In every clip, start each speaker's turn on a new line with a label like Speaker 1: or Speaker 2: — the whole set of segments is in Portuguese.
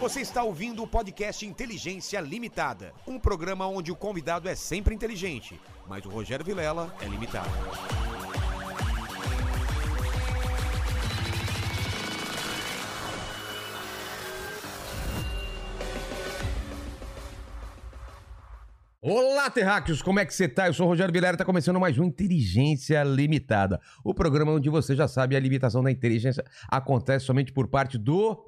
Speaker 1: Você está ouvindo o podcast Inteligência Limitada, um programa onde o convidado é sempre inteligente, mas o Rogério Vilela é limitado.
Speaker 2: Olá, terráqueos! Como é que você tá? Eu sou o Rogério Vilela e tá começando mais um Inteligência Limitada. O programa onde você já sabe a limitação da inteligência acontece somente por parte do...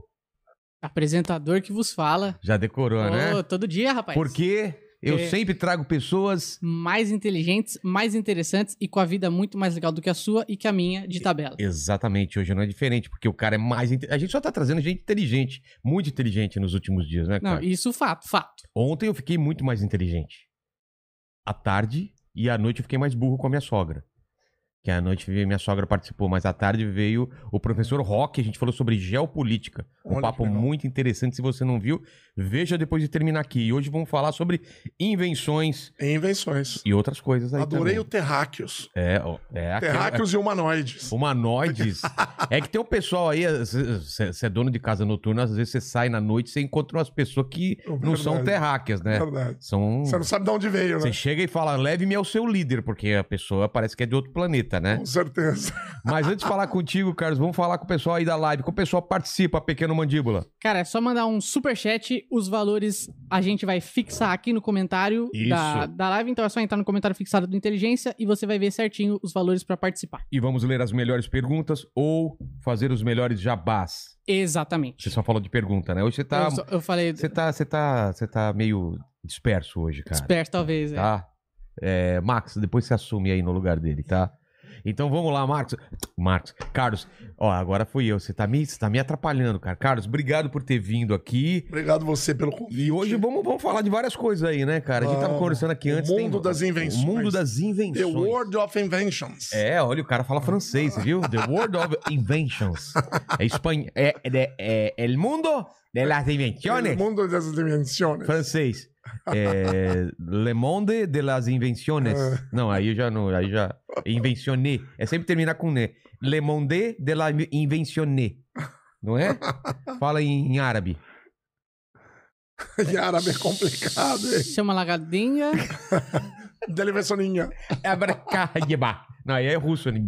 Speaker 3: Apresentador que vos fala.
Speaker 2: Já decorou,
Speaker 3: Ô,
Speaker 2: né?
Speaker 3: Todo dia, rapaz.
Speaker 2: Porque eu
Speaker 3: É.
Speaker 2: sempre trago pessoas...
Speaker 3: Mais inteligentes, mais interessantes e com a vida muito mais legal do que a sua e que a minha de tabela.
Speaker 2: Inte- Exatamente, hoje não é diferente, porque o cara é mais... inte- A gente só tá trazendo gente inteligente, muito inteligente nos últimos dias, né, cara?
Speaker 3: Não, isso fato, fato.
Speaker 2: Ontem eu fiquei muito mais inteligente. À tarde e à noite eu fiquei mais burro com a minha sogra. Que à noite veio- minha sogra participou, mas à tarde veio o professor Rock, a gente falou sobre geopolítica. Um
Speaker 4: Olha
Speaker 2: papo
Speaker 4: que legal.
Speaker 2: muito interessante, se você não viu, veja depois de terminar aqui. E hoje vamos falar sobre invenções
Speaker 4: Em Invenções.
Speaker 2: e outras coisas aí
Speaker 4: Adorei
Speaker 2: também.
Speaker 4: o Terráqueos.
Speaker 2: É, ó, é aquela...
Speaker 4: Terráqueos e humanoides.
Speaker 2: Humanoides. é que tem um pessoal aí, você é dono de casa noturna, às vezes você sai na noite, você encontra umas pessoas que não são
Speaker 4: É Verdade.
Speaker 2: terráqueas, né?
Speaker 4: É Verdade.
Speaker 2: São...
Speaker 4: Você não sabe de onde veio, né?
Speaker 2: Você chega e fala, leve-me ao seu líder, porque a pessoa parece que é de outro planeta, né?
Speaker 4: Com certeza.
Speaker 2: Mas antes de falar contigo, Carlos, vamos falar com o pessoal aí da live. Como o pessoal participa, Pequeno Mandíbula?
Speaker 3: Cara, é só mandar um superchat. Os valores a gente vai fixar aqui no comentário
Speaker 2: Isso.
Speaker 3: da, da live. Então é só entrar no comentário fixado do Inteligência e você vai ver certinho os valores pra participar.
Speaker 2: E vamos ler as melhores perguntas ou fazer os melhores jabás. Você
Speaker 3: Exatamente.
Speaker 2: só falou de pergunta, né? Hoje você tá.
Speaker 3: eu, só- eu falei
Speaker 2: Você tá, você tá, você tá meio disperso hoje, cara.
Speaker 3: esperto, talvez. é.
Speaker 2: Tá? É, Max, depois você assume aí no lugar dele, tá? Então vamos lá, Marcos. Marcos, Carlos, ó, agora fui eu. Você tá me, você tá me atrapalhando, cara. Carlos, obrigado por ter vindo aqui.
Speaker 4: Obrigado você pelo convite.
Speaker 2: E hoje vamos, vamos falar de várias coisas aí, né, cara? A gente tava
Speaker 4: Vamos.
Speaker 2: conversando aqui
Speaker 4: O
Speaker 2: antes.
Speaker 4: mundo das invenções.
Speaker 2: O mundo das invenções.
Speaker 4: The World of Inventions.
Speaker 2: um É, olha, o cara fala francês, viu? The World of Inventions. É espanhol. É, é, é, é el mundo de las
Speaker 4: O
Speaker 2: invenciones.
Speaker 4: mundo das invenções.
Speaker 2: Francês. É, le monde de las invenciones.
Speaker 4: Ah.
Speaker 2: Não, aí eu já não. Aí já. Invencioné. É sempre terminar com né. Le monde de la inventionné. Não é? Fala em, em árabe. assim.
Speaker 4: Em árabe é complicado,
Speaker 2: Tá.
Speaker 4: hein?
Speaker 3: Chama lagadinha.
Speaker 4: Deliverssoninha.
Speaker 2: É Abracadabra. Não, aí é russo. né?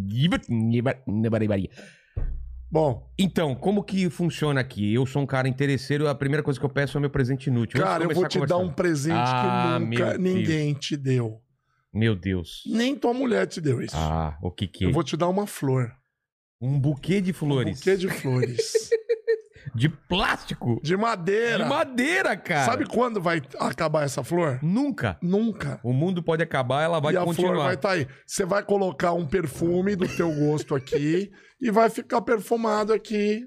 Speaker 4: Bom,
Speaker 2: Então, como que funciona aqui? Eu sou um cara interesseiro, a primeira coisa que eu peço é o meu presente inútil. Antes
Speaker 4: cara,
Speaker 2: de
Speaker 4: eu vou
Speaker 2: começar
Speaker 4: te
Speaker 2: a
Speaker 4: dar um
Speaker 2: conversar.
Speaker 4: presente
Speaker 2: Ah,
Speaker 4: que
Speaker 2: meu
Speaker 4: nunca
Speaker 2: Deus.
Speaker 4: ninguém te deu.
Speaker 2: Meu Deus.
Speaker 4: Nem tua mulher te deu isso.
Speaker 2: Ah, o que que é?
Speaker 4: um Eu vou te dar uma flor.
Speaker 2: Um buquê de
Speaker 4: Um
Speaker 2: flores.
Speaker 4: buquê de flores.
Speaker 2: De plástico.
Speaker 4: de madeira.
Speaker 2: De madeira, cara.
Speaker 4: Sabe quando vai acabar essa flor?
Speaker 2: Nunca.
Speaker 4: Nunca.
Speaker 2: O mundo pode acabar, ela vai
Speaker 4: e a flor vai
Speaker 2: continuar.
Speaker 4: estar aí. Você vai colocar um perfume do teu gosto aqui e vai ficar perfumado aqui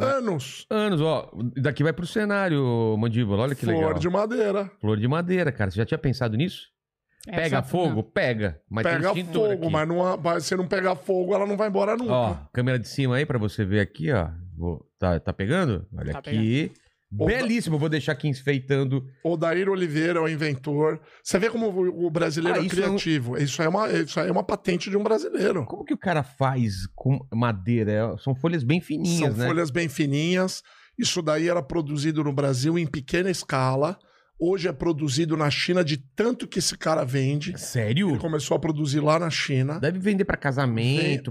Speaker 4: anos.
Speaker 2: Anos, ó. Daqui vai pro cenário, mandíbula. Olha que
Speaker 4: flor
Speaker 2: legal.
Speaker 4: de madeira.
Speaker 2: Flor de madeira, cara. Você já tinha pensado nisso? Pega
Speaker 3: Essa-
Speaker 2: fogo? Pega. Mas tem
Speaker 4: Pega
Speaker 2: extintor
Speaker 4: fogo,
Speaker 2: aqui.
Speaker 4: mas não, se não pegar fogo, ela não vai embora
Speaker 2: Ó,
Speaker 4: nunca.
Speaker 2: câmera de cima aí pra você ver aqui, ó. Vou- tá, tá pegando? Olha
Speaker 3: Tá
Speaker 2: aqui.
Speaker 4: pegando.
Speaker 2: Belíssimo, vou deixar aqui enfeitando.
Speaker 4: Odair Oliveira é o inventor. Você vê como o- o brasileiro
Speaker 2: Ah,
Speaker 4: é
Speaker 2: isso é um-
Speaker 4: criativo. Isso, é uma, isso aí é uma patente de um brasileiro.
Speaker 2: Como que o cara faz com madeira? É, São folhas bem fininhas,
Speaker 4: São
Speaker 2: né?
Speaker 4: folhas bem fininhas. Isso daí era produzido no Brasil em pequena escala. Hoje é produzido na China de tanto que esse cara
Speaker 2: É
Speaker 4: vende. Ele
Speaker 2: Sério?
Speaker 4: começou a produzir lá na China.
Speaker 2: Deve vender pra casamento,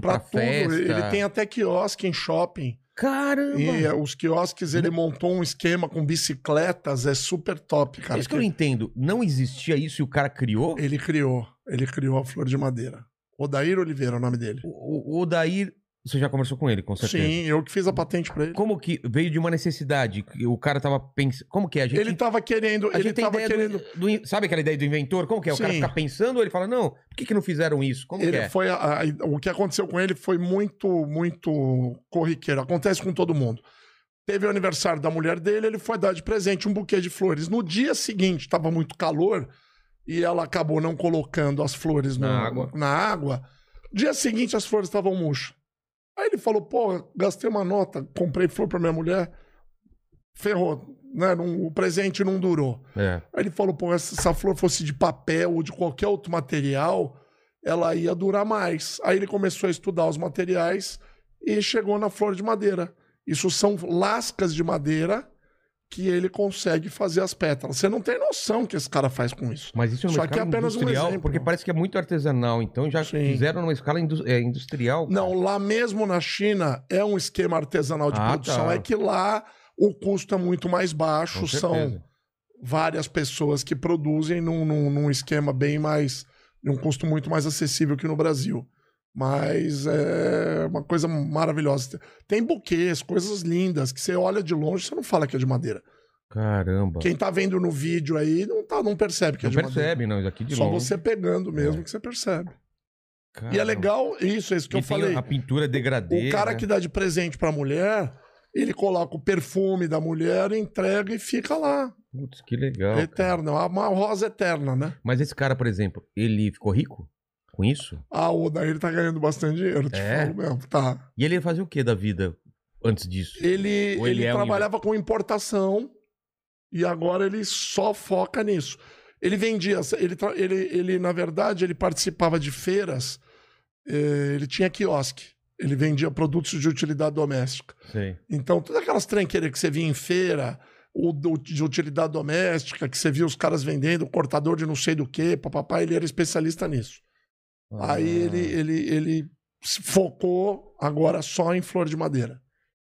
Speaker 4: Vem
Speaker 2: pra, festa.
Speaker 4: Ele tem até quiosque em shopping.
Speaker 2: Caramba!
Speaker 4: E eh, os quiosques, ele montou um esquema com bicicletas. É super top, cara.
Speaker 2: É isso que eu não entendo. Não existia isso e o cara criou?
Speaker 4: Ele criou. Ele criou a flor de madeira. Odair Oliveira é o nome dele.
Speaker 2: O, o, o Daí, você já conversou com ele, com certeza.
Speaker 4: Sim, eu que fiz a patente pra ele.
Speaker 2: Como que veio de uma necessidade? O cara tava pensando. Como que é? A gente
Speaker 4: Ele tava querendo...
Speaker 2: A
Speaker 4: Ele
Speaker 2: gente tem
Speaker 4: tava
Speaker 2: ideia do-
Speaker 4: querendo...
Speaker 2: do- Sabe aquela ideia do inventor? Como que é? O cara
Speaker 4: Sim.
Speaker 2: fica pensando, ou ele fala, não, por que, que não fizeram isso? Como que
Speaker 4: Ele
Speaker 2: é?
Speaker 4: foi a- a- o que aconteceu com ele foi muito, muito corriqueiro. Acontece com todo mundo. Teve o aniversário da mulher dele, ele foi dar de presente um buquê de flores. No dia seguinte, estava muito calor e ela acabou não colocando as flores no-
Speaker 2: Na
Speaker 4: na
Speaker 2: água.
Speaker 4: água. Dia seguinte, as flores estavam murchas. Aí ele falou: Pô, gastei uma nota, comprei flor para minha mulher, ferrou, né? Não- o presente não durou.
Speaker 2: É.
Speaker 4: Aí ele falou, pô, se essa flor fosse de papel ou de qualquer outro material, ela ia durar mais. Aí ele começou a estudar os materiais e chegou na flor de madeira. Isso são lascas de madeira que ele consegue fazer as pétalas. Você não tem noção o que esse cara faz com isso.
Speaker 2: Mas isso é uma
Speaker 4: Só que
Speaker 2: escala
Speaker 4: é apenas um
Speaker 2: industrial,
Speaker 4: exemplo.
Speaker 2: porque parece que é muito artesanal. Então já
Speaker 4: Sim.
Speaker 2: fizeram numa escala indu- é, industrial. cara.
Speaker 4: Não, lá mesmo na China é um esquema artesanal de
Speaker 2: Ah,
Speaker 4: produção.
Speaker 2: tá.
Speaker 4: É que lá o custo é muito mais
Speaker 2: Com
Speaker 4: baixo, são
Speaker 2: certeza.
Speaker 4: várias pessoas que produzem num, num- num esquema bem mais. num custo muito mais acessível que no Brasil. Mas é uma coisa maravilhosa. Tem buquês, coisas lindas, que você olha de longe você não fala que é de madeira.
Speaker 2: Caramba.
Speaker 4: Quem tá vendo no vídeo aí não, tá, não percebe que é
Speaker 2: não
Speaker 4: de madeira.
Speaker 2: percebe, não. Isso aqui de
Speaker 4: Só
Speaker 2: longe.
Speaker 4: você pegando mesmo
Speaker 2: É.
Speaker 4: que você percebe. E é
Speaker 2: Caramba.
Speaker 4: legal isso, é isso que
Speaker 2: E
Speaker 4: eu
Speaker 2: tem
Speaker 4: falei.
Speaker 2: A pintura é degradê.
Speaker 4: O cara
Speaker 2: né?
Speaker 4: que dá de presente pra mulher, ele coloca o perfume da mulher, entrega e fica lá.
Speaker 2: Putz, que legal. cara.
Speaker 4: eterno. É Uma rosa eterna, né?
Speaker 2: Mas esse cara, por exemplo, ele ficou rico com isso?
Speaker 4: Ah, o Odair tá ganhando bastante dinheiro, te
Speaker 2: É?
Speaker 4: falo mesmo. Tá.
Speaker 2: E ele fazia o que da vida antes disso?
Speaker 4: Ele,
Speaker 2: Ou
Speaker 4: ele,
Speaker 2: ele é um-
Speaker 4: trabalhava com importação e agora ele só foca nisso. Ele vendia, ele, tra- ele, ele na verdade, ele participava de feiras, eh, ele tinha quiosque. Ele vendia produtos de utilidade doméstica.
Speaker 2: Sei.
Speaker 4: Então, todas aquelas tranqueiras que você via em feira, ou do- de utilidade doméstica, que você via os caras vendendo, cortador de não sei do que, papapá, ele era especialista nisso. Aí
Speaker 2: Ah.
Speaker 4: ele, ele, ele se focou agora só em flor de madeira.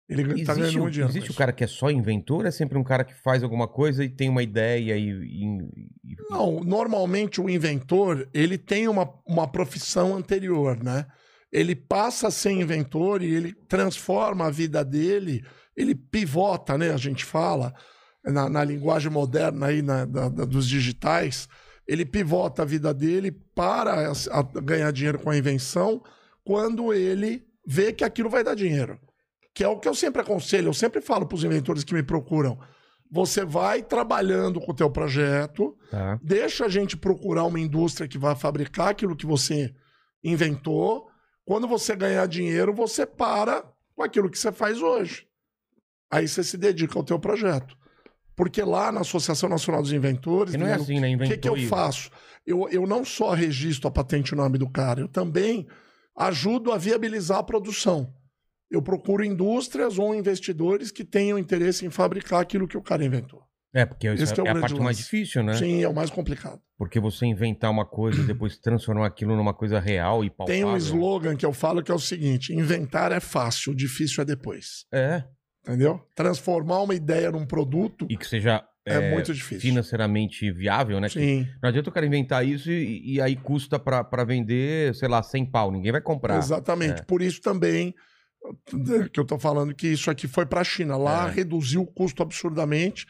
Speaker 4: Ele gan- tá
Speaker 2: Existe,
Speaker 4: ganhando
Speaker 2: um-
Speaker 4: muito dinheiro.
Speaker 2: existe
Speaker 4: com
Speaker 2: o
Speaker 4: isso.
Speaker 2: cara que é só inventor? É sempre um cara que faz alguma coisa e tem uma ideia e. e- e-
Speaker 4: Não, normalmente o inventor, ele tem uma, uma profissão anterior, né? Ele passa a ser inventor e ele transforma a vida dele, ele pivota, né? A gente fala na, na linguagem moderna aí na- da- da- dos digitais, ele pivota a vida dele para as- a- ganhar dinheiro com a invenção quando ele vê que aquilo vai dar dinheiro. Que é o que eu sempre aconselho, eu sempre falo para os inventores que me procuram. Você vai trabalhando com o teu projeto,
Speaker 2: Tá.
Speaker 4: deixa a gente procurar uma indústria que vai fabricar aquilo que você inventou. Quando você ganhar dinheiro, você para com aquilo que você faz hoje. Aí você se dedica ao teu projeto. Porque lá na Associação Nacional dos Inventores,
Speaker 2: E não é
Speaker 4: Lino,
Speaker 2: assim, né?
Speaker 4: o
Speaker 2: Inventor.
Speaker 4: que, que eu
Speaker 2: e-
Speaker 4: faço? Eu, eu não só registro a patente e o nome do cara, eu também ajudo a viabilizar a produção. Eu procuro indústrias ou investidores que tenham interesse em fabricar aquilo que o cara inventou.
Speaker 2: É, porque
Speaker 4: Esse
Speaker 2: isso
Speaker 4: que é o
Speaker 2: é, a
Speaker 4: grande
Speaker 2: parte mais
Speaker 4: lance.
Speaker 2: difícil, né?
Speaker 4: Sim, é o mais complicado.
Speaker 2: Porque você inventar uma coisa e depois transformar aquilo numa coisa real e palpável.
Speaker 4: Tem um slogan que eu falo que é o seguinte: inventar é fácil, difícil é depois.
Speaker 2: É.
Speaker 4: Entendeu? Transformar uma ideia num produto
Speaker 2: E que seja
Speaker 4: é,
Speaker 2: é,
Speaker 4: muito difícil.
Speaker 2: financeiramente viável, né? Que
Speaker 4: Sim,
Speaker 2: Não adianta o cara inventar isso e, e aí custa pra, pra vender, sei lá, 100 pau. Ninguém vai comprar.
Speaker 4: exatamente.
Speaker 2: É.
Speaker 4: Por isso também que eu tô falando que isso aqui foi para a China. Lá
Speaker 2: É.
Speaker 4: reduziu o custo absurdamente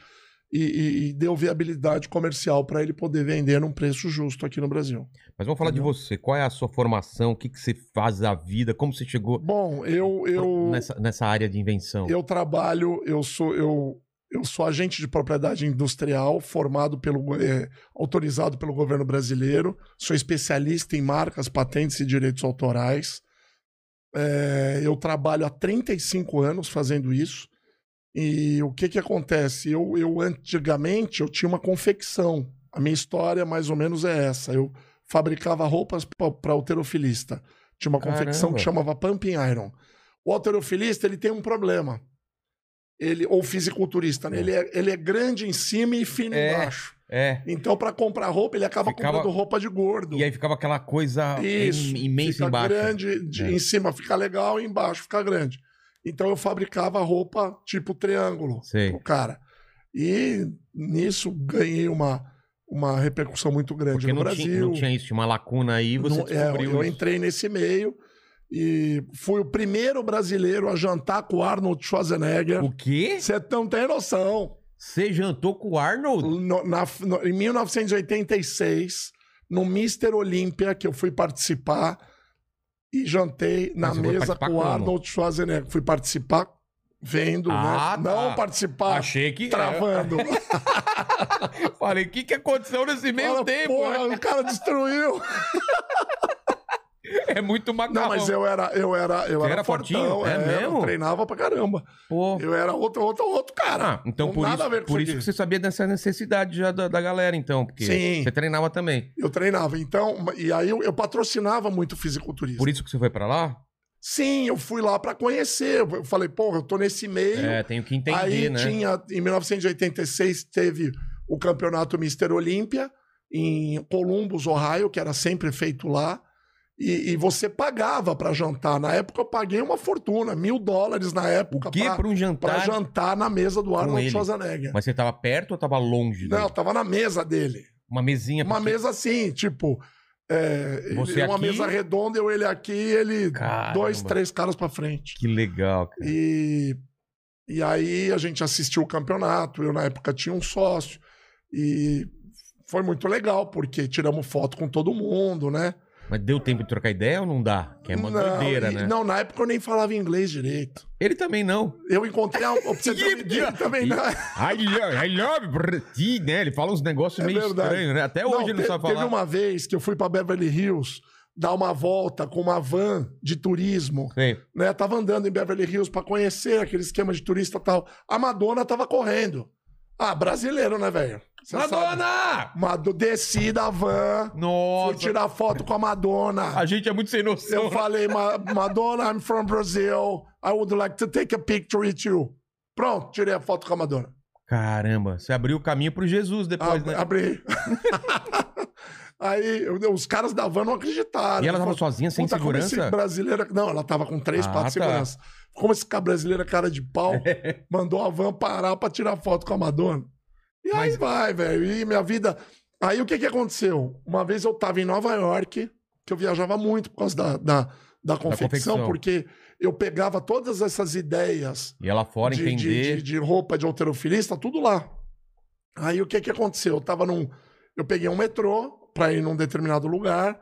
Speaker 4: e, e- e deu viabilidade comercial para ele poder vender num preço justo aqui no Brasil.
Speaker 2: Mas vamos falar de você. Qual é a sua formação? O que, que você faz da vida? Como você chegou
Speaker 4: Bom, eu. eu...
Speaker 2: nessa, nessa área de invenção?
Speaker 4: Eu trabalho, eu sou eu, eu sou agente de propriedade industrial formado pelo go- eh, autorizado pelo governo brasileiro. Sou especialista em marcas, patentes e direitos autorais. Eh, eu trabalho há 35 anos fazendo isso. E o que que acontece? Eu, eu antigamente eu tinha uma confecção. A minha história mais ou menos é essa. Eu fabricava roupas para alterofilista. Tinha uma confecção
Speaker 2: Caramba.
Speaker 4: que chamava Pumping Iron. O alterofilista, ele tem um problema. Ele, ou fisiculturista, né?
Speaker 2: É.
Speaker 4: Ele, é, ele é grande em cima e fino
Speaker 2: É.
Speaker 4: embaixo.
Speaker 2: É.
Speaker 4: Então, para comprar roupa, ele acaba
Speaker 2: Ficava-
Speaker 4: comprando roupa de gordo.
Speaker 2: E aí ficava aquela coisa
Speaker 4: Isso.
Speaker 2: é im- imensa
Speaker 4: fica
Speaker 2: embaixo.
Speaker 4: grande, de-
Speaker 2: É.
Speaker 4: em cima fica legal, embaixo fica grande. Então, eu fabricava roupa tipo triângulo
Speaker 2: Sei.
Speaker 4: pro cara. E nisso ganhei uma, uma repercussão muito grande
Speaker 2: Porque
Speaker 4: no
Speaker 2: não,
Speaker 4: Brasil.
Speaker 2: Tinha, não tinha isso, tinha uma lacuna aí, você
Speaker 4: Não, é,
Speaker 2: descobriu
Speaker 4: eu
Speaker 2: isso.
Speaker 4: entrei nesse meio e fui o primeiro brasileiro a jantar com o Arnold Schwarzenegger.
Speaker 2: O quê?
Speaker 4: Você não tem noção.
Speaker 2: Você jantou com o Arnold?
Speaker 4: No- na- no- em 1986, no Mister Olímpia, que eu fui participar e jantei na
Speaker 2: Mas você foi
Speaker 4: mesa
Speaker 2: participar
Speaker 4: com o
Speaker 2: como?
Speaker 4: Arnold Schwarzenegger. Fui participar vendo,
Speaker 2: Ah,
Speaker 4: né?
Speaker 2: tá.
Speaker 4: Não participar
Speaker 2: Achei que.
Speaker 4: travando.
Speaker 2: Eu Falei, o que, que aconteceu nesse meio
Speaker 4: Fala,
Speaker 2: tempo? né?
Speaker 4: porra, o cara destruiu.
Speaker 2: É muito
Speaker 4: Não,
Speaker 2: macarrão.
Speaker 4: mas eu era, eu era, eu
Speaker 2: Você
Speaker 4: era,
Speaker 2: era fortinho?
Speaker 4: fortão,
Speaker 2: É
Speaker 4: é,
Speaker 2: mesmo?
Speaker 4: Eu treinava pra caramba.
Speaker 2: Pô.
Speaker 4: Eu era outro, outro, outro cara.
Speaker 2: Ah, então
Speaker 4: Não
Speaker 2: por,
Speaker 4: nada
Speaker 2: isso,
Speaker 4: a ver com
Speaker 2: por
Speaker 4: isso
Speaker 2: isso que
Speaker 4: aqui.
Speaker 2: você sabia dessa necessidade já da, da galera, então. Porque
Speaker 4: Sim.
Speaker 2: você treinava também.
Speaker 4: Eu treinava, então, e aí eu, eu patrocinava muito fisiculturismo.
Speaker 2: Por isso que você foi pra lá?
Speaker 4: Sim, eu fui lá pra conhecer. Eu falei, porra, eu tô nesse meio.
Speaker 2: É, tenho que entender,
Speaker 4: Aí
Speaker 2: né?
Speaker 4: tinha, em 1986, teve o campeonato Mister Olímpia, em Columbus, Ohio, que era sempre feito lá. E, e você pagava pra jantar. Na época eu paguei uma fortuna, mil dólares na
Speaker 2: O
Speaker 4: época.
Speaker 2: que
Speaker 4: pra-
Speaker 2: pra
Speaker 4: Pra
Speaker 2: um jantar?
Speaker 4: jantar na mesa do Arnold
Speaker 2: ele.
Speaker 4: Schwarzenegger.
Speaker 2: Mas você tava perto ou tava longe?
Speaker 4: Não,
Speaker 2: dele?
Speaker 4: eu tava na mesa dele.
Speaker 2: Uma mesinha.
Speaker 4: Uma
Speaker 2: pequena?
Speaker 4: mesa assim, tipo. É,
Speaker 2: Você
Speaker 4: ele- uma
Speaker 2: aqui?
Speaker 4: mesa redonda, eu ele aqui, ele
Speaker 2: Caramba.
Speaker 4: dois, três caras pra frente.
Speaker 2: Que legal, cara.
Speaker 4: E, e aí a gente assistiu o campeonato. Eu, na época, tinha um sócio. E foi muito legal, porque tiramos foto com todo mundo, né?
Speaker 2: Mas deu tempo de trocar ideia ou não dá? Que é uma doideira,
Speaker 4: e-
Speaker 2: né?
Speaker 4: Não, na época eu nem falava inglês direito.
Speaker 2: Ele também não.
Speaker 4: Eu encontrei a. pra você ter uma ideia, também né? não.
Speaker 2: I love, I love Brady, né? Ele fala uns negócios
Speaker 4: É
Speaker 2: meio
Speaker 4: verdade.
Speaker 2: estranhos, né? Até hoje ele não
Speaker 4: te-
Speaker 2: sabe falar.
Speaker 4: Teve uma vez que eu fui pra Beverly Hills dar uma volta com uma van de turismo,
Speaker 2: Sei.
Speaker 4: né? Tava andando em Beverly Hills pra conhecer aquele esquema de turista e tal. A Madonna tava correndo. Ah, brasileiro, né, velho? Cê sabe.
Speaker 2: Madonna!
Speaker 4: Mado- Desci da van, fui
Speaker 2: Nossa,
Speaker 4: tirar foto com a Madonna.
Speaker 2: a gente é muito sem noção.
Speaker 4: Eu falei, "Ma- Madonna, I'm from Brazil. I would like to take a picture with you. Pronto, tirei a foto com a Madonna.
Speaker 2: Caramba, você abriu o caminho pro Jesus depois,
Speaker 4: Ab-
Speaker 2: né?
Speaker 4: Abri. Aí eu- os caras da van não acreditaram.
Speaker 2: E ela tava
Speaker 4: Falou,
Speaker 2: sozinha, sem
Speaker 4: "Puta, como esse
Speaker 2: segurança?
Speaker 4: brasileiro- Não, ela tava com três,
Speaker 2: Ah,
Speaker 4: quatro de
Speaker 2: tá.
Speaker 4: segurança. Como esse cara brasileiro é cara de pau, mandou a van parar pra tirar foto com a Madonna. E aí
Speaker 2: Mas-
Speaker 4: vai, velho. E minha vida. Aí o que que aconteceu? Uma vez eu tava em Nova York, que eu viajava muito por causa da, da, da confecção,
Speaker 2: confecção.
Speaker 4: porque eu pegava todas essas ideias
Speaker 2: E ela fora
Speaker 4: de,
Speaker 2: entender.
Speaker 4: de- de roupa de alterofilista, tudo lá. Aí o que que aconteceu? Eu tava num. Eu peguei um metrô pra ir num determinado lugar,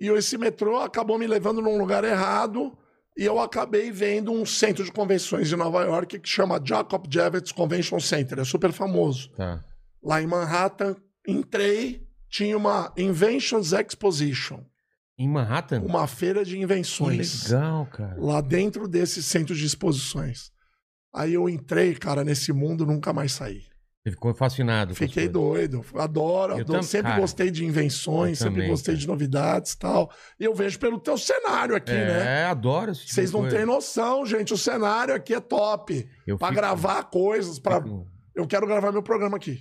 Speaker 4: e esse metrô acabou me levando num lugar errado, e eu acabei vendo um centro de convenções de Nova York que chama Jacob Javits Convention Center, é super famoso.
Speaker 2: Tá.
Speaker 4: Lá em Manhattan, entrei, tinha uma Inventions Exposition,
Speaker 2: Em Manhattan?
Speaker 4: uma feira de
Speaker 2: Que
Speaker 4: invenções
Speaker 2: legal, cara.
Speaker 4: lá dentro desse centro de exposições. Aí eu entrei, cara, nesse mundo nunca mais saí.
Speaker 2: Você ficou fascinado. com as
Speaker 4: Fiquei
Speaker 2: coisas.
Speaker 4: doido, adoro,
Speaker 2: Eu
Speaker 4: adoro.
Speaker 2: tam-
Speaker 4: sempre
Speaker 2: cara,
Speaker 4: gostei de invenções,
Speaker 2: eu
Speaker 4: sempre
Speaker 2: também,
Speaker 4: gostei
Speaker 2: cara.
Speaker 4: de novidades e tal. E eu vejo pelo teu cenário aqui, né?
Speaker 2: É, adoro esse tipo
Speaker 4: Vocês
Speaker 2: de
Speaker 4: não
Speaker 2: coisa.
Speaker 4: têm noção, gente, o cenário aqui é top.
Speaker 2: Eu
Speaker 4: Pra
Speaker 2: fico-
Speaker 4: gravar coisas, pra...
Speaker 2: fico-
Speaker 4: eu quero gravar meu programa aqui.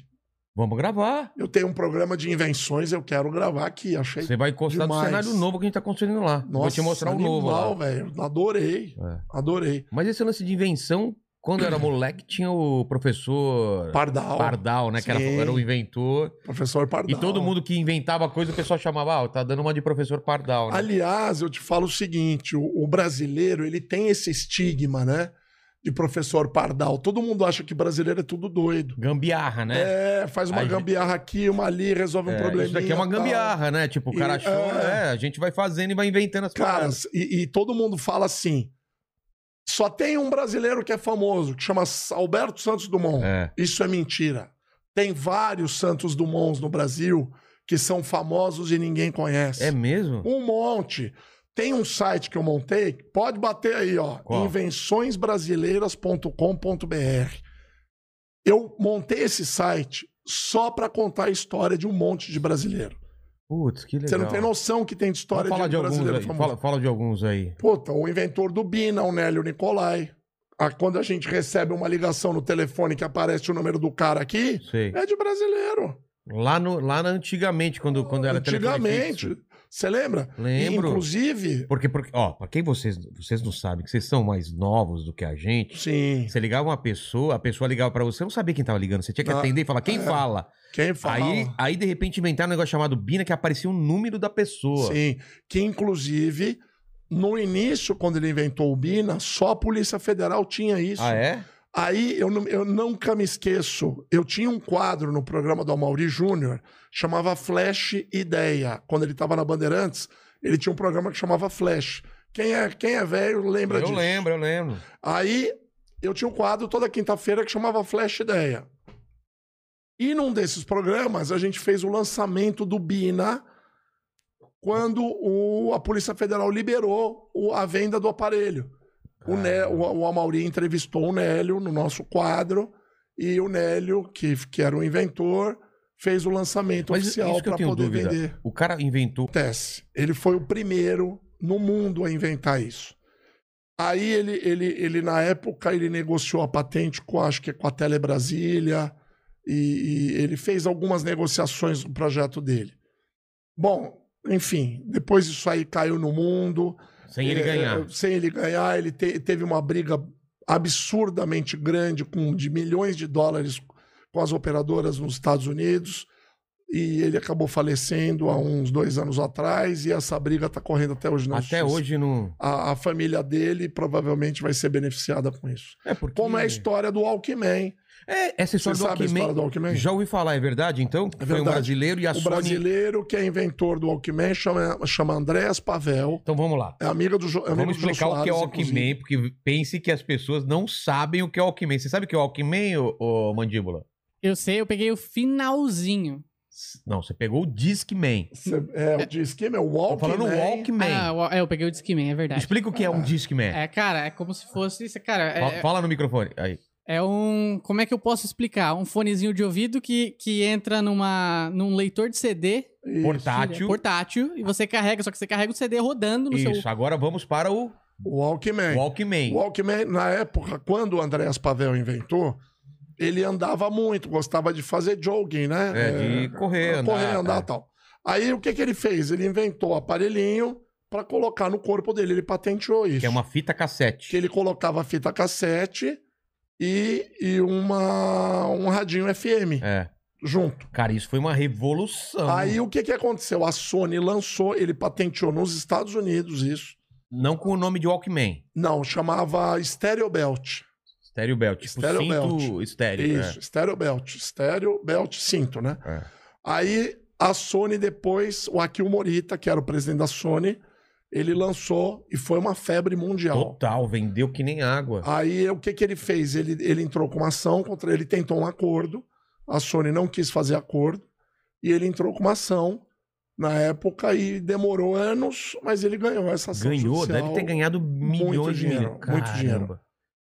Speaker 2: Vamos gravar.
Speaker 4: Eu tenho um programa de invenções, eu quero gravar aqui, achei.
Speaker 2: Você vai encostar no
Speaker 4: Demais.
Speaker 2: cenário novo que a gente tá construindo lá. Vou te mostrar um novo
Speaker 4: é animal,
Speaker 2: lá.
Speaker 4: velho. Adorei,
Speaker 2: É.
Speaker 4: adorei.
Speaker 2: Mas esse lance de invenção, quando eu era moleque, tinha o professor
Speaker 4: Pardal,
Speaker 2: Pardal, né? Que era,
Speaker 4: Sim.
Speaker 2: era o inventor.
Speaker 4: professor Pardal.
Speaker 2: E todo mundo que inventava coisa, o pessoal chamava, ah, tá dando uma de professor Pardal, né?
Speaker 4: Aliás, eu te falo o seguinte: o, o brasileiro ele tem esse estigma, né? De professor Pardal. Todo mundo acha que brasileiro é tudo doido.
Speaker 2: Gambiarra, né?
Speaker 4: É, faz uma
Speaker 2: Aí-
Speaker 4: gambiarra aqui, uma ali, resolve um
Speaker 2: É,
Speaker 4: probleminha.
Speaker 2: isso daqui é uma
Speaker 4: tal.
Speaker 2: gambiarra, né? Tipo, o
Speaker 4: E-
Speaker 2: cara achou,
Speaker 4: é.
Speaker 2: é, a gente vai fazendo e vai inventando as
Speaker 4: Cara,
Speaker 2: paradas.
Speaker 4: e, e todo mundo fala assim: só tem um brasileiro que é famoso, que chama Alberto Santos Dumont.
Speaker 2: É.
Speaker 4: Isso é mentira. Tem vários Santos Dumonts no Brasil que são famosos e ninguém conhece.
Speaker 2: É mesmo?
Speaker 4: Um monte. Tem um site que eu montei, pode bater aí, ó.
Speaker 2: Qual?
Speaker 4: invençõesbrasileiras.com.br. Eu montei esse site só pra contar a história de um monte de brasileiro.
Speaker 2: Putz, que legal.
Speaker 4: Você não tem noção que tem de história
Speaker 2: Vamos falar
Speaker 4: um
Speaker 2: de alguns
Speaker 4: brasileiro
Speaker 2: aí.
Speaker 4: famoso.
Speaker 2: Fala, fala de alguns aí.
Speaker 4: Puta, o inventor do Bina, o Nélio Nicolai. Ah, Quando a gente recebe uma ligação no telefone que aparece o número do cara aqui,
Speaker 2: Sei.
Speaker 4: é de brasileiro.
Speaker 2: Lá, no, lá na- antigamente, quando, quando era telefone
Speaker 4: Antigamente.
Speaker 2: fixo.
Speaker 4: Você lembra?
Speaker 2: Lembro.
Speaker 4: Inclusive.
Speaker 2: Porque, porque, ó, pra quem vocês, vocês não sabem, que vocês são mais novos do que a gente,
Speaker 4: Sim.
Speaker 2: você ligava uma pessoa, a pessoa ligava pra você, você não sabia quem tava ligando, você tinha que
Speaker 4: Ah,
Speaker 2: atender e falar, quem
Speaker 4: é.
Speaker 2: fala?
Speaker 4: Quem fala?
Speaker 2: Aí, aí, de repente, inventaram um negócio chamado Bina, que aparecia um número da pessoa.
Speaker 4: Sim. Que inclusive, no início, quando ele inventou o Bina, só a Polícia Federal tinha isso.
Speaker 2: Ah, é?
Speaker 4: Aí eu, nu- eu nunca me esqueço. Eu tinha um quadro no programa do Amaury Júnior, chamava Flash Ideia. Quando ele estava na Bandeirantes, ele tinha um programa que chamava Flash. Quem é, quem é velho lembra
Speaker 2: eu
Speaker 4: disso.
Speaker 2: lembro, eu lembro.
Speaker 4: Aí eu tinha um quadro toda quinta-feira que chamava Flash Ideia. E num desses programas a gente fez o lançamento do Bina quando o- a Polícia Federal liberou o- a venda do aparelho.
Speaker 2: Ah.
Speaker 4: O, né, o, o Amauri entrevistou o Nélio no nosso quadro e o Nélio, que, que era o inventor, fez o lançamento
Speaker 2: Mas
Speaker 4: oficial
Speaker 2: isso que eu
Speaker 4: para
Speaker 2: tenho
Speaker 4: poder
Speaker 2: dúvida.
Speaker 4: vender.
Speaker 2: O cara inventou.
Speaker 4: Acontece, ele foi o primeiro no mundo a inventar isso. Aí ele, ele, ele, na época, ele negociou a patente com, acho que é com a Tele Brasília, e, e ele fez algumas negociações do projeto dele. Bom, enfim, depois isso aí caiu no mundo.
Speaker 2: Sem ele
Speaker 4: É,
Speaker 2: ganhar.
Speaker 4: é, Sem ele ganhar, ele te- teve uma briga absurdamente grande com de milhões de dólares com as operadoras nos Estados Unidos. E ele acabou falecendo há uns dois anos atrás, e essa briga está correndo até hoje na
Speaker 2: Até
Speaker 4: justiça.
Speaker 2: hoje não.
Speaker 4: A, a família dele provavelmente vai ser beneficiada com isso.
Speaker 2: É porque.
Speaker 4: Como é a história do Alckmin.
Speaker 2: É,
Speaker 4: Você
Speaker 2: essa história do
Speaker 4: sabe a história
Speaker 2: Alckmin.
Speaker 4: do Alckmin?
Speaker 2: Já ouvi falar, é verdade então?
Speaker 4: É
Speaker 2: Foi um
Speaker 4: verdade.
Speaker 2: brasileiro e a
Speaker 4: O
Speaker 2: Sony.
Speaker 4: brasileiro que é inventor do Alckmin chama, chama Andréas Pavel.
Speaker 2: Então vamos lá.
Speaker 4: É amiga do jo... é amigo
Speaker 2: Vamos
Speaker 4: do Jô
Speaker 2: explicar o que é
Speaker 4: Soares,
Speaker 2: o
Speaker 4: inclusive.
Speaker 2: Alckmin, porque pense que as pessoas não sabem o que é o Alckmin. Você sabe o que é o Alckmin, ô, ô Mandíbula?
Speaker 3: Eu sei, eu peguei o finalzinho.
Speaker 2: Não, você pegou o Discman.
Speaker 4: Cê- É, o Disque é o
Speaker 2: Tô
Speaker 4: Walkman. Ah.
Speaker 2: falando Walkman.
Speaker 3: Ah, eu- é, eu peguei o Discman, é verdade.
Speaker 2: Explica o que é um Discman.
Speaker 3: É, cara, é como se fosse. isso, Cara,
Speaker 2: Fa-
Speaker 3: é,
Speaker 2: Fala no microfone. Aí.
Speaker 3: é um. Como é que eu posso explicar? Um fonezinho de ouvido que, que entra numa, num leitor de CD
Speaker 4: Isso.
Speaker 2: Portátil.
Speaker 3: portátil e você carrega, só que você carrega o CD rodando no
Speaker 2: Isso,
Speaker 3: seu.
Speaker 2: agora vamos para o
Speaker 4: O Walkman.
Speaker 2: Walkman.
Speaker 4: O Walkman, na época, quando o Andréas Pavel inventou, ele andava muito, gostava de fazer jogging, né?
Speaker 2: É, de correr, andar,
Speaker 4: andar. Correr, andar
Speaker 2: é.
Speaker 4: tal. Aí o que, que ele fez? Ele inventou o aparelhinho para colocar no corpo dele. Ele patenteou isso.
Speaker 2: Que é uma fita cassete.
Speaker 4: que ele colocava fita cassete e, e uma, um radinho FM
Speaker 2: É. Então.
Speaker 4: junto.
Speaker 2: Cara, isso foi uma revolução.
Speaker 4: Aí o que, que aconteceu? A Sony lançou, ele patenteou nos Estados Unidos isso.
Speaker 2: Não com o nome de Walkman.
Speaker 4: Não, chamava Stereo Belt.
Speaker 2: Stereo Belt. Tipo,
Speaker 4: Stereo
Speaker 2: cinto estéreo.
Speaker 4: Isso, Stereo Belt. Stereo Belt cinto, né?
Speaker 2: É. É.
Speaker 4: Aí a Sony depois, o Akio Morita, que era o presidente da Sony, ele lançou e foi uma febre mundial.
Speaker 2: Total, vendeu que nem água.
Speaker 4: Aí o que, que ele fez? Ele, ele entrou com uma ação contra ele, tentou um acordo. A Sony não quis fazer acordo e ele entrou com uma ação na época e demorou anos, mas ele ganhou essa ação.
Speaker 2: Ganhou,
Speaker 4: judicial.
Speaker 2: deve ter ganhado milhões de
Speaker 4: dinheiro,
Speaker 2: mil-
Speaker 4: muito
Speaker 2: Caramba.
Speaker 4: dinheiro.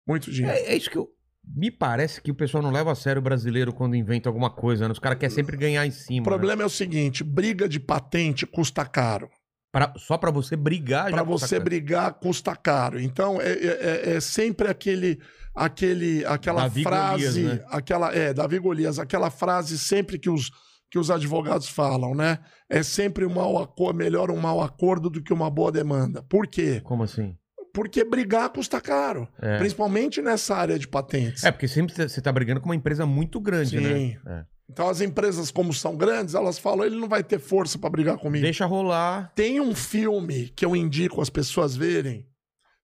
Speaker 4: Muito dinheiro.
Speaker 2: É, é isso que eu. Me parece que o pessoal não leva a sério o brasileiro quando inventa alguma coisa, né? Os caras querem sempre ganhar em cima.
Speaker 4: O
Speaker 2: né?
Speaker 4: problema é o seguinte: briga de patente custa caro.
Speaker 2: Pra- só pra você brigar
Speaker 4: Para
Speaker 2: já custa
Speaker 4: você
Speaker 2: caro.
Speaker 4: brigar custa caro. Então é, é- é- é sempre aquele, aquele, aquela
Speaker 2: Davi
Speaker 4: frase,
Speaker 2: Golias, né?
Speaker 4: aquela é Davi Golias, aquela frase sempre que os que os advogados falam, né? É sempre um mau acordo, melhor um mau acordo do que uma boa demanda. Por quê?
Speaker 2: Como assim?
Speaker 4: Porque brigar custa caro,
Speaker 2: É.
Speaker 4: principalmente nessa área de patentes.
Speaker 2: É, porque sempre você tá brigando com uma empresa muito grande,
Speaker 4: Sim.
Speaker 2: né?
Speaker 4: Então as empresas como são grandes, elas falam, ele não vai ter força para brigar
Speaker 2: É.
Speaker 4: comigo.
Speaker 2: Deixa rolar.
Speaker 4: Tem um filme que eu indico as pessoas verem.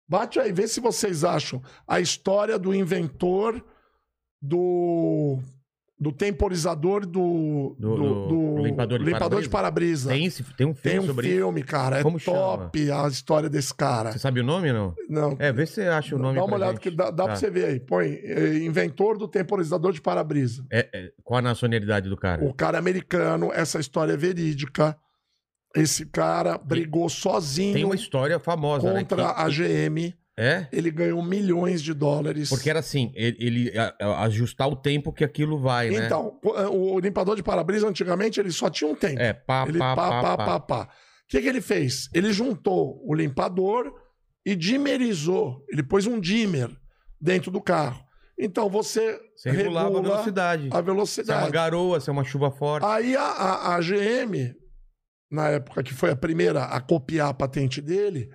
Speaker 4: Bate aí, vê se vocês acham. A história do inventor do. do temporizador do.
Speaker 2: Do- do limpador de
Speaker 4: limpador de para-brisa.
Speaker 2: Tem, esse, tem um filme
Speaker 4: Tem um
Speaker 2: sobre isso.
Speaker 4: filme, cara. É
Speaker 2: Como
Speaker 4: top a história desse cara.
Speaker 2: Você sabe o nome ou não?
Speaker 4: Não.
Speaker 2: É, vê se você acha o nome.
Speaker 4: dá uma
Speaker 2: pra
Speaker 4: olhada,
Speaker 2: gente.
Speaker 4: que dá, dá pra
Speaker 2: Tá.
Speaker 4: você ver aí. Põe. é, inventor do temporizador de para-brisa.
Speaker 2: É, é, qual a nacionalidade do cara?
Speaker 4: O cara é americano, essa história é verídica. Esse cara brigou sozinho.
Speaker 2: Tem uma história famosa,
Speaker 4: contra
Speaker 2: né?
Speaker 4: a GM.
Speaker 2: que- É?
Speaker 4: Ele ganhou milhões de dólares.
Speaker 2: Porque era assim, ele, ele, a- a- ajustar o tempo que aquilo vai, né?
Speaker 4: Então, o o limpador de para-brisa, antigamente, ele só tinha um tempo.
Speaker 2: É, pá,
Speaker 4: ele
Speaker 2: pá, pá, pá,
Speaker 4: pá. O que, que ele fez? Ele juntou o limpador e dimerizou. Ele pôs um dimmer dentro do carro. Então, você
Speaker 2: Você regulava
Speaker 4: regula
Speaker 2: a velocidade.
Speaker 4: a
Speaker 2: Se é uma
Speaker 4: velocidade. Ah,
Speaker 2: garoa, se é uma chuva forte.
Speaker 4: Aí a, a- a GM, na época que foi a primeira a copiar a patente dele,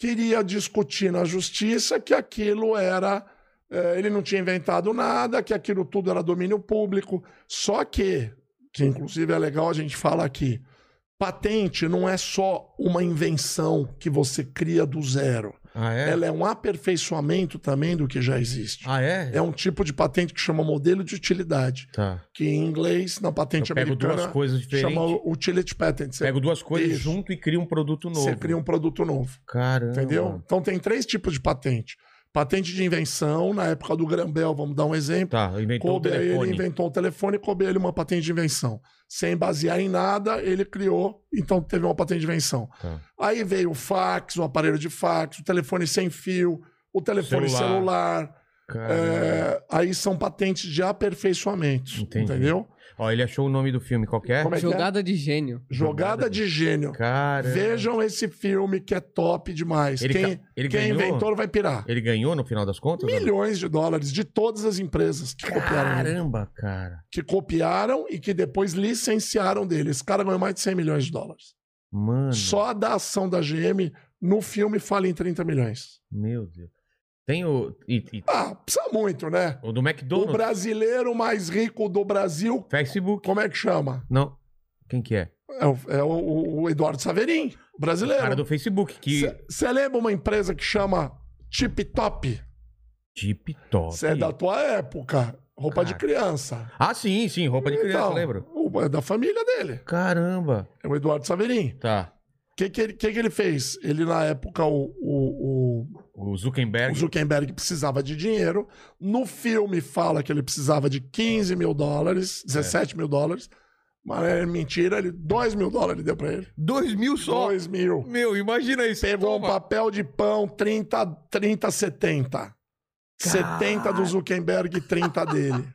Speaker 4: queria discutir na justiça que aquilo era. eh, ele não tinha inventado nada, que aquilo tudo era domínio público. Só que, que inclusive é legal a gente falar aqui, patente não é só uma invenção que você cria do zero.
Speaker 2: Ah, é?
Speaker 4: Ela é um aperfeiçoamento também do que já existe.
Speaker 2: Ah, é?
Speaker 4: É um tipo de patente que chama modelo de utilidade
Speaker 2: Tá.
Speaker 4: que em inglês, na patente
Speaker 2: Eu pego duas
Speaker 4: americana,
Speaker 2: coisas diferentes.
Speaker 4: chama utility patent. Você,
Speaker 2: Pego duas coisas
Speaker 4: Isso.
Speaker 2: junto e crio um produto novo. Ah.
Speaker 4: você cria um produto novo,
Speaker 2: Caramba.
Speaker 4: entendeu? Então tem três tipos de patente. Patente de invenção, na época do Grambel, vamos dar um exemplo.
Speaker 2: Tá, inventou
Speaker 4: coube
Speaker 2: o
Speaker 4: a
Speaker 2: telefone.
Speaker 4: ele inventou o telefone, coube a ele uma patente de invenção. Sem basear em nada, ele criou, então teve uma patente de invenção.
Speaker 2: Tá.
Speaker 4: Aí veio o fax, o aparelho de fax, o telefone sem fio, o telefone
Speaker 2: Celular.
Speaker 4: celular,
Speaker 2: Cara.
Speaker 4: É, aí são patentes de aperfeiçoamento.
Speaker 2: Entendi.
Speaker 4: Entendeu?
Speaker 2: Ó, ele achou o nome do filme qualquer?
Speaker 4: Como é que é? Jogada,
Speaker 5: Jogada de gênio.
Speaker 4: de gênio.
Speaker 2: Cara.
Speaker 4: Vejam esse filme que é top demais.
Speaker 2: Ele
Speaker 4: quem
Speaker 2: ca- ele
Speaker 4: quem
Speaker 2: ganhou?
Speaker 4: inventou vai pirar.
Speaker 2: Ele ganhou no final das contas? Milhões.
Speaker 4: Milhões de dólares de todas as empresas que copiaram ele.
Speaker 2: Caramba, cara.
Speaker 4: Que copiaram e que depois licenciaram dele. Esse cara ganhou mais de 100 milhões de dólares.
Speaker 2: Mano.
Speaker 4: Só da ação da GM no filme fala em 30 milhões.
Speaker 2: Meu Deus. Tem o. e- e-
Speaker 4: Ah, precisa muito, né?
Speaker 2: o do
Speaker 4: O
Speaker 2: McDonald's.
Speaker 4: brasileiro mais rico do Brasil,
Speaker 2: Facebook.
Speaker 4: como é que chama?
Speaker 2: Não. Quem que é?
Speaker 4: É o, é o- o Eduardo Saverin,
Speaker 2: O cara
Speaker 4: brasileiro.
Speaker 2: do Facebook. Que.
Speaker 4: Você lembra uma empresa que chama Tip Top?
Speaker 2: Tip top.
Speaker 4: Você é da tua época. Roupa de
Speaker 2: Cara.
Speaker 4: criança.
Speaker 2: Ah, sim, sim. Roupa de criança,
Speaker 4: Então,
Speaker 2: lembro.
Speaker 4: o- é da família dele.
Speaker 2: Caramba.
Speaker 4: É o Eduardo Saverin.
Speaker 2: Tá.
Speaker 4: O que, que, ele- que que ele fez? Ele, na época, o- o- o,
Speaker 2: O Zuckerberg.
Speaker 4: O Zuckerberg precisava de dinheiro. No filme fala que ele precisava de 15 mil
Speaker 2: É.
Speaker 4: dólares, 17 mil dólares. Mas é mentira, ele 2 mil dólares deu pra ele.
Speaker 2: Dois mil só.
Speaker 4: 2 mil.
Speaker 2: Meu, imagina isso.
Speaker 4: Pegou um
Speaker 2: Toma.
Speaker 4: papel de pão 30, 30 70. 70 do Zuckerberg e 30 dele.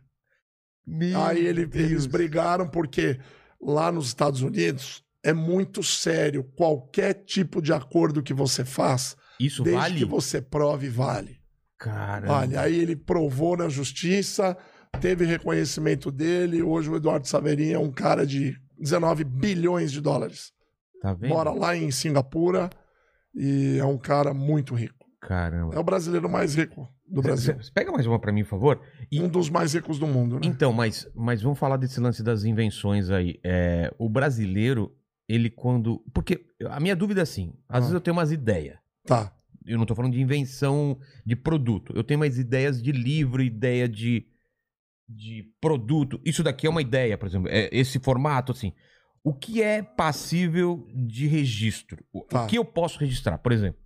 Speaker 2: Meu
Speaker 4: Aí ele-
Speaker 2: Deus.
Speaker 4: eles brigaram porque lá nos Estados Unidos é muito sério qualquer tipo de acordo que você faz,
Speaker 2: Isso
Speaker 4: desde
Speaker 2: vale? É.
Speaker 4: que você prove vale.
Speaker 2: Cara.
Speaker 4: Olha, aí ele provou na justiça, teve reconhecimento dele. Hoje o Eduardo Saverin é um cara de 19 bilhões de dólares.
Speaker 2: Tá vendo?
Speaker 4: Mora lá em Singapura e é um cara muito rico. É
Speaker 2: Caramba.
Speaker 4: o brasileiro mais rico do Brasil.
Speaker 2: Você pega mais uma pra mim, por favor. E-
Speaker 4: Um dos mais ricos do mundo, né?
Speaker 2: Então, mas, mas vamos falar desse lance das invenções aí. É, o brasileiro, ele quando. Porque a minha dúvida é assim: às
Speaker 4: Ah.
Speaker 2: vezes eu tenho umas ideias.
Speaker 4: Tá.
Speaker 2: Eu não tô falando de invenção de produto. Eu tenho umas ideias de livro, ideia de, de produto. Isso daqui é uma ideia, por exemplo. É, esse formato, assim. O que é passível de registro? O, o
Speaker 4: Tá.
Speaker 2: que eu posso registrar? Por exemplo,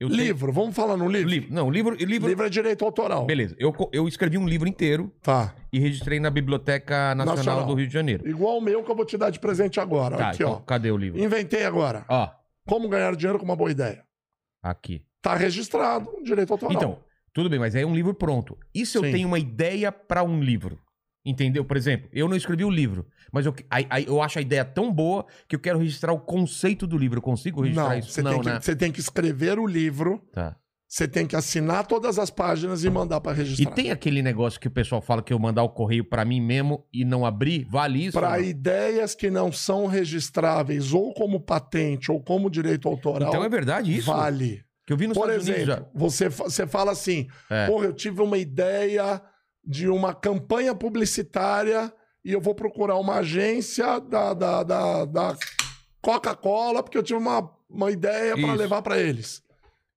Speaker 2: eu tenho-
Speaker 4: Livro, vamos falar no livro?
Speaker 2: livro. Não, livro. livro...
Speaker 4: Livro é direito autoral.
Speaker 2: Beleza. Eu, co- eu escrevi um livro inteiro
Speaker 4: Tá.
Speaker 2: e registrei na Biblioteca Nacional,
Speaker 4: Nacional.
Speaker 2: do Rio de Janeiro.
Speaker 4: Igual o meu que eu vou te dar de presente agora.
Speaker 2: Tá,
Speaker 4: Aqui,
Speaker 2: então,
Speaker 4: ó.
Speaker 2: cadê o livro?
Speaker 4: Inventei agora.
Speaker 2: Ó,
Speaker 4: Como ganhar dinheiro com uma boa ideia.
Speaker 2: aqui.
Speaker 4: Tá registrado, direito autoral.
Speaker 2: Então, tudo bem, mas aí é um livro pronto. E se eu
Speaker 4: Sim.
Speaker 2: tenho uma ideia pra um livro? Entendeu? Por exemplo, eu não escrevi o livro, mas eu, aí- aí eu acho a ideia tão boa que eu quero registrar o conceito do livro. Eu consigo registrar
Speaker 4: não, você
Speaker 2: isso? né?
Speaker 4: tem, que- você tem que escrever o livro
Speaker 2: Tá.
Speaker 4: Você tem que assinar todas as páginas e mandar pra
Speaker 2: E
Speaker 4: registrar.
Speaker 2: tem aquele negócio que o pessoal fala que eu mandar o correio pra mim mesmo e não abrir? Vale isso? né? ou
Speaker 4: Para
Speaker 2: não?
Speaker 4: ideias que não são registráveis ou como patente ou como direito autoral,
Speaker 2: Então é verdade isso?
Speaker 4: vale.
Speaker 2: Que eu vi nos
Speaker 4: Por
Speaker 2: Estados Unidos.
Speaker 4: exemplo, você, fa- você fala assim:
Speaker 2: É.
Speaker 4: porra, eu tive uma ideia de uma campanha publicitária e eu vou procurar uma agência da, da, da, da Coca-Cola porque eu tive uma, uma ideia para
Speaker 2: Isso.
Speaker 4: levar para eles.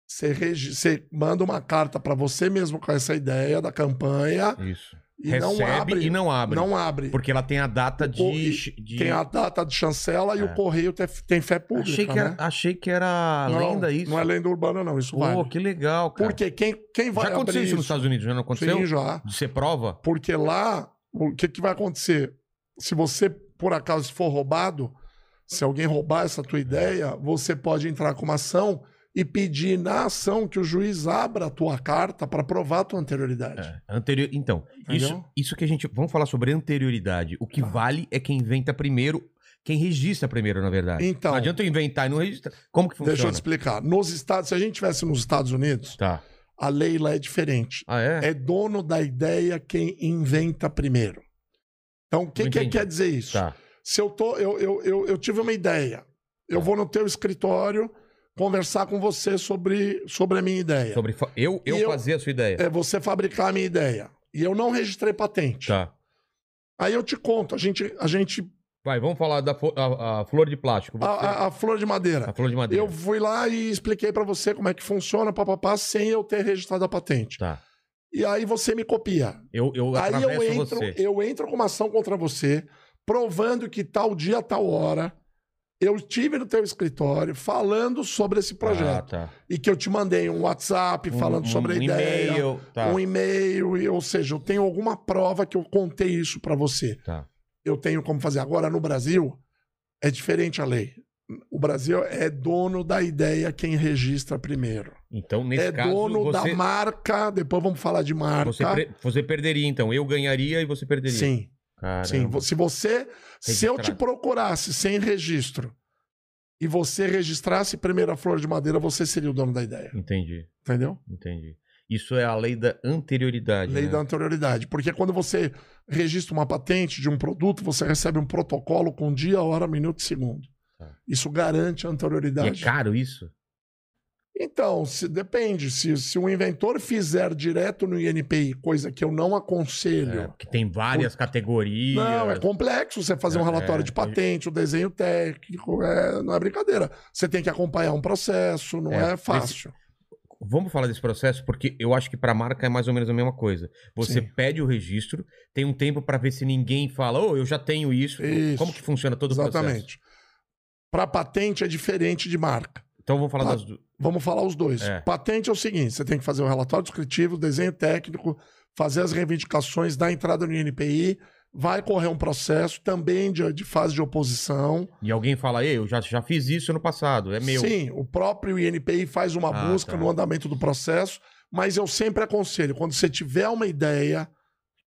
Speaker 4: Você, regi- você manda uma carta para você mesmo com essa ideia da campanha.
Speaker 2: já. Isso.
Speaker 4: e
Speaker 2: Recebe
Speaker 4: não abre.
Speaker 2: e não abre.
Speaker 4: Não abre.
Speaker 2: Porque ela tem a data de.
Speaker 4: e
Speaker 2: de-
Speaker 4: Tem a data de chancela e
Speaker 2: É.
Speaker 4: o correio te- tem fé pública.
Speaker 2: Achei que, era,
Speaker 4: né?
Speaker 2: achei que era
Speaker 4: Não,
Speaker 2: lenda isso.
Speaker 4: Não é lenda urbana, não. Isso
Speaker 2: Pô,
Speaker 4: vale.
Speaker 2: que legal, cara.
Speaker 4: Porque quem, quem vai
Speaker 2: já aconteceu
Speaker 4: abrir
Speaker 2: isso nos Estados Unidos, já não aconteceu?
Speaker 4: Sim, já.
Speaker 2: De ser prova?
Speaker 4: Porque lá, o que, que vai acontecer? Se você, por acaso, for roubado, se alguém roubar essa tua ideia, você pode entrar com uma ação e pedir na ação que o juiz abra a tua carta para provar a tua anterioridade.
Speaker 2: É. Anterior... Então,
Speaker 4: Entendeu?
Speaker 2: isso, isso que a gente. Vamos falar sobre anterioridade. O que
Speaker 4: Tá.
Speaker 2: vale é quem inventa primeiro, quem registra primeiro, na verdade.
Speaker 4: Então-
Speaker 2: Não adianta eu inventar e não registrar. Como que funciona?
Speaker 4: Deixa eu te explicar. Nos Estados, se a gente tivesse nos Estados Unidos,
Speaker 2: Tá.
Speaker 4: a lei lá é diferente.
Speaker 2: Ah, é?
Speaker 4: É dono da ideia quem inventa primeiro. Então, o que,
Speaker 2: Não
Speaker 4: que
Speaker 2: entendi.
Speaker 4: quer dizer isso?
Speaker 2: Tá.
Speaker 4: Se eu tô, eu, eu, eu, eu tive uma ideia, eu
Speaker 2: Tá.
Speaker 4: vou no teu escritório conversar com você sobre, sobre a minha ideia.
Speaker 2: Sobre fa- eu, eu,
Speaker 4: E eu-
Speaker 2: fazer a sua ideia.
Speaker 4: É você fabricar a minha ideia. E eu não registrei patente.
Speaker 2: Tá.
Speaker 4: Aí eu te conto, a gente, a gente,
Speaker 2: Vai, vamos falar da fo- a, a flor de plástico.
Speaker 4: a,
Speaker 2: Você, a,
Speaker 4: a- a flor de madeira.
Speaker 2: flor de madeira.
Speaker 4: Ah, Eu fui lá e expliquei pra você como é que funciona, papapá, sem eu ter registrado a patente.
Speaker 2: Tá.
Speaker 4: E aí você me copia.
Speaker 2: Eu, eu
Speaker 4: Aí eu
Speaker 2: atravesso
Speaker 4: entro, um
Speaker 2: você.
Speaker 4: eu entro com uma ação contra você, provando que tal dia, tal hora, eu estive no teu escritório falando sobre esse projeto.
Speaker 2: Ah, tá.
Speaker 4: E que eu te mandei um WhatsApp falando
Speaker 2: Um-
Speaker 4: sobre a
Speaker 2: um
Speaker 4: ideia.
Speaker 2: e-mail, tá.
Speaker 4: Um e-mail, e- ou seja, eu tenho alguma prova que eu contei isso pra você.
Speaker 2: Tá.
Speaker 4: Eu tenho como fazer. Agora, no Brasil, é diferente a lei. O Brasil é dono da ideia quem registra primeiro.
Speaker 2: Então, nesse
Speaker 4: é
Speaker 2: caso,
Speaker 4: dono
Speaker 2: você,
Speaker 4: da marca, depois vamos falar de marca.
Speaker 2: você, pre- você perderia, então. Eu ganharia e você perderia.
Speaker 4: Ah, tá. Sim,
Speaker 2: Caramba.
Speaker 4: sim. Vo- Se você, se eu te
Speaker 2: Registrado.
Speaker 4: procurasse sem registro e você registrasse primeiro a flor de madeira, você seria o dono da ideia,
Speaker 2: Entendi,
Speaker 4: entendeu?
Speaker 2: entendi. Isso é a lei da anterioridade.
Speaker 4: Lei
Speaker 2: né?
Speaker 4: da anterioridade. Porque quando você registra uma patente de um produto, você recebe um protocolo com dia, hora, minuto e segundo.
Speaker 2: Tá.
Speaker 4: Isso garante a
Speaker 2: E é
Speaker 4: anterioridade.
Speaker 2: caro isso?
Speaker 4: Então, se, depende. Se, se o inventor fizer direto no INPI, coisa que eu não aconselho.
Speaker 2: É, porque tem várias categorias.
Speaker 4: Não, é complexo você fazer um
Speaker 2: É,
Speaker 4: relatório de
Speaker 2: é.
Speaker 4: patente, o desenho técnico, é, não é brincadeira. Você tem que acompanhar um processo, não
Speaker 2: É,
Speaker 4: é, fácil.
Speaker 2: Vamos falar desse processo porque eu acho que para marca é mais ou menos a mesma coisa. Você
Speaker 4: Sim.
Speaker 2: pede o registro, tem um tempo para ver se ninguém fala, ô, eu já tenho isso.
Speaker 4: Isso.
Speaker 2: Como que funciona todo o processo?
Speaker 4: Exatamente. Para patente é diferente de marca.
Speaker 2: Então vamos falar
Speaker 4: Tá.
Speaker 2: das duas.
Speaker 4: Vamos falar os dois.
Speaker 2: É.
Speaker 4: Patente é o seguinte: você tem que fazer um relatório descritivo, desenho técnico, fazer as reivindicações, dar entrada no INPI, vai correr um processo também de, de fase de oposição.
Speaker 2: E alguém fala, ei, eu já, já fiz isso no passado, é meu.
Speaker 4: Sim, o próprio INPI faz uma
Speaker 2: Ah,
Speaker 4: busca
Speaker 2: tá.
Speaker 4: no andamento do processo, mas eu sempre aconselho, quando você tiver uma ideia,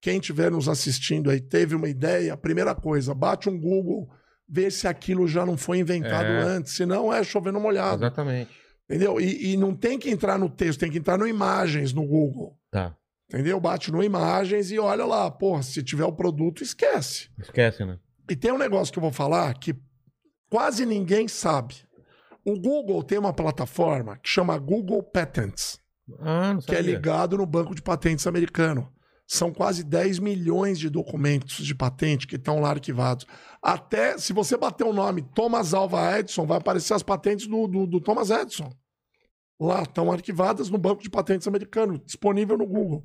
Speaker 4: quem estiver nos assistindo aí teve uma ideia, a primeira coisa, bate um Google, vê se aquilo já não foi inventado
Speaker 2: É.
Speaker 4: antes, senão é chovendo molhado,
Speaker 2: Exatamente.
Speaker 4: entendeu? E, e não tem que entrar no texto, tem que entrar no imagens no Google,
Speaker 2: Tá.
Speaker 4: entendeu? Bate no imagens e olha lá, porra, se tiver o produto, esquece.
Speaker 2: Esquece, né?
Speaker 4: E tem um negócio que eu vou falar que quase ninguém sabe. O Google tem uma plataforma que chama Google Patents,
Speaker 2: Ah, não
Speaker 4: que é
Speaker 2: sabia.
Speaker 4: ligado no banco de patentes americano. São quase 10 milhões de documentos de patente que estão lá arquivados. Até se você bater o nome Thomas Alva Edison, vai aparecer as patentes do, do- do Thomas Edison. Lá estão arquivadas no banco de patentes americano, disponível no Google.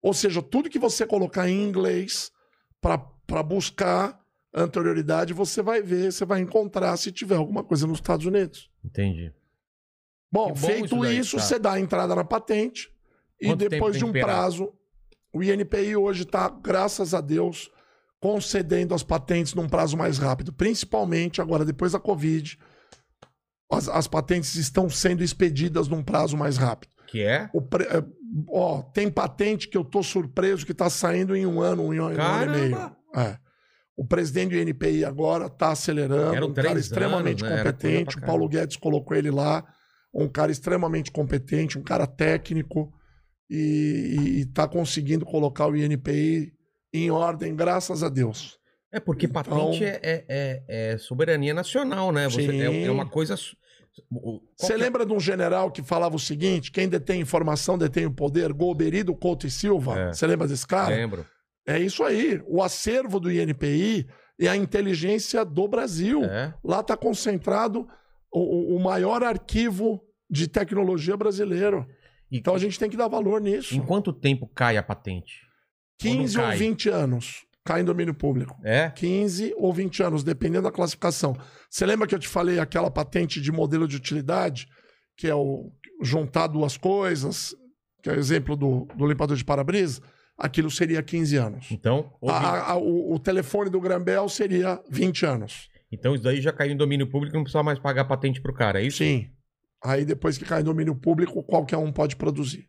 Speaker 4: Ou seja, tudo que você colocar em inglês para buscar anterioridade, você vai ver, você vai encontrar se tiver alguma coisa nos Estados Unidos.
Speaker 2: Entendi.
Speaker 4: Bom,
Speaker 2: Que bom isso
Speaker 4: feito
Speaker 2: daí,
Speaker 4: isso,
Speaker 2: tá.
Speaker 4: você dá a entrada na patente e
Speaker 2: Quanto tempo
Speaker 4: depois
Speaker 2: tem
Speaker 4: de um
Speaker 2: que esperar?
Speaker 4: prazo, o INPI hoje está, graças a Deus, concedendo as patentes num prazo mais rápido, principalmente agora depois da Covid. As, as patentes estão sendo expedidas num prazo mais rápido.
Speaker 2: Que é?
Speaker 4: O pre- é, ó, tem patente que eu tô surpreso que tá saindo em um ano, em um, em um ano
Speaker 2: Caramba!
Speaker 4: e meio. É. O presidente do INPI agora tá acelerando.
Speaker 2: Eram
Speaker 4: um cara
Speaker 2: três
Speaker 4: extremamente
Speaker 2: anos, né? Era coisa
Speaker 4: competente.
Speaker 2: pra
Speaker 4: O Paulo
Speaker 2: caramba.
Speaker 4: Guedes colocou ele lá. Um cara extremamente competente, um cara técnico. E, e, e tá conseguindo colocar o INPI em ordem, graças a Deus.
Speaker 2: É porque
Speaker 4: Então-
Speaker 2: patente é, é- é- é soberania nacional, né? Você-
Speaker 4: Sim.
Speaker 2: é, é uma coisa. su- o- qual que
Speaker 4: Você
Speaker 2: é-
Speaker 4: lembra de um general que falava o seguinte: quem detém informação detém o poder? Golberido Couto e Silva?
Speaker 2: É.
Speaker 4: Você lembra desse cara?
Speaker 2: Lembro.
Speaker 4: É isso aí. O acervo do INPI é a inteligência do Brasil.
Speaker 2: É.
Speaker 4: Lá está concentrado o- o, o maior arquivo de tecnologia brasileiro.
Speaker 2: E-
Speaker 4: Então a gente tem que dar valor nisso.
Speaker 2: Em quanto tempo cai a patente? quando
Speaker 4: 15 ou
Speaker 2: cai?
Speaker 4: 20 anos cai em domínio público.
Speaker 2: É?
Speaker 4: 15 ou 20 anos, dependendo da classificação. Você lembra que eu te falei aquela patente de modelo de utilidade, que é o juntar duas coisas, que é o exemplo do, do limpador de para-brisa? Aquilo seria 15 anos.
Speaker 2: Então, ou
Speaker 4: A-
Speaker 2: vi-
Speaker 4: a- a- o, o telefone do Grambel seria 20 anos.
Speaker 2: então isso daí já caiu em domínio público, não precisa mais pagar patente pro cara, é isso?
Speaker 4: Sim. Aí depois que cai em domínio público, qualquer um pode produzir.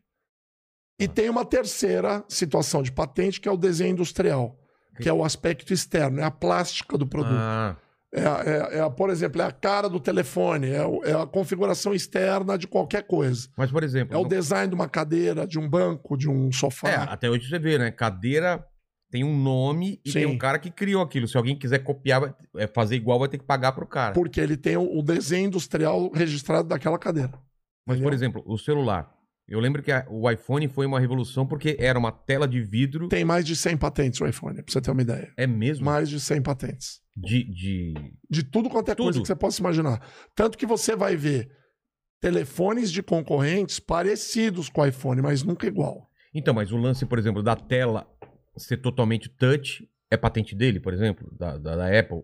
Speaker 2: Ah.
Speaker 4: E tem uma terceira situação de patente, que é o desenho industrial, que é o aspecto externo, é a plástica do produto.
Speaker 2: Ah,
Speaker 4: É, a- é a- é a, por exemplo, é a cara do telefone, é, o- é a configuração externa de qualquer coisa.
Speaker 2: mas por exemplo,
Speaker 4: É o
Speaker 2: não-
Speaker 4: design de uma cadeira, de um banco, de um
Speaker 2: É,
Speaker 4: sofá.
Speaker 2: até hoje você vê, né? Cadeira tem um nome e tem
Speaker 4: Sim.
Speaker 2: um cara que criou aquilo. Se alguém quiser copiar, vai- é, fazer igual, vai ter que pagar pro cara.
Speaker 4: Porque ele tem o, o desenho industrial registrado daquela cadeira.
Speaker 2: Mas,
Speaker 4: Entendeu?
Speaker 2: por exemplo, o celular. Eu lembro que a- o iPhone foi uma revolução porque era uma tela de vidro.
Speaker 4: Tem mais de 100 patentes o iPhone, pra você ter uma ideia.
Speaker 2: É mesmo?
Speaker 4: Mais de 100 patentes.
Speaker 2: De, de-
Speaker 4: De tudo quanto é
Speaker 2: Tudo.
Speaker 4: coisa que você possa imaginar. Tanto que você vai ver telefones de concorrentes parecidos com o iPhone, mas nunca igual.
Speaker 2: Então, mas o lance, por exemplo, da tela ser totalmente touch é patente dele, por exemplo, da, da, da Apple.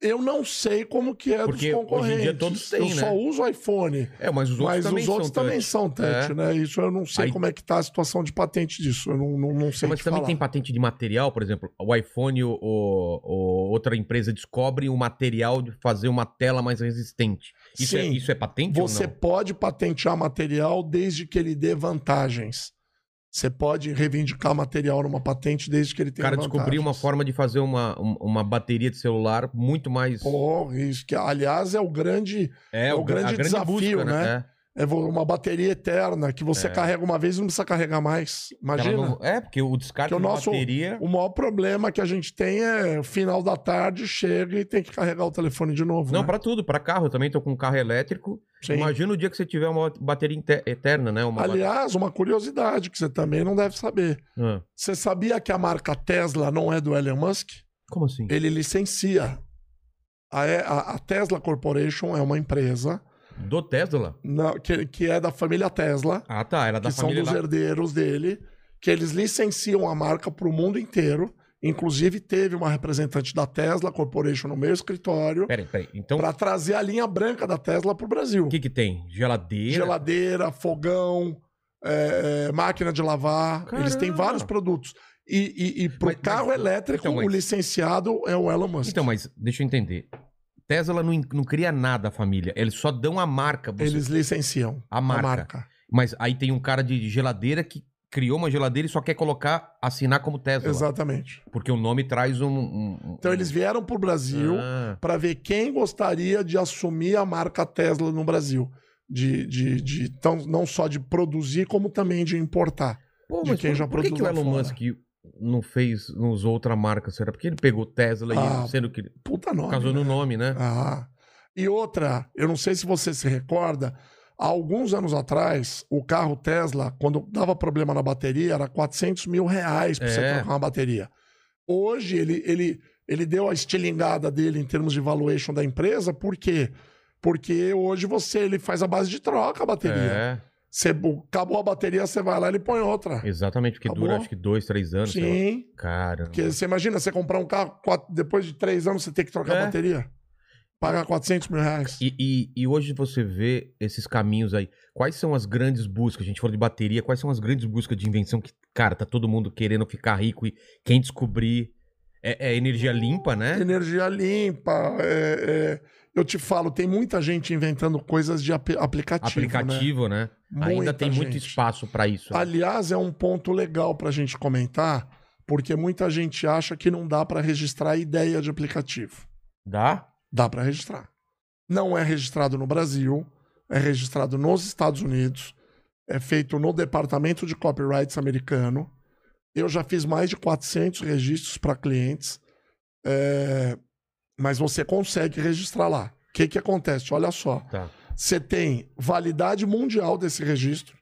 Speaker 4: Eu não sei como que é dos
Speaker 2: Porque hoje em
Speaker 4: concorrentes.
Speaker 2: dia todos têm,
Speaker 4: eu
Speaker 2: né?
Speaker 4: só uso iPhone.
Speaker 2: É, mas os outros
Speaker 4: mas
Speaker 2: também
Speaker 4: os outros
Speaker 2: são
Speaker 4: também
Speaker 2: touch.
Speaker 4: são touch,
Speaker 2: É.
Speaker 4: né? Isso eu não sei
Speaker 2: Aí-
Speaker 4: como é que tá a situação de patente disso. Eu não, não, não sei
Speaker 2: É, Mas
Speaker 4: te
Speaker 2: também
Speaker 4: falar.
Speaker 2: tem patente de material, por exemplo, o iPhone ou, ou outra empresa descobre um material de fazer uma tela mais resistente. Isso, é,
Speaker 4: Sim.
Speaker 2: isso é patente
Speaker 4: Você
Speaker 2: ou não?
Speaker 4: pode patentear material desde que ele dê vantagens. Você pode reivindicar material numa patente desde que ele
Speaker 2: O
Speaker 4: tenha
Speaker 2: cara
Speaker 4: vantagens.
Speaker 2: descobriu uma forma de fazer uma, um- uma bateria de celular muito mais...
Speaker 4: Porra, isso que, aliás, é o grande. é o
Speaker 2: gra-
Speaker 4: grande desafio, né?
Speaker 2: É.
Speaker 4: É vo- uma bateria eterna que você
Speaker 2: É.
Speaker 4: carrega uma vez e não precisa carregar mais.
Speaker 2: Ela
Speaker 4: Imagina.
Speaker 2: não- é, porque o descarte
Speaker 4: Que o
Speaker 2: da
Speaker 4: nosso-
Speaker 2: bateria...
Speaker 4: O maior problema que a gente tem é o final da tarde, chega e tem que carregar o telefone de novo.
Speaker 2: Não,
Speaker 4: né?
Speaker 2: pra tudo, pra carro. Eu também tô com um carro elétrico.
Speaker 4: Sim.
Speaker 2: Imagina o dia que você tiver uma bateria inte- eterna, né? Uma
Speaker 4: Aliás, uma curiosidade que você também não deve saber.
Speaker 2: bate- Ah,
Speaker 4: Você sabia que a marca Tesla não é do Elon Musk?
Speaker 2: como assim?
Speaker 4: Ele licencia. A, E- a- a Tesla Corporation é uma empresa
Speaker 2: Do Tesla?
Speaker 4: na- que, que é da família Tesla,
Speaker 2: Ah, tá. Era da
Speaker 4: que são
Speaker 2: família
Speaker 4: dos
Speaker 2: lá.
Speaker 4: herdeiros dele, que eles licenciam a marca para o mundo inteiro. Inclusive, teve uma representante da Tesla Corporation no meu escritório
Speaker 2: Peraí, peraí. Então,
Speaker 4: para trazer a linha branca da Tesla para o Brasil.
Speaker 2: o que que tem? Geladeira?
Speaker 4: geladeira, fogão, é, é, máquina de lavar. Eles têm
Speaker 2: Caramba!
Speaker 4: vários produtos. E, e, e pro
Speaker 2: Mas- mas-
Speaker 4: carro elétrico,
Speaker 2: então, mas-
Speaker 4: o licenciado é o Elon Musk.
Speaker 2: Então, mas deixa eu entender. Tesla não, in- não cria nada, família. Eles só dão a marca. você-
Speaker 4: Eles licenciam
Speaker 2: A marca. Mas aí tem um cara de geladeira que criou uma geladeira e só quer colocar, assinar como Tesla.
Speaker 4: Exatamente.
Speaker 2: Porque o nome traz um... um- um-
Speaker 4: Então eles vieram pro Brasil
Speaker 2: Ah,
Speaker 4: para ver quem gostaria de assumir a marca Tesla no Brasil. De, de, de tão, não só de produzir, como também de importar.
Speaker 2: Pô,
Speaker 4: de
Speaker 2: mas
Speaker 4: quem
Speaker 2: por,
Speaker 4: já
Speaker 2: por que, que o
Speaker 4: produz lá
Speaker 2: Elon
Speaker 4: fora.
Speaker 2: Musk não fez, não usou outra marca? Será porque ele pegou Tesla
Speaker 4: Ah,
Speaker 2: e sendo que
Speaker 4: Puta nome.
Speaker 2: casou
Speaker 4: né?
Speaker 2: no nome, né?
Speaker 4: Ah. E outra, eu não sei se você se recorda, há alguns anos atrás, o carro Tesla, quando dava problema na bateria, era 400 mil reais para você
Speaker 2: É.
Speaker 4: trocar uma bateria. Hoje, ele, ele, ele deu a estilingada dele em termos de valuation da empresa, por quê? Porque hoje você ele faz a base de troca a bateria.
Speaker 2: É,
Speaker 4: Você, acabou a bateria, você vai lá e ele põe outra.
Speaker 2: exatamente, porque
Speaker 4: Acabou?
Speaker 2: dura acho que dois, três anos. sei lá.
Speaker 4: Tá Sim.
Speaker 2: Caramba.
Speaker 4: Porque você imagina, você comprar um carro, quatro- depois de três anos, você tem que trocar
Speaker 2: É.
Speaker 4: a bateria. Pagar 400 mil reais.
Speaker 2: E, e- e hoje você vê esses caminhos aí. Quais são as grandes buscas? A gente falou de bateria, quais são as grandes buscas de invenção que, cara, tá todo mundo querendo ficar rico e quem descobrir é, é energia limpa, né?
Speaker 4: Energia limpa. é, é, eu te falo, tem muita gente inventando coisas de ap- aplicativo. né?
Speaker 2: Aplicativo, né? Ainda
Speaker 4: Muita
Speaker 2: tem muito
Speaker 4: gente.
Speaker 2: espaço pra isso. né?
Speaker 4: Aliás, é um ponto legal para a gente comentar, porque muita gente acha que não dá para registrar ideia de aplicativo.
Speaker 2: Dá?
Speaker 4: Dá para registrar. Não é registrado no Brasil, é registrado nos Estados Unidos, é feito no Departamento de Copyrights americano. Eu já fiz mais de 400 registros para clientes, é, mas você consegue registrar lá. O que, que acontece? Olha só.
Speaker 2: Tá.
Speaker 4: Você tem validade mundial desse registro.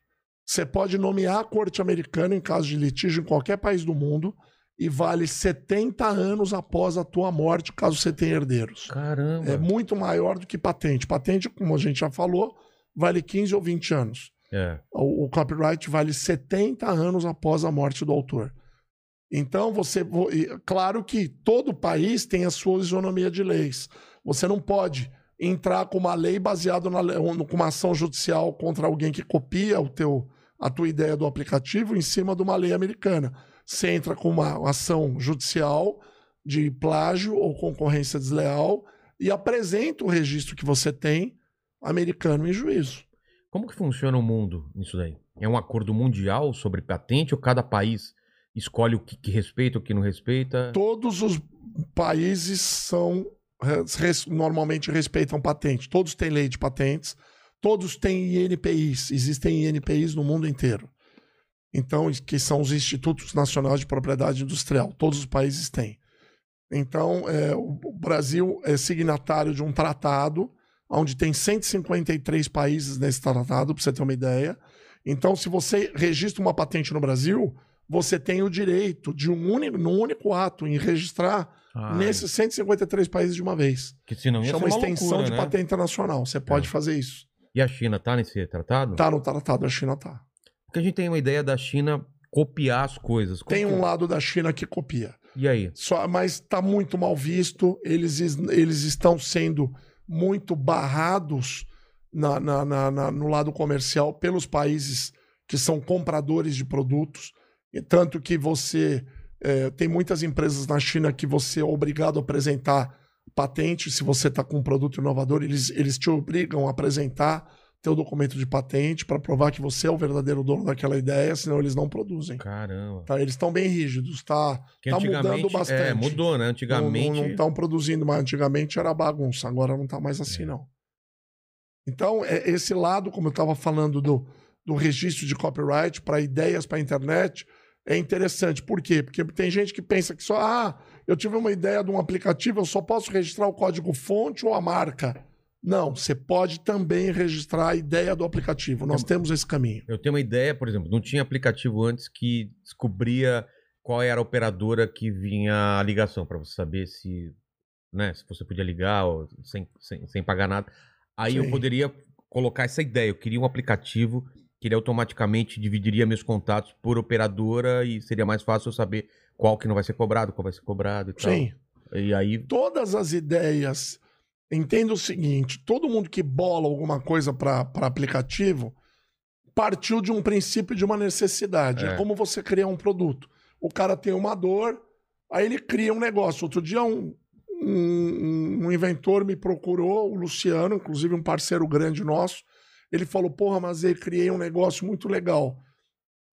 Speaker 4: Você pode nomear a corte americana em caso de litígio em qualquer país do mundo e vale 70 anos após a tua morte, caso você tenha herdeiros.
Speaker 2: Caramba.
Speaker 4: É muito maior do que patente. Patente, como a gente já falou, vale 15 ou 20 anos.
Speaker 2: É.
Speaker 4: O, o copyright vale 70 anos após a morte do autor. Então, você. vo- e, Claro que todo país tem a sua isonomia de leis. Você não pode entrar com uma lei baseada na, le- um- com uma ação judicial contra alguém que copia o teu, a tua ideia do aplicativo em cima de uma lei americana. Você entra com uma ação judicial de plágio ou concorrência desleal e apresenta o registro que você tem americano em juízo.
Speaker 2: Como que funciona o mundo nisso daí? É um acordo mundial sobre patente ou cada país escolhe o que, que respeita, o que não respeita?
Speaker 4: todos os países são res- res- normalmente respeitam patente. Todos têm lei de patentes, todos têm INPIs, existem INPIs no mundo inteiro. Então, es- que são os Institutos Nacionais de Propriedade Industrial, todos os países têm. Então, é, o o Brasil é signatário de um tratado onde tem 153 países nesse tratado, para você ter uma ideia. Então, se você registra uma patente no Brasil, você tem o direito de um único, num único ato em registrar
Speaker 2: Ah,
Speaker 4: nesses 153 países de uma vez.
Speaker 2: que senão ia ser
Speaker 4: Chama
Speaker 2: Então, uma
Speaker 4: extensão
Speaker 2: loucura,
Speaker 4: de
Speaker 2: né?
Speaker 4: patente internacional. Você pode
Speaker 2: É.
Speaker 4: fazer isso.
Speaker 2: E a China tá nesse tratado?
Speaker 4: Tá no tratado, a China tá.
Speaker 2: Porque a gente tem uma ideia da China copiar as coisas. Como
Speaker 4: Tem
Speaker 2: que-
Speaker 4: um lado da China que copia.
Speaker 2: E aí?
Speaker 4: Só, mas está muito mal visto. Eles, es- eles estão sendo muito barrados na- na- na- na- no lado comercial pelos países que são compradores de produtos. E tanto que você eh, tem muitas empresas na China que você é obrigado a apresentar patente se você está com um produto inovador. Eles, eles te obrigam a apresentar teu documento de patente para provar que você é o verdadeiro dono daquela ideia, senão eles não produzem.
Speaker 2: Caramba.
Speaker 4: Tá, eles estão bem rígidos, tá?
Speaker 2: Que
Speaker 4: tá
Speaker 2: antigamente,
Speaker 4: mudando bastante.
Speaker 2: É, mudou, né? Antigamente.
Speaker 4: Não estão produzindo mais. Antigamente era bagunça, agora não tá mais assim,
Speaker 2: É.
Speaker 4: não. Então, é, esse lado, como eu estava falando do, do registro de copyright para ideias para internet, é interessante. Por quê? Porque tem gente que pensa que só, ah, eu tive uma ideia de um aplicativo, eu só posso registrar o código-fonte ou a marca. Não, você pode também registrar a ideia do aplicativo. Nós
Speaker 2: Eu-
Speaker 4: temos esse caminho.
Speaker 2: Eu tenho uma ideia, por exemplo, não tinha aplicativo antes que descobria qual era a operadora que vinha a ligação, pra você saber se, né, se você podia ligar ou sem, sem, sem pagar nada. Aí eu
Speaker 4: Sim.
Speaker 2: poderia colocar essa ideia. Eu queria um aplicativo que ele automaticamente dividiria meus contatos por operadora e seria mais fácil eu saber qual que não vai ser cobrado, qual vai ser cobrado e tal.
Speaker 4: Sim.
Speaker 2: E aí,
Speaker 4: todas as ideias. Entenda o seguinte: todo mundo que bola alguma coisa para aplicativo partiu de um princípio de uma necessidade. É.
Speaker 2: É.
Speaker 4: como você criar um produto. O cara tem uma dor, aí ele cria um negócio. Outro dia, um, um- um inventor me procurou, o Luciano, inclusive um parceiro grande nosso. Ele falou: Porra, mas eu criei um negócio muito legal.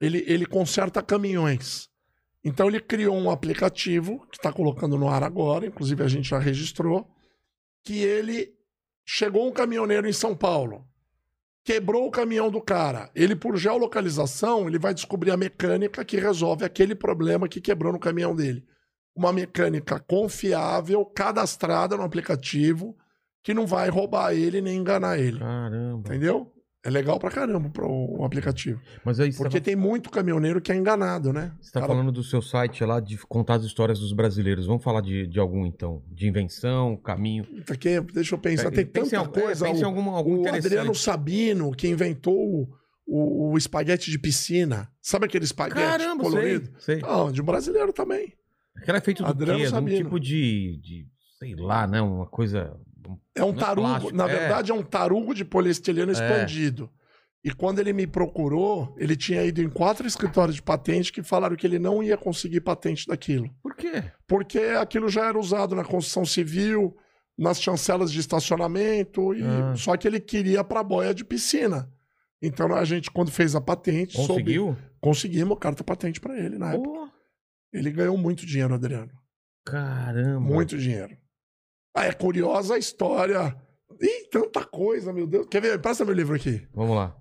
Speaker 4: Ele, ele conserta caminhões. Então ele criou um aplicativo que está colocando no ar agora, inclusive a gente já registrou, que ele chegou um caminhoneiro em São Paulo, quebrou o caminhão do cara. Ele por geolocalização, ele vai descobrir a mecânica que resolve aquele problema que quebrou no caminhão dele. Uma mecânica confiável, cadastrada no aplicativo, que não vai roubar ele nem enganar ele.
Speaker 2: É. caramba.
Speaker 4: Entendeu? É legal pra caramba pro- o aplicativo.
Speaker 2: Mas aí é você
Speaker 4: É. Porque
Speaker 2: tava-
Speaker 4: tem muito caminhoneiro que é enganado, né?
Speaker 2: Você tá
Speaker 4: Cara,
Speaker 2: falando do seu site lá de contar as histórias dos brasileiros. Vamos falar de, de algum, então? De invenção, caminho.
Speaker 4: Puta, que- deixa eu pensar, tem
Speaker 2: Pensa em
Speaker 4: tanta
Speaker 2: al- é,
Speaker 4: coisa.
Speaker 2: pensa em
Speaker 4: o
Speaker 2: algum, algum
Speaker 4: o
Speaker 2: interessante.
Speaker 4: Adriano Sabino, que inventou o, o- o espaguete de piscina. Sabe aquele espaguete
Speaker 2: Caramba,
Speaker 4: colorido?
Speaker 2: sei. sei.
Speaker 4: Ah, de brasileiro também.
Speaker 2: Aquela é feito do
Speaker 4: Adriano
Speaker 2: quê? De um
Speaker 4: Sabino.
Speaker 2: tipo de, de, sei lá, né? Uma coisa...
Speaker 4: É um
Speaker 2: Não é
Speaker 4: tarugo.
Speaker 2: plástico,
Speaker 4: Na
Speaker 2: é.
Speaker 4: verdade, é um tarugo de poliestileno expandido. E quando ele me procurou, ele tinha ido em quatro escritórios de patente que falaram que ele não ia conseguir patente daquilo.
Speaker 2: Por quê?
Speaker 4: Porque aquilo já era usado na construção civil, nas chancelas de estacionamento, e-
Speaker 2: Ah.
Speaker 4: só que ele queria para boia de piscina. Então a gente, quando fez a patente, soube-
Speaker 2: Conseguiu?
Speaker 4: conseguimos carta patente para ele na época.
Speaker 2: Pô, Tá
Speaker 4: Ele ganhou muito dinheiro, Adriano.
Speaker 2: caramba.
Speaker 4: Muito dinheiro. Ah, é curiosa a história. Ih, tanta coisa, meu Deus. Quer ver? Passa meu livro aqui.
Speaker 2: Vamos lá.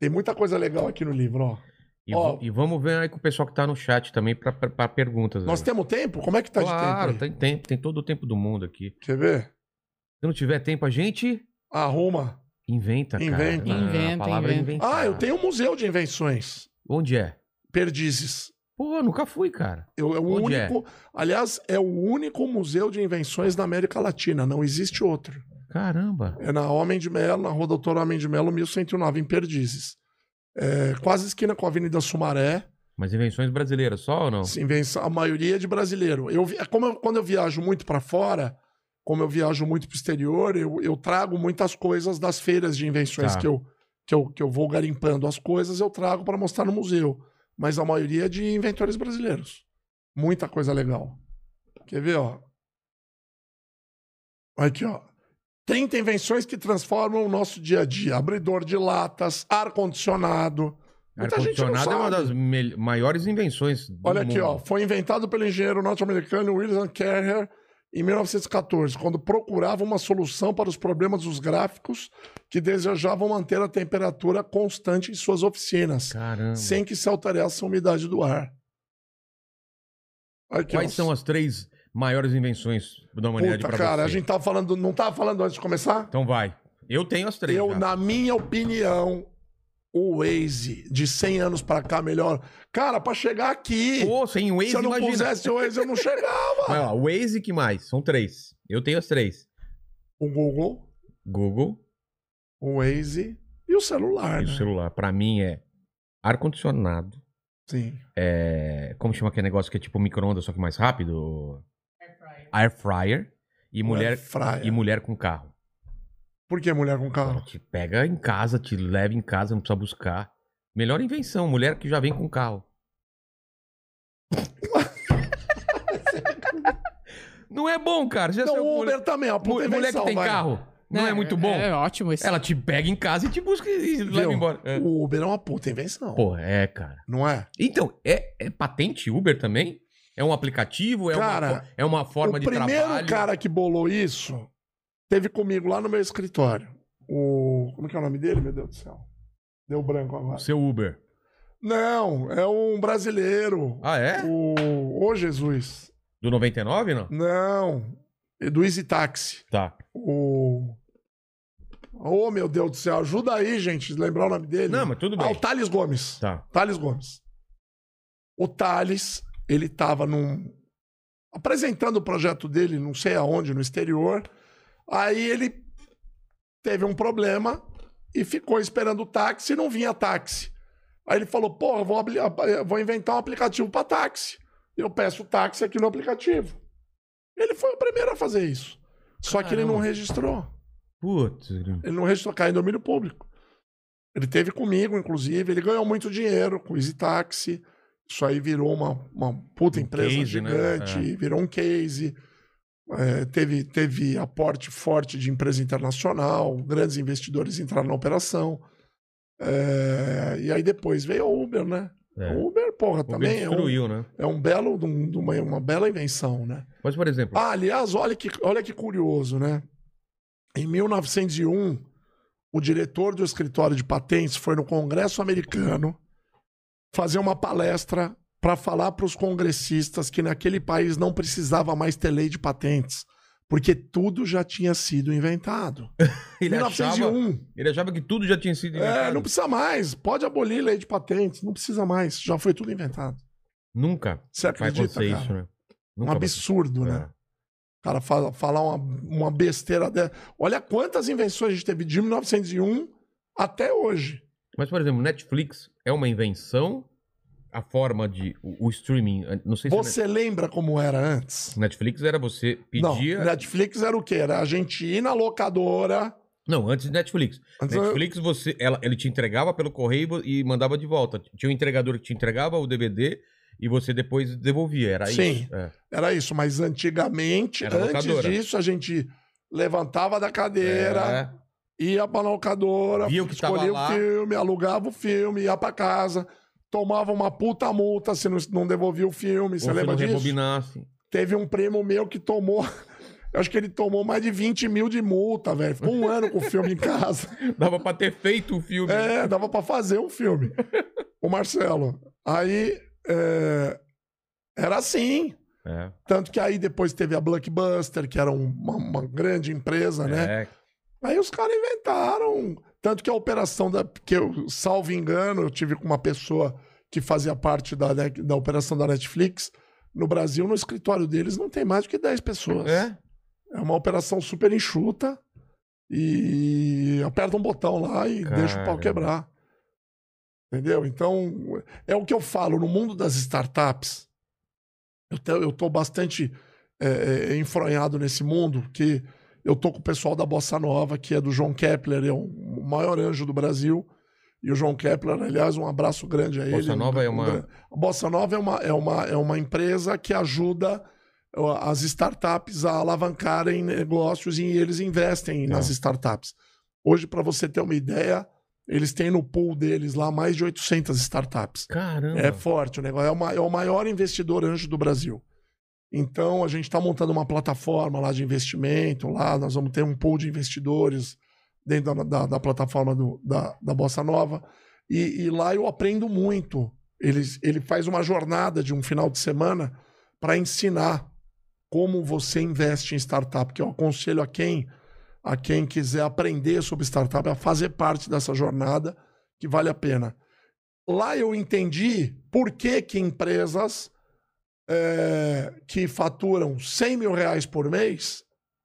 Speaker 4: Tem muita coisa legal aqui no livro, ó.
Speaker 2: E,
Speaker 4: Ó.
Speaker 2: va- e vamos ver aí com o pessoal que tá no chat também pra, pra, pra perguntas.
Speaker 4: Nós
Speaker 2: aí.
Speaker 4: temos tempo? Como é que tá
Speaker 2: Claro,
Speaker 4: de tempo? aí?
Speaker 2: tem tempo. Tem todo o tempo do mundo aqui.
Speaker 4: Quer ver? Ah,
Speaker 2: Se não tiver tempo, a gente
Speaker 4: Arruma.
Speaker 2: inventa,
Speaker 4: Inventa.
Speaker 2: cara. Ah,
Speaker 3: Inventa,
Speaker 2: a palavra é
Speaker 3: inventa.
Speaker 2: inventar.
Speaker 4: Ah, eu tenho um museu de invenções.
Speaker 2: Onde é?
Speaker 4: Perdizes.
Speaker 2: Pô, nunca fui, cara.
Speaker 4: Eu, é o
Speaker 2: Onde é?
Speaker 4: único, aliás, é o único museu de invenções da América Latina, não existe outro.
Speaker 2: Caramba.
Speaker 4: É na Homem de Melo, na Rua Doutor Homem de Melo, 1109, em Perdizes. É, quase esquina com a Avenida Sumaré.
Speaker 2: Mas invenções brasileiras só ou não?
Speaker 4: Se invenção- a maioria é de brasileiro. Eu, vi- é como eu- quando eu viajo muito para fora, como eu viajo muito para o exterior, eu, eu trago muitas coisas das feiras de invenções
Speaker 2: Tá.
Speaker 4: que, eu, que, eu, que eu vou garimpando as coisas, eu trago para mostrar no museu. Mas a maioria é de inventores brasileiros. Muita coisa legal. Quer ver, ó? Aqui, ó. 30 invenções que transformam o nosso dia a dia. Abridor de latas, ar-condicionado. Muita gente não
Speaker 2: Ar-condicionado é uma
Speaker 4: sabe.
Speaker 2: das mel- maiores invenções do
Speaker 4: Olha aqui,
Speaker 2: mundo.
Speaker 4: ó. Foi inventado pelo engenheiro norte-americano Wilson Kerr em 1914, quando procurava uma solução para os problemas dos gráficos que desejavam manter a temperatura constante em suas oficinas,
Speaker 2: Caramba.
Speaker 4: sem que se alterasse a umidade do ar. Aqui,
Speaker 2: Quais são as três maiores invenções da humanidade
Speaker 4: Puta,
Speaker 2: pra
Speaker 4: cara,
Speaker 2: você?
Speaker 4: a gente tava falando... Não tava falando antes de começar?
Speaker 2: Então vai. Eu tenho as três.
Speaker 4: Eu,
Speaker 2: já.
Speaker 4: na minha opinião, o Waze, de 100 anos pra cá, melhor. Cara, pra chegar aqui...
Speaker 2: Pô, sem Waze,
Speaker 4: se eu não
Speaker 2: imagina.
Speaker 4: pusesse o Waze, eu não chegava.
Speaker 2: Vai lá, Waze que mais? São três. Eu tenho as três.
Speaker 4: O um Google...
Speaker 2: Google
Speaker 4: o Waze e o celular.
Speaker 2: e o
Speaker 4: né?
Speaker 2: celular. Pra mim é ar-condicionado,
Speaker 4: Sim.
Speaker 2: é, como chama aquele negócio que é tipo micro-ondas, só que mais rápido? Air fryer. E mulher,
Speaker 4: fryer.
Speaker 2: e mulher com carro.
Speaker 4: É Por que mulher com
Speaker 2: Cara,
Speaker 4: carro?
Speaker 2: te pega em casa, te leva em casa, não precisa buscar. Melhor invenção, mulher que já vem com carro. não é bom, cara. Já
Speaker 4: Não,
Speaker 2: saiu com
Speaker 4: o Uber
Speaker 2: mulher,
Speaker 4: também, a
Speaker 2: mu-
Speaker 4: puta
Speaker 2: mulher que
Speaker 4: invenção,
Speaker 2: tem
Speaker 4: vai.
Speaker 2: carro. Não é, muito bom.
Speaker 3: É, ótimo esse.
Speaker 2: Ela te pega em casa e te busca e
Speaker 4: Viu?
Speaker 2: leva embora. É.
Speaker 4: O Uber é uma puta invenção.
Speaker 2: Porra, é, cara.
Speaker 4: Não é?
Speaker 2: Então, é, é patente Uber também? É um aplicativo? É, uma,
Speaker 4: Cara,
Speaker 2: fo- é uma forma
Speaker 4: o
Speaker 2: de
Speaker 4: primeiro
Speaker 2: trabalho?
Speaker 4: cara que bolou isso teve comigo lá no meu escritório. O. Como que é o nome dele, meu Deus do céu? Deu branco agora.
Speaker 2: O seu Uber.
Speaker 4: Não, é um brasileiro.
Speaker 2: Ah, é?
Speaker 4: O. Ô, Jesus.
Speaker 2: Do 99, não?
Speaker 4: Não. É Do Easy Taxi.
Speaker 2: Tá.
Speaker 4: O. Ô, meu Deus do céu, ajuda aí, gente, lembrar o nome dele.
Speaker 2: Não, mas tudo
Speaker 4: Ah,
Speaker 2: bem.
Speaker 4: o Thales Gomes.
Speaker 2: Tá.
Speaker 4: Thales Gomes. O Thales, ele tava num. apresentando o projeto dele, não sei aonde, no exterior. Aí ele teve um problema e ficou esperando o táxi e não vinha táxi. Aí ele falou: Porra, eu vou, abri- eu vou inventar um aplicativo para táxi. Eu peço o táxi aqui no aplicativo. Ele foi o primeiro a fazer isso. Só que ele não
Speaker 2: Caramba.
Speaker 4: registrou.
Speaker 2: Putz.
Speaker 4: Ele não registrou, caiu em domínio público. Ele teve comigo, inclusive, ele ganhou muito dinheiro com o Easy Taxi. Isso aí virou uma, uma puta
Speaker 2: Um
Speaker 4: empresa
Speaker 2: case, né?
Speaker 4: gigante, virou um case. É, teve, teve aporte forte de empresa internacional, grandes investidores entraram na operação. É, e aí depois veio o Uber, né?
Speaker 2: É.
Speaker 4: O Uber, porra,
Speaker 2: O Uber
Speaker 4: também é um,
Speaker 2: destruiu, né?
Speaker 4: é um belo, de um- de uma, uma bela invenção, né?
Speaker 2: Mas, por exemplo,
Speaker 4: Ah, aliás, olha que, olha que curioso, né? Em 1901, o diretor do escritório de patentes foi no Congresso americano fazer uma palestra para falar para os congressistas que naquele país não precisava mais ter lei de patentes, porque tudo já tinha sido inventado.
Speaker 2: ele, achava,
Speaker 4: 1901.
Speaker 2: ele achava que tudo já tinha sido
Speaker 4: É,
Speaker 2: inventado.
Speaker 4: não precisa mais. Pode abolir lei de patentes, não precisa mais. Já foi tudo inventado.
Speaker 2: Nunca
Speaker 4: Você
Speaker 2: vai
Speaker 4: acredita,
Speaker 2: acontecer
Speaker 4: cara?
Speaker 2: isso, né?
Speaker 4: Um
Speaker 2: Nunca vai
Speaker 4: absurdo,
Speaker 2: acontecer. É.
Speaker 4: né? O cara fala, falar uma, uma besteira dessa. Olha quantas invenções a gente teve de 1901 até hoje.
Speaker 2: É. Mas, por exemplo, Netflix é uma invenção, a forma de... O, o streaming... eh, Não sei se...
Speaker 4: Você lembra como era antes?
Speaker 2: Netflix era você pedia...
Speaker 4: Não, Netflix era o quê? Era a gente ir na locadora.
Speaker 2: Não, antes de Netflix.
Speaker 4: Antes
Speaker 2: Netflix, você, ela, ele te entregava pelo correio e mandava de volta. Tinha um entregador que te entregava o DVD e você depois devolvia. Era
Speaker 4: Sim.
Speaker 2: isso. É.
Speaker 4: Era isso, mas antigamente,
Speaker 2: Era
Speaker 4: antes
Speaker 2: locadora.
Speaker 4: disso, a gente levantava da cadeira,
Speaker 2: É.
Speaker 4: ia pra locadora,
Speaker 2: Via o que tava
Speaker 4: escolhia o
Speaker 2: lá.
Speaker 4: filme, alugava o filme, ia pra casa, tomava uma puta multa se não, não devolvia o filme. Você
Speaker 2: Ou se
Speaker 4: lembra
Speaker 2: não
Speaker 4: disso?
Speaker 2: rebobinasse.
Speaker 4: Teve um primo meu que tomou. Eu acho que ele tomou mais de 20 mil de multa, velho. Ficou um ano com o filme em casa.
Speaker 2: Dava pra ter feito o filme.
Speaker 4: É, dava pra fazer um filme. O Marcelo. Aí. é, Era assim.
Speaker 2: É.
Speaker 4: Tanto que aí depois teve a Blockbuster, que era um, uma, uma grande empresa, né?
Speaker 2: É,
Speaker 4: Aí os caras inventaram. Tanto que a operação da. Que eu, salvo engano, eu tive com uma pessoa que fazia parte da, da, da operação da Netflix. No Brasil, no escritório deles, não tem mais do que 10 pessoas.
Speaker 2: É?
Speaker 4: É uma operação super enxuta e aperta um botão lá e
Speaker 2: Caramba.
Speaker 4: deixa o pau quebrar. Entendeu? Então, é o que eu falo. No mundo das startups, eu te- eu tô bastante é, é, enfronhado nesse mundo, que eu tô com o pessoal da Bossa Nova, que é do João Kepler, é o maior anjo do Brasil. E o João Kepler, aliás, um abraço grande a ele.
Speaker 2: Bossa Nova é uma-
Speaker 4: A Bossa Nova é uma, é uma, é uma empresa que ajuda ó, as startups a alavancarem negócios e eles
Speaker 2: É.
Speaker 4: investem nas startups. Hoje, para você ter uma ideia, eles têm no pool deles lá mais de 800 startups.
Speaker 2: Caramba.
Speaker 4: É forte o negócio. É o, ma- é o maior investidor anjo do Brasil. Então, a gente está montando uma plataforma lá de investimento. Lá nós vamos ter um pool de investidores dentro da, da- da plataforma do- da, da Bossa Nova. E, e lá eu aprendo muito. Ele, ele faz uma jornada de um final de semana para ensinar como você investe em startup. Que eu aconselho a quem, a quem quiser aprender sobre startup a fazer parte dessa jornada, que vale a pena lá eu entendi por que, que empresas eh, que faturam 100 mil reais por mês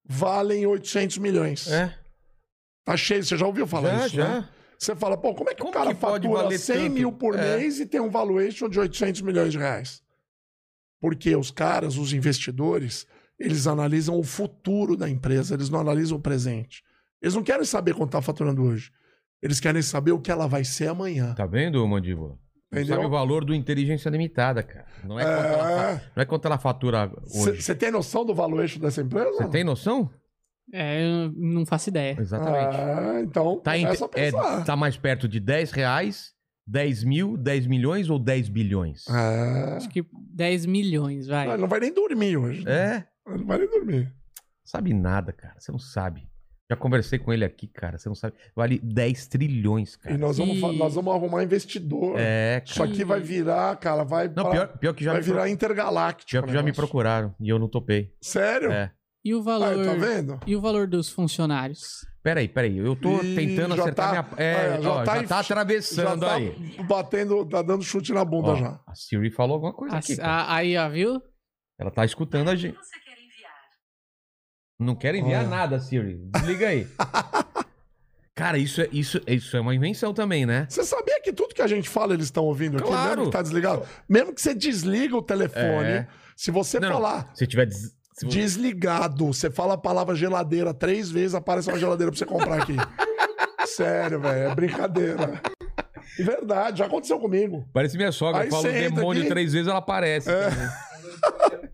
Speaker 4: valem 800 milhões.
Speaker 2: É.
Speaker 4: Tá cheio, você já ouviu falar
Speaker 2: já,
Speaker 4: isso, né?
Speaker 2: já.
Speaker 4: Você fala, pô, como é que
Speaker 2: Como
Speaker 4: o cara
Speaker 2: que pode
Speaker 4: fatura
Speaker 2: valer
Speaker 4: 100
Speaker 2: tanto?
Speaker 4: mil por
Speaker 2: É.
Speaker 4: mês e tem um valuation de 800 milhões de reais? Porque os caras, os investidores, eles analisam o futuro da empresa, eles não analisam o presente. Eles não querem saber quanto está faturando hoje. Eles querem saber o que ela vai ser amanhã.
Speaker 2: Tá vendo, mandíbula? Não
Speaker 4: Entendeu?
Speaker 2: Sabe o valor do inteligência limitada, cara. Não é quanto, ela, fa- não é quanto ela fatura hoje.
Speaker 4: Você tem noção do valuation dessa empresa?
Speaker 2: Você tem noção?
Speaker 3: É, eu não faço ideia.
Speaker 2: Exatamente.
Speaker 4: Ah, então,
Speaker 2: Tá, em-
Speaker 4: começa a
Speaker 2: é,
Speaker 4: pensar.
Speaker 2: tá mais perto de 10 reais, 10 mil, 10 milhões ou 10 bilhões?
Speaker 4: É.
Speaker 3: Acho que 10 milhões, vai.
Speaker 4: Não, ele não vai nem dormir hoje.
Speaker 2: tá É?
Speaker 4: Ele Não vai nem dormir.
Speaker 2: Sabe nada, cara. Você não sabe. Já conversei com ele aqui, cara. Você não sabe. Vale 10 trilhões, cara.
Speaker 4: E nós vamos, fa-
Speaker 3: E-
Speaker 4: nós vamos arrumar investidor.
Speaker 2: É, cara.
Speaker 4: Isso aqui vai virar, cara, vai,
Speaker 2: Não,
Speaker 4: pra-
Speaker 2: pior, pior que já,
Speaker 4: vai
Speaker 2: me, pro-
Speaker 4: virar intergaláctico.
Speaker 2: pior que já
Speaker 4: o
Speaker 2: me
Speaker 4: negócio.
Speaker 2: procuraram e eu não topei.
Speaker 4: Sério?
Speaker 2: É.
Speaker 3: E o
Speaker 4: Ah,
Speaker 3: valor.
Speaker 4: tá vendo?
Speaker 3: e o valor dos funcionários?
Speaker 2: Peraí, peraí. Eu tô
Speaker 4: Ih,
Speaker 2: tentando
Speaker 4: já
Speaker 2: acertar
Speaker 4: tá-
Speaker 2: minha. É,
Speaker 4: olha, já
Speaker 2: ó, já,
Speaker 4: tá
Speaker 2: tá
Speaker 4: em-
Speaker 2: atravessando
Speaker 4: tá
Speaker 2: aí.
Speaker 4: batendo, tá dando chute na bunda
Speaker 2: Ó,
Speaker 4: já.
Speaker 2: A Siri falou alguma coisa
Speaker 3: A-
Speaker 2: aqui. cara.
Speaker 3: a- aí, ó, viu?
Speaker 2: Ela tá escutando a gente. Não quero enviar
Speaker 4: Olha.
Speaker 2: nada, Siri. Desliga aí. Cara, isso é, isso, isso é uma invenção também, né?
Speaker 4: Você sabia que tudo que a gente fala eles estão ouvindo aqui,
Speaker 2: Claro.
Speaker 4: mesmo que tá desligado? Mesmo que você desliga o telefone,
Speaker 2: É.
Speaker 4: se você
Speaker 2: Não,
Speaker 4: falar
Speaker 2: Se tiver. des- se vo-
Speaker 4: desligado, você fala a palavra geladeira três vezes, aparece uma geladeira pra você comprar aqui. Sério, velho, é brincadeira. Verdade, já aconteceu comigo.
Speaker 2: Parece minha sogra.
Speaker 4: Aí
Speaker 2: Eu falo
Speaker 4: você entra
Speaker 2: demônio
Speaker 4: aqui. É,
Speaker 2: três vezes, ela aparece. também.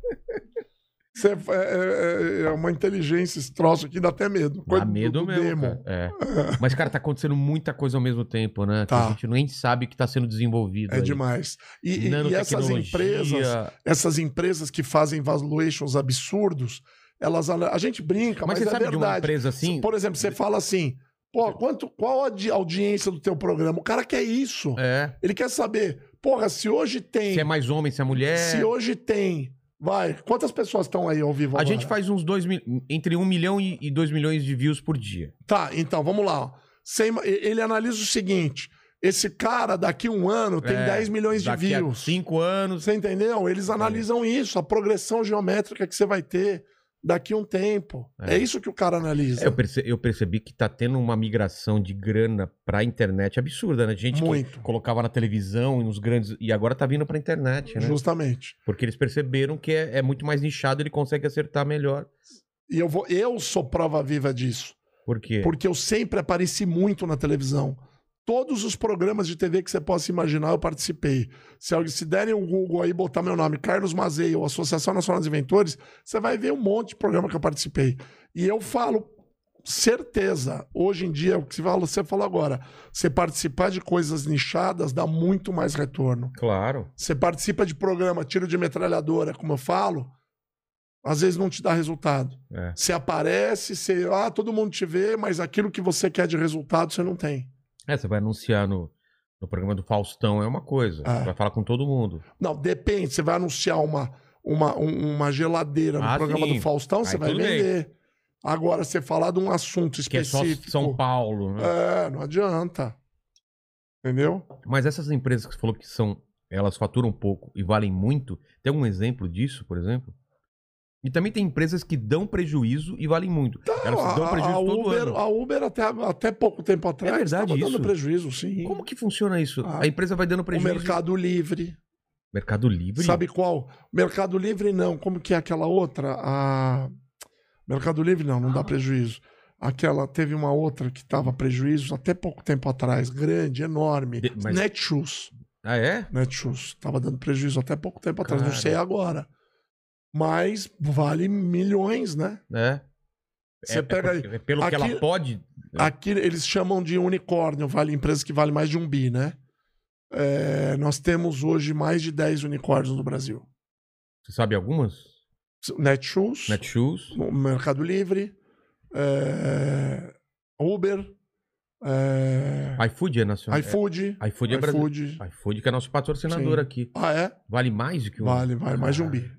Speaker 4: Você- é, é- é uma inteligência esse troço aqui, dá até medo.
Speaker 2: Dá
Speaker 4: do-
Speaker 2: medo
Speaker 4: do
Speaker 2: mesmo.
Speaker 4: demo.
Speaker 2: cara. É. Mas, cara, tá acontecendo muita coisa ao mesmo tempo, né? Que
Speaker 4: Tá.
Speaker 2: a gente nem sabe o que tá sendo desenvolvido.
Speaker 4: É
Speaker 2: aí.
Speaker 4: demais. E- E, e essas
Speaker 2: Nanotecnologia,
Speaker 4: empresas, essas empresas que fazem valuations absurdos, elas ana- a gente brinca, mas,
Speaker 2: Mas você
Speaker 4: é
Speaker 2: sabe de uma
Speaker 4: verdade.
Speaker 2: empresa assim?
Speaker 4: Por exemplo, você fala assim, pô, quanto, qual a di- audiência do teu programa? O cara quer isso.
Speaker 2: É.
Speaker 4: Ele quer saber, porra, se hoje tem,
Speaker 2: Se é mais homem, se é mulher.
Speaker 4: se hoje tem, vai, quantas pessoas estão aí ao vivo
Speaker 2: A
Speaker 4: agora?
Speaker 2: gente faz uns dois mil... entre um milhão e e dois milhões de views por dia.
Speaker 4: Tá, então, vamos lá. ó. Sem- e- ele analisa o seguinte: esse cara, daqui um ano, tem
Speaker 2: É,
Speaker 4: 10 milhões de
Speaker 2: Daqui a
Speaker 4: views.
Speaker 2: Cinco anos.
Speaker 4: Você entendeu? Eles analisam isso, a progressão geométrica que você vai ter daqui um tempo.
Speaker 2: É.
Speaker 4: É, isso que o cara analisa.
Speaker 2: Eu perce- eu percebi, que tá tendo uma migração de grana pra internet absurda, né? Gente
Speaker 4: Muito.
Speaker 2: que colocava na televisão e nos grandes. E agora tá vindo pra internet, né?
Speaker 4: Justamente.
Speaker 2: Porque eles perceberam que é, é muito mais nichado, ele consegue acertar melhor.
Speaker 4: E eu, vou, eu sou prova viva disso.
Speaker 2: Por quê?
Speaker 4: Porque eu sempre apareci muito na televisão. Todos os programas de TV que você possa imaginar, eu participei. Se, alguém- se derem um Google aí, botar meu nome, Carlos Mazei, ou Associação Nacional de Inventores, você vai ver um monte de programa que eu participei. E eu falo, certeza, hoje em dia, o que você falou, você falou agora, você participar de coisas nichadas dá muito mais retorno.
Speaker 2: Claro.
Speaker 4: Você participa de programa tiro de metralhadora, como eu falo, às vezes não te dá resultado.
Speaker 2: É.
Speaker 4: Você aparece, você, ah, todo mundo te vê, mas aquilo que você quer de resultado você não tem.
Speaker 2: É, você vai anunciar no, no programa do Faustão, é uma coisa.
Speaker 4: Ah.
Speaker 2: Vai falar com todo mundo.
Speaker 4: Não, depende, você vai anunciar uma uma, um- uma geladeira no
Speaker 2: Ah,
Speaker 4: programa
Speaker 2: sim.
Speaker 4: do Faustão,
Speaker 2: Aí
Speaker 4: você vai
Speaker 2: tudo bem.
Speaker 4: vender. Agora você falar de um assunto
Speaker 2: Que é só
Speaker 4: específico.
Speaker 2: São Paulo, né?
Speaker 4: É, não adianta. Entendeu?
Speaker 2: Mas essas empresas que você falou que são, elas faturam pouco e valem muito, tem algum exemplo disso, por exemplo? E também tem empresas que dão prejuízo e valem muito. elas
Speaker 4: Então, a,
Speaker 2: dão prejuízo
Speaker 4: a
Speaker 2: todo
Speaker 4: Uber,
Speaker 2: ano. É
Speaker 4: a Uber até, até pouco tempo atrás
Speaker 2: verdade
Speaker 4: tava
Speaker 2: isso?
Speaker 4: dando prejuízo, sim.
Speaker 2: Como que funciona isso?
Speaker 4: Ah,
Speaker 2: a empresa vai dando
Speaker 4: o
Speaker 2: prejuízo.
Speaker 4: Mercado Livre.
Speaker 2: Mercado Livre?
Speaker 4: Sabe qual? Mercado Livre não. Como que é aquela outra? A... Mercado Livre não, não
Speaker 2: Ah.
Speaker 4: dá prejuízo. Aquela, teve uma outra que tava prejuízo até pouco tempo atrás, grande, enorme.
Speaker 2: De- mas-
Speaker 4: Netshoes.
Speaker 2: Ah, é?
Speaker 4: Netshoes. Tava dando prejuízo até pouco tempo atrás, não
Speaker 2: Cara.
Speaker 4: sei agora. Mas vale milhões, né?
Speaker 2: É.
Speaker 4: Você
Speaker 2: é,
Speaker 4: pega
Speaker 2: é
Speaker 4: aí.
Speaker 2: por- é pelo que ela
Speaker 4: Aqui-
Speaker 2: pode.
Speaker 4: Aqui eles chamam de unicórnio, vale empresa que vale mais de um bi, né? É, nós temos hoje mais de 10 unicórnios no Brasil.
Speaker 2: Você sabe algumas?
Speaker 4: Netshoes.
Speaker 2: Netshoes.
Speaker 4: no Mercado Livre, é, Uber, é,
Speaker 2: iFood é nacional.
Speaker 4: iFood,
Speaker 2: É, iFood é brasileiro.
Speaker 4: iFood.
Speaker 2: iFood que é nosso patrocinador
Speaker 4: Sim.
Speaker 2: aqui.
Speaker 4: Ah, é?
Speaker 2: Vale mais do que um.
Speaker 4: Vale, vale. Mais de um bi.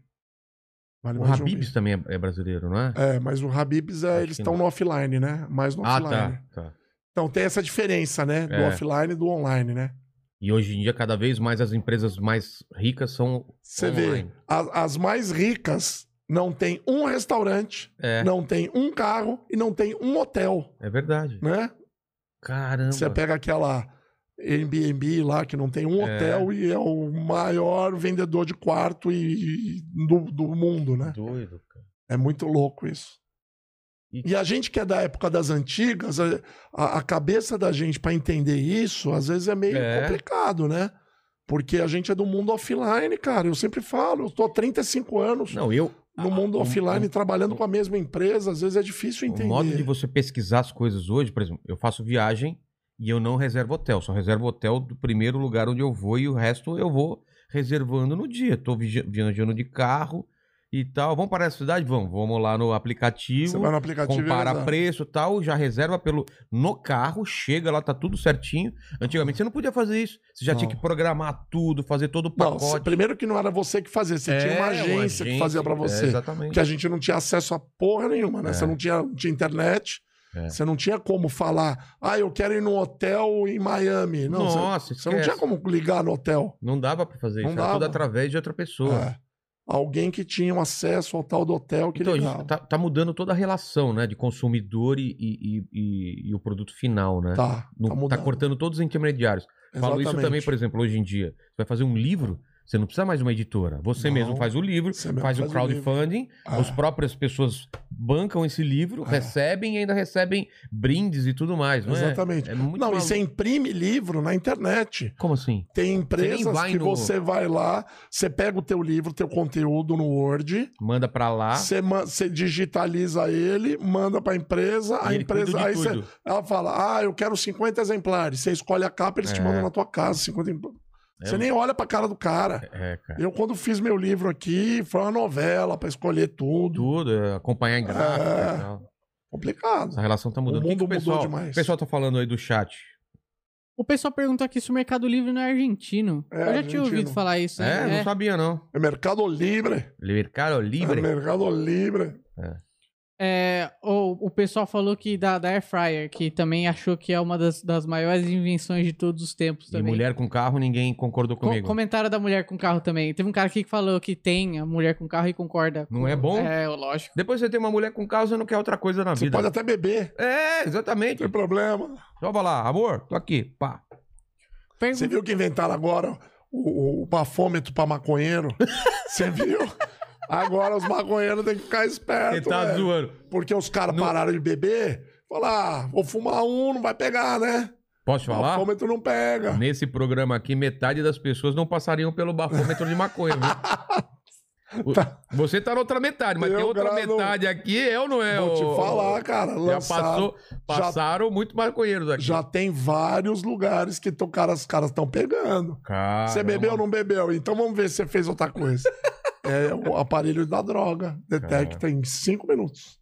Speaker 4: Vale
Speaker 2: O
Speaker 4: mais de um
Speaker 2: Habibs
Speaker 4: bi.
Speaker 2: também é é brasileiro, não é?
Speaker 4: É, mas o Habibs, é,
Speaker 2: Acho
Speaker 4: eles
Speaker 2: que
Speaker 4: estão
Speaker 2: não.
Speaker 4: no offline, né? Mais no
Speaker 2: ah,
Speaker 4: offline.
Speaker 2: tá, tá.
Speaker 4: Então tem essa diferença, né? Do
Speaker 2: É.
Speaker 4: offline e do online, né?
Speaker 2: E hoje em dia, cada vez mais as empresas mais ricas são.
Speaker 4: Você vê,
Speaker 2: online.
Speaker 4: a- as mais ricas não tem um restaurante,
Speaker 2: É,
Speaker 4: não tem um carro e não tem um hotel,
Speaker 2: é verdade.
Speaker 4: né?
Speaker 2: Caramba.
Speaker 4: Você pega aquela Airbnb lá, que não tem um
Speaker 2: É.
Speaker 4: hotel e é o maior vendedor de quarto e, e do, do mundo, né?
Speaker 2: Doido, cara.
Speaker 4: É muito louco isso.
Speaker 2: E-
Speaker 4: E a gente que é da época das antigas, a, a- a cabeça da gente para entender isso, às vezes é meio
Speaker 2: É.
Speaker 4: complicado, né? Porque a gente é do mundo offline, cara. Eu sempre falo, eu tô há 35 anos
Speaker 2: Não, eu.
Speaker 4: no mundo
Speaker 2: Ah, um-
Speaker 4: offline,
Speaker 2: um-
Speaker 4: trabalhando com a mesma empresa, às vezes é difícil
Speaker 2: O modo de
Speaker 4: entender.
Speaker 2: você pesquisar as coisas hoje, por exemplo, eu faço viagem e eu não reservo hotel, só reservo hotel do primeiro lugar onde eu vou e o resto eu vou reservando no dia. Tô vigi- viajando de carro e tal. Vamos para a cidade? Vamos, vamos lá no aplicativo.
Speaker 4: Você vai no aplicativo e é
Speaker 2: compara
Speaker 4: reserva.
Speaker 2: preço e tal, já reserva pelo no carro, chega lá, tá tudo certinho. Antigamente você não podia fazer isso. Você já
Speaker 4: Não.
Speaker 2: tinha que programar tudo, fazer todo o
Speaker 4: Não, você-
Speaker 2: um pacote.
Speaker 4: primeiro que não era você que fazia, você tinha
Speaker 2: É,
Speaker 4: uma
Speaker 2: uma
Speaker 4: agência, que fazia para
Speaker 2: agência,
Speaker 4: você.
Speaker 2: é, exatamente.
Speaker 4: Porque a gente não tinha acesso a porra nenhuma, né?
Speaker 2: É.
Speaker 4: Você não tinha, não tinha internet,
Speaker 2: É.
Speaker 4: você não tinha como falar, ah, eu quero ir num hotel em Miami. assim, Não, você-
Speaker 2: Nossa,
Speaker 4: você, não
Speaker 2: esquece.
Speaker 4: tinha como ligar no hotel.
Speaker 2: Não dava pra fazer
Speaker 4: Não
Speaker 2: isso, era tudo
Speaker 4: dava.
Speaker 2: através de outra pessoa.
Speaker 4: É. Alguém que tinha um acesso ao tal do hotel que
Speaker 2: Então, a
Speaker 4: ligava.
Speaker 2: gente tá, tá mudando toda a relação, né? De consumidor e, e- e- e- e o produto final, né?
Speaker 4: Tá,
Speaker 2: Não-
Speaker 4: tá
Speaker 2: tá,
Speaker 4: mudando.
Speaker 2: cortando todos os intermediários. Falo isso
Speaker 4: Exatamente.
Speaker 2: também, por exemplo, hoje em dia. Você vai fazer um livro, você não precisa mais de uma editora. Você
Speaker 4: Não.
Speaker 2: mesmo faz o livro,
Speaker 4: Você mesmo
Speaker 2: faz, o
Speaker 4: faz o
Speaker 2: crowdfunding,
Speaker 4: Ah.
Speaker 2: as próprias pessoas bancam esse livro,
Speaker 4: Ah.
Speaker 2: recebem e ainda recebem brindes e tudo mais, não é?
Speaker 4: Exatamente.
Speaker 2: É muito
Speaker 4: não, e
Speaker 2: maluco.
Speaker 4: você imprime livro na internet.
Speaker 2: Como assim?
Speaker 4: Tem
Speaker 2: nem
Speaker 4: empresas
Speaker 2: vai
Speaker 4: que
Speaker 2: no-
Speaker 4: você vai lá, você pega o teu livro, teu conteúdo no Word,
Speaker 2: Manda pra lá
Speaker 4: você ma- você digitaliza ele, manda pra empresa,
Speaker 2: e
Speaker 4: a
Speaker 2: ele
Speaker 4: empresa
Speaker 2: cuida de
Speaker 4: aí você,
Speaker 2: tudo.
Speaker 4: ela fala: "Ah, eu quero 50 exemplares". Você escolhe a capa, eles te
Speaker 2: É.
Speaker 4: mandam na tua casa 50. em- Você
Speaker 2: É.
Speaker 4: nem olha pra cara do cara.
Speaker 2: É, cara.
Speaker 4: Eu quando fiz meu livro aqui, foi uma novela pra escolher tudo.
Speaker 2: Tudo, é, acompanhar em gráfica
Speaker 4: É.
Speaker 2: e tal.
Speaker 4: Complicado.
Speaker 2: Essa relação tá mudando.
Speaker 4: O
Speaker 2: que que
Speaker 4: mundo mudou
Speaker 2: pessoal,
Speaker 4: demais.
Speaker 2: O pessoal tá falando aí do chat.
Speaker 3: O pessoal perguntou aqui se o Mercado Livre não é argentino.
Speaker 4: É,
Speaker 3: eu já tinha
Speaker 4: argentino.
Speaker 3: ouvido falar isso.
Speaker 2: É,
Speaker 3: né?
Speaker 2: não sabia não.
Speaker 4: É Mercado Livre.
Speaker 2: Mercado
Speaker 4: É
Speaker 2: Livre.
Speaker 4: Mercado Livre.
Speaker 3: É, o, o pessoal falou que da, da Air Fryer, que também achou que é uma das, das maiores invenções de todos os tempos
Speaker 2: E
Speaker 3: também.
Speaker 2: mulher com carro, ninguém concordou
Speaker 3: Co-
Speaker 2: comigo.
Speaker 3: comentário da mulher com carro também. Teve um cara aqui que falou que tem a mulher com carro e concorda.
Speaker 2: Não é bom?
Speaker 3: É, lógico.
Speaker 2: Depois você tem uma mulher com carro, você não quer outra coisa na
Speaker 4: Você
Speaker 2: vida.
Speaker 4: pode até beber,
Speaker 2: É,
Speaker 4: não
Speaker 2: exatamente.
Speaker 4: tem problema.
Speaker 2: Só vai lá, amor, tô aqui, pá.
Speaker 3: Pergun-
Speaker 4: Você viu que inventaram agora o, o- o bafômetro pra maconheiro? Você viu? Agora os maconheiros têm que ficar
Speaker 2: Você
Speaker 4: espertos.
Speaker 2: tá
Speaker 4: velho.
Speaker 2: zoando.
Speaker 4: Porque os caras
Speaker 2: Não-
Speaker 4: pararam de beber. Falaram, ah, vou fumar um, não vai pegar, né?
Speaker 2: Posso te
Speaker 4: O
Speaker 2: falar?
Speaker 4: bafômetro não pega.
Speaker 2: Nesse programa aqui, metade das pessoas não passariam pelo bafômetro de maconha, viu? O-
Speaker 4: Tá.
Speaker 2: Você tá na outra metade, mas
Speaker 4: Eu
Speaker 2: tem outra
Speaker 4: gra- não-
Speaker 2: metade aqui, eu não é.
Speaker 4: Vou
Speaker 2: ô-
Speaker 4: te falar, cara.
Speaker 2: Já
Speaker 4: Lançaram,
Speaker 2: passou, passaram muito maconheiros aqui.
Speaker 4: já tem vários lugares que tocaram, os caras estão pegando.
Speaker 2: Caramba.
Speaker 4: Você bebeu ou não bebeu? Então vamos ver se você fez outra coisa. é o aparelho da droga. Detecta em cinco minutos.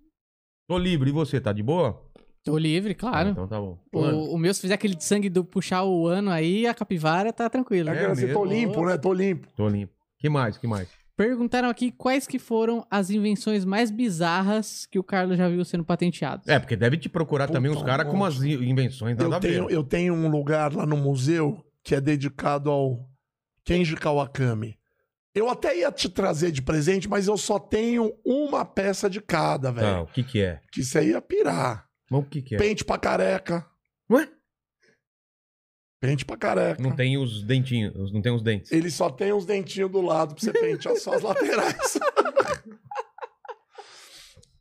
Speaker 2: Tô livre, e você, tá de boa?
Speaker 3: Tô livre,
Speaker 2: Ah,
Speaker 3: claro.
Speaker 2: então tá bom. Plano.
Speaker 3: O, o meu, se fizer aquele de sangue do puxar o ano aí, a capivara tá
Speaker 4: É,
Speaker 3: tranquila.
Speaker 2: É
Speaker 4: aquela assim, tô
Speaker 2: mesmo?
Speaker 4: limpo, né? Tô limpo.
Speaker 2: Tô limpo. Que mais, que mais?
Speaker 3: Perguntaram aqui quais que foram as invenções mais bizarras que o Carlos já viu sendo patenteadas.
Speaker 2: É, porque deve te procurar
Speaker 4: Puta,
Speaker 2: também uns
Speaker 4: um
Speaker 2: caras com
Speaker 4: monte.
Speaker 2: umas in- invenções nada
Speaker 4: Eu
Speaker 2: a ver.
Speaker 4: tenho, eu tenho um lugar lá no museu que é dedicado ao Kenji Kawakami. Eu até ia te trazer de presente, mas eu só tenho uma peça de cada,
Speaker 2: Tá,
Speaker 4: velho.
Speaker 2: o que que é?
Speaker 4: Que isso aí ia pirar.
Speaker 2: Mas o que que é?
Speaker 4: Pente pra careca.
Speaker 2: Ué?
Speaker 4: Pente pra careca.
Speaker 2: Não tem os dentinhos, os- não tem os dentes.
Speaker 4: Ele só tem uns dentinhos do lado pra você pentear só as laterais.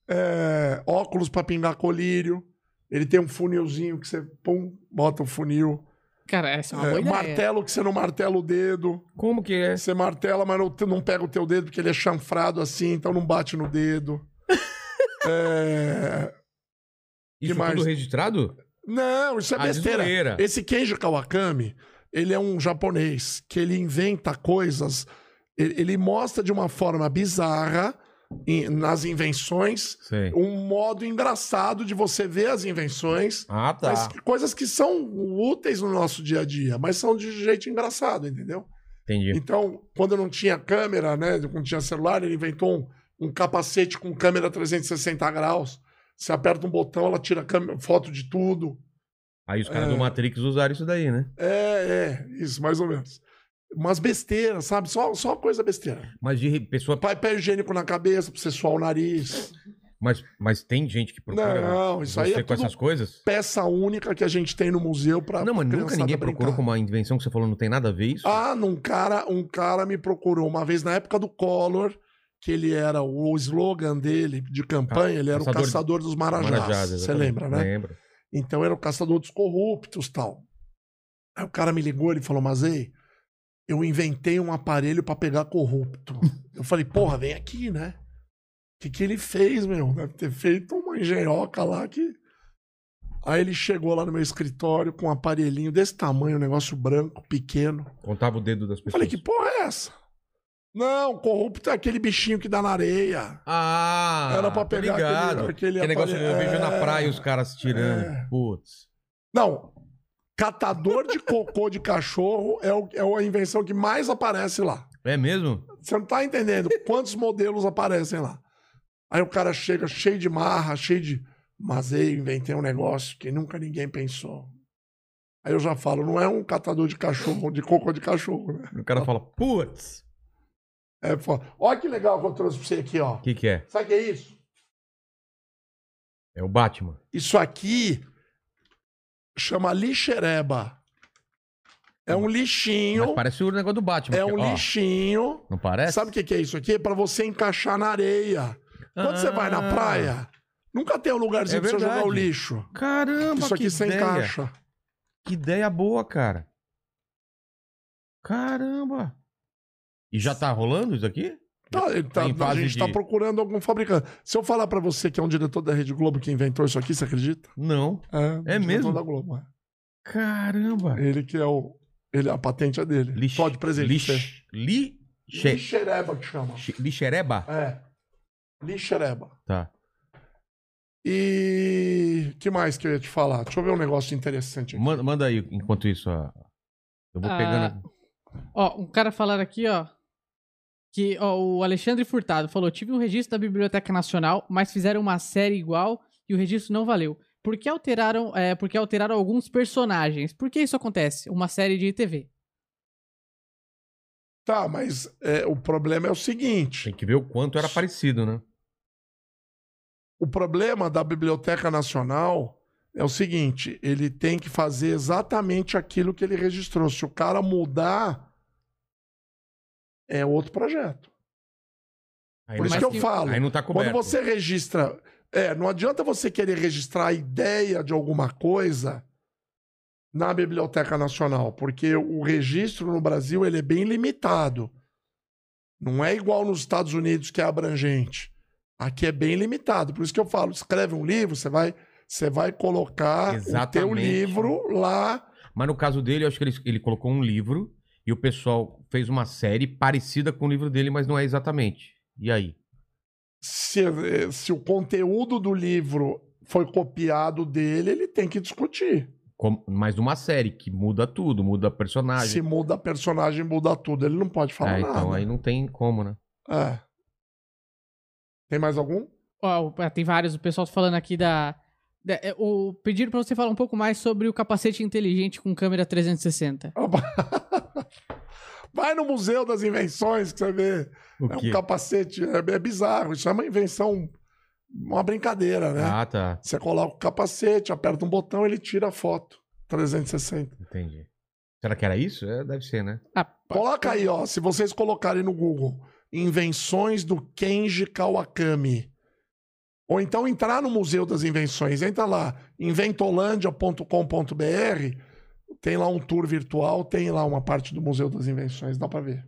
Speaker 4: É, óculos pra pingar colírio. Ele tem um funilzinho que você pum, bota o funil.
Speaker 3: Cara, essa é uma
Speaker 4: É,
Speaker 3: boa ideia.
Speaker 4: martelo que você não martela o dedo.
Speaker 2: Como que é?
Speaker 4: Você martela, mas não, tu não pega o teu dedo porque ele é chanfrado assim, então não bate no dedo. É,
Speaker 2: Isso
Speaker 4: mais?
Speaker 2: tudo registrado?
Speaker 4: Não, isso é
Speaker 2: Ah, de
Speaker 4: besteira.
Speaker 2: zoeira.
Speaker 4: Esse Kenji Kawakami, ele é um japonês que ele inventa coisas, ele, ele mostra de uma forma bizarra em- nas invenções
Speaker 2: Sei.
Speaker 4: um modo engraçado de você ver as invenções,
Speaker 2: Ah, tá.
Speaker 4: mas que- coisas que são úteis no nosso dia a dia, mas são de jeito engraçado, entendeu?
Speaker 2: Entendi.
Speaker 4: Então, quando não tinha câmera, né, quando tinha celular, ele inventou um, um capacete com câmera 360 graus. Você aperta um botão, ela tira câmera- foto de tudo.
Speaker 2: Aí os caras do Matrix usaram isso daí, né?
Speaker 4: É, é, isso, mais ou menos. Umas besteiras, sabe? Só, só coisa besteira.
Speaker 2: Mas de re- pessoa.
Speaker 4: Papel higiênico na cabeça pra você suar o nariz.
Speaker 2: Mas, mas tem gente que procura
Speaker 4: Não, isso aí
Speaker 2: você
Speaker 4: é
Speaker 2: com
Speaker 4: tudo-
Speaker 2: essas coisas?
Speaker 4: Peça única que a gente tem no museu pra.
Speaker 2: Não, mas
Speaker 4: pra
Speaker 2: nunca
Speaker 4: criançada
Speaker 2: ninguém
Speaker 4: brincar.
Speaker 2: procurou com uma invenção que você falou não tem nada a ver isso?
Speaker 4: Ah, um cara, um cara me procurou uma vez na época do Collor, que ele era o slogan dele de campanha, ele era
Speaker 2: Caçador
Speaker 4: o
Speaker 2: de-
Speaker 4: caçador dos marajás.
Speaker 2: Marajás,
Speaker 4: você
Speaker 2: exatamente. É.
Speaker 4: lembra, né?
Speaker 2: Lembro.
Speaker 4: Então era o caçador dos corruptos tal. Aí o cara me ligou, ele falou, Mazei, eu inventei um aparelho pra pegar corrupto. Eu falei, porra, vem aqui, né? O que, que ele fez, meu? Deve ter feito uma engenhoca lá que. Aí ele chegou lá no meu escritório com um aparelhinho desse tamanho, um negócio branco, pequeno.
Speaker 2: Contava o dedo das
Speaker 4: Eu
Speaker 2: pessoas.
Speaker 4: falei, que porra é essa? Não, corrupto é aquele bichinho que dá na areia.
Speaker 2: Ah!
Speaker 4: Era pra
Speaker 2: tô
Speaker 4: pegar
Speaker 2: ligado.
Speaker 4: aquele- aquele
Speaker 2: Que negócio
Speaker 4: aparelho-
Speaker 2: eu vejo na
Speaker 4: É.
Speaker 2: praia os caras tirando.
Speaker 4: É.
Speaker 2: Putz.
Speaker 4: Não. Catador de cocô de cachorro é, o- é a invenção que mais aparece lá.
Speaker 2: É mesmo?
Speaker 4: Você não tá entendendo quantos modelos aparecem lá. Aí o cara chega cheio de marra, cheio de. Mas eu inventei um negócio que nunca ninguém pensou. Aí eu já falo, não é um catador de cachorro, de cocô de cachorro, né?
Speaker 2: O cara fala, putz.
Speaker 4: É foda. Olha que legal que eu trouxe pra você aqui, ó.
Speaker 2: O que que é?
Speaker 4: Sabe o que é isso?
Speaker 2: É o Batman.
Speaker 4: Isso aqui chama lixereba. É um lixinho.
Speaker 2: Mas parece o negócio do Batman.
Speaker 4: É
Speaker 2: que-
Speaker 4: um
Speaker 2: ó,
Speaker 4: lixinho.
Speaker 2: Não parece?
Speaker 4: Sabe o que que é isso aqui? É pra você encaixar na areia. Quando você vai na
Speaker 2: Ah,
Speaker 4: praia, nunca tem um lugarzinho
Speaker 2: É
Speaker 4: pra você jogar o
Speaker 2: verdade.
Speaker 4: lixo.
Speaker 2: Caramba,
Speaker 4: Isso
Speaker 2: que
Speaker 4: aqui você
Speaker 2: ideia.
Speaker 4: encaixa.
Speaker 2: Que ideia boa, cara. Caramba. E já tá rolando isso aqui?
Speaker 4: Tá, ele tá-
Speaker 2: Em
Speaker 4: a
Speaker 2: fase
Speaker 4: gente
Speaker 2: de-
Speaker 4: tá procurando algum fabricante. Se eu falar pra você que é um diretor da Rede Globo que inventou isso aqui, você acredita?
Speaker 2: Não.
Speaker 4: É,
Speaker 2: É
Speaker 4: diretor
Speaker 2: mesmo?
Speaker 4: da Globo. é.
Speaker 2: Caramba.
Speaker 4: Ele que é o. Ele, a patente é dele.
Speaker 2: Lix-
Speaker 4: Só de presente. pra você.
Speaker 2: Lix- Li... Che...
Speaker 4: Lixereba que chama.
Speaker 2: Che- Lixereba?
Speaker 4: É. Lixereba.
Speaker 2: Tá.
Speaker 4: E. que mais que eu ia te falar? Deixa eu ver um negócio interessante aqui.
Speaker 2: Manda, manda aí, enquanto isso. ó. Eu vou
Speaker 3: Ah.
Speaker 2: pegando.
Speaker 3: Ó, um cara falaram aqui, ó. Que ó, o Alexandre Furtado falou: tive um registro da Biblioteca Nacional, mas fizeram uma série igual e o registro não valeu. Por que alteraram, é, porque alteraram alguns personagens? Por que isso acontece? Uma série de TV.
Speaker 4: Tá, mas é, o problema é o seguinte.
Speaker 2: Tem que ver o quanto era parecido, né?
Speaker 4: O problema da Biblioteca Nacional é o seguinte: ele tem que fazer exatamente aquilo que ele registrou. Se o cara mudar, é outro projeto.
Speaker 2: Aí
Speaker 4: Por
Speaker 2: não
Speaker 4: isso
Speaker 2: tá-
Speaker 4: que eu
Speaker 3: que-
Speaker 4: falo.
Speaker 2: Aí não tá
Speaker 4: Quando
Speaker 2: coberto.
Speaker 4: você registra. É, não adianta você querer registrar a ideia de alguma coisa na Biblioteca Nacional, porque o registro no Brasil ele é bem limitado. Não é igual nos Estados Unidos, que é abrangente. Aqui é bem limitado. Por isso que eu falo: escreve um livro, você vai, você vai colocar o teu
Speaker 2: Exatamente.
Speaker 4: livro lá.
Speaker 2: Mas no caso dele, eu acho que ele, ele colocou um livro e o pessoal fez uma série parecida com o livro dele, mas não é exatamente. E aí?
Speaker 4: Se, eh, se o conteúdo do livro foi copiado dele, ele tem que discutir.
Speaker 2: Como, mas numa série que muda tudo, muda
Speaker 4: Se
Speaker 2: personagem.
Speaker 4: muda personagem, muda tudo. Ele não pode falar
Speaker 2: É,
Speaker 4: nada.
Speaker 2: então aí não tem como, né?
Speaker 4: É. Tem mais algum?
Speaker 3: Ó, o- é, tem vários, o pessoal tá falando aqui da. da é, o, pediram pra você falar um pouco mais sobre o capacete inteligente com câmera 360.
Speaker 4: Opa. Vai no Museu das Invenções que você vê.
Speaker 2: O
Speaker 4: É
Speaker 2: quê?
Speaker 4: um capacete. É, é bizarro. Isso é uma invenção, uma brincadeira, né?
Speaker 2: Ah, tá.
Speaker 4: Você coloca o capacete, aperta um botão, ele tira a foto. 360.
Speaker 2: Entendi. Será que era isso? É, deve ser, né?
Speaker 3: Ah, pô,
Speaker 4: Coloca aí, ó. Se vocês colocarem no Google invenções do Kenji Kawakami. Ou então entrar no Museu das Invenções. Entra lá, inventolândia.com.br. Tem lá um tour virtual, tem lá uma parte do Museu das Invenções, dá pra ver.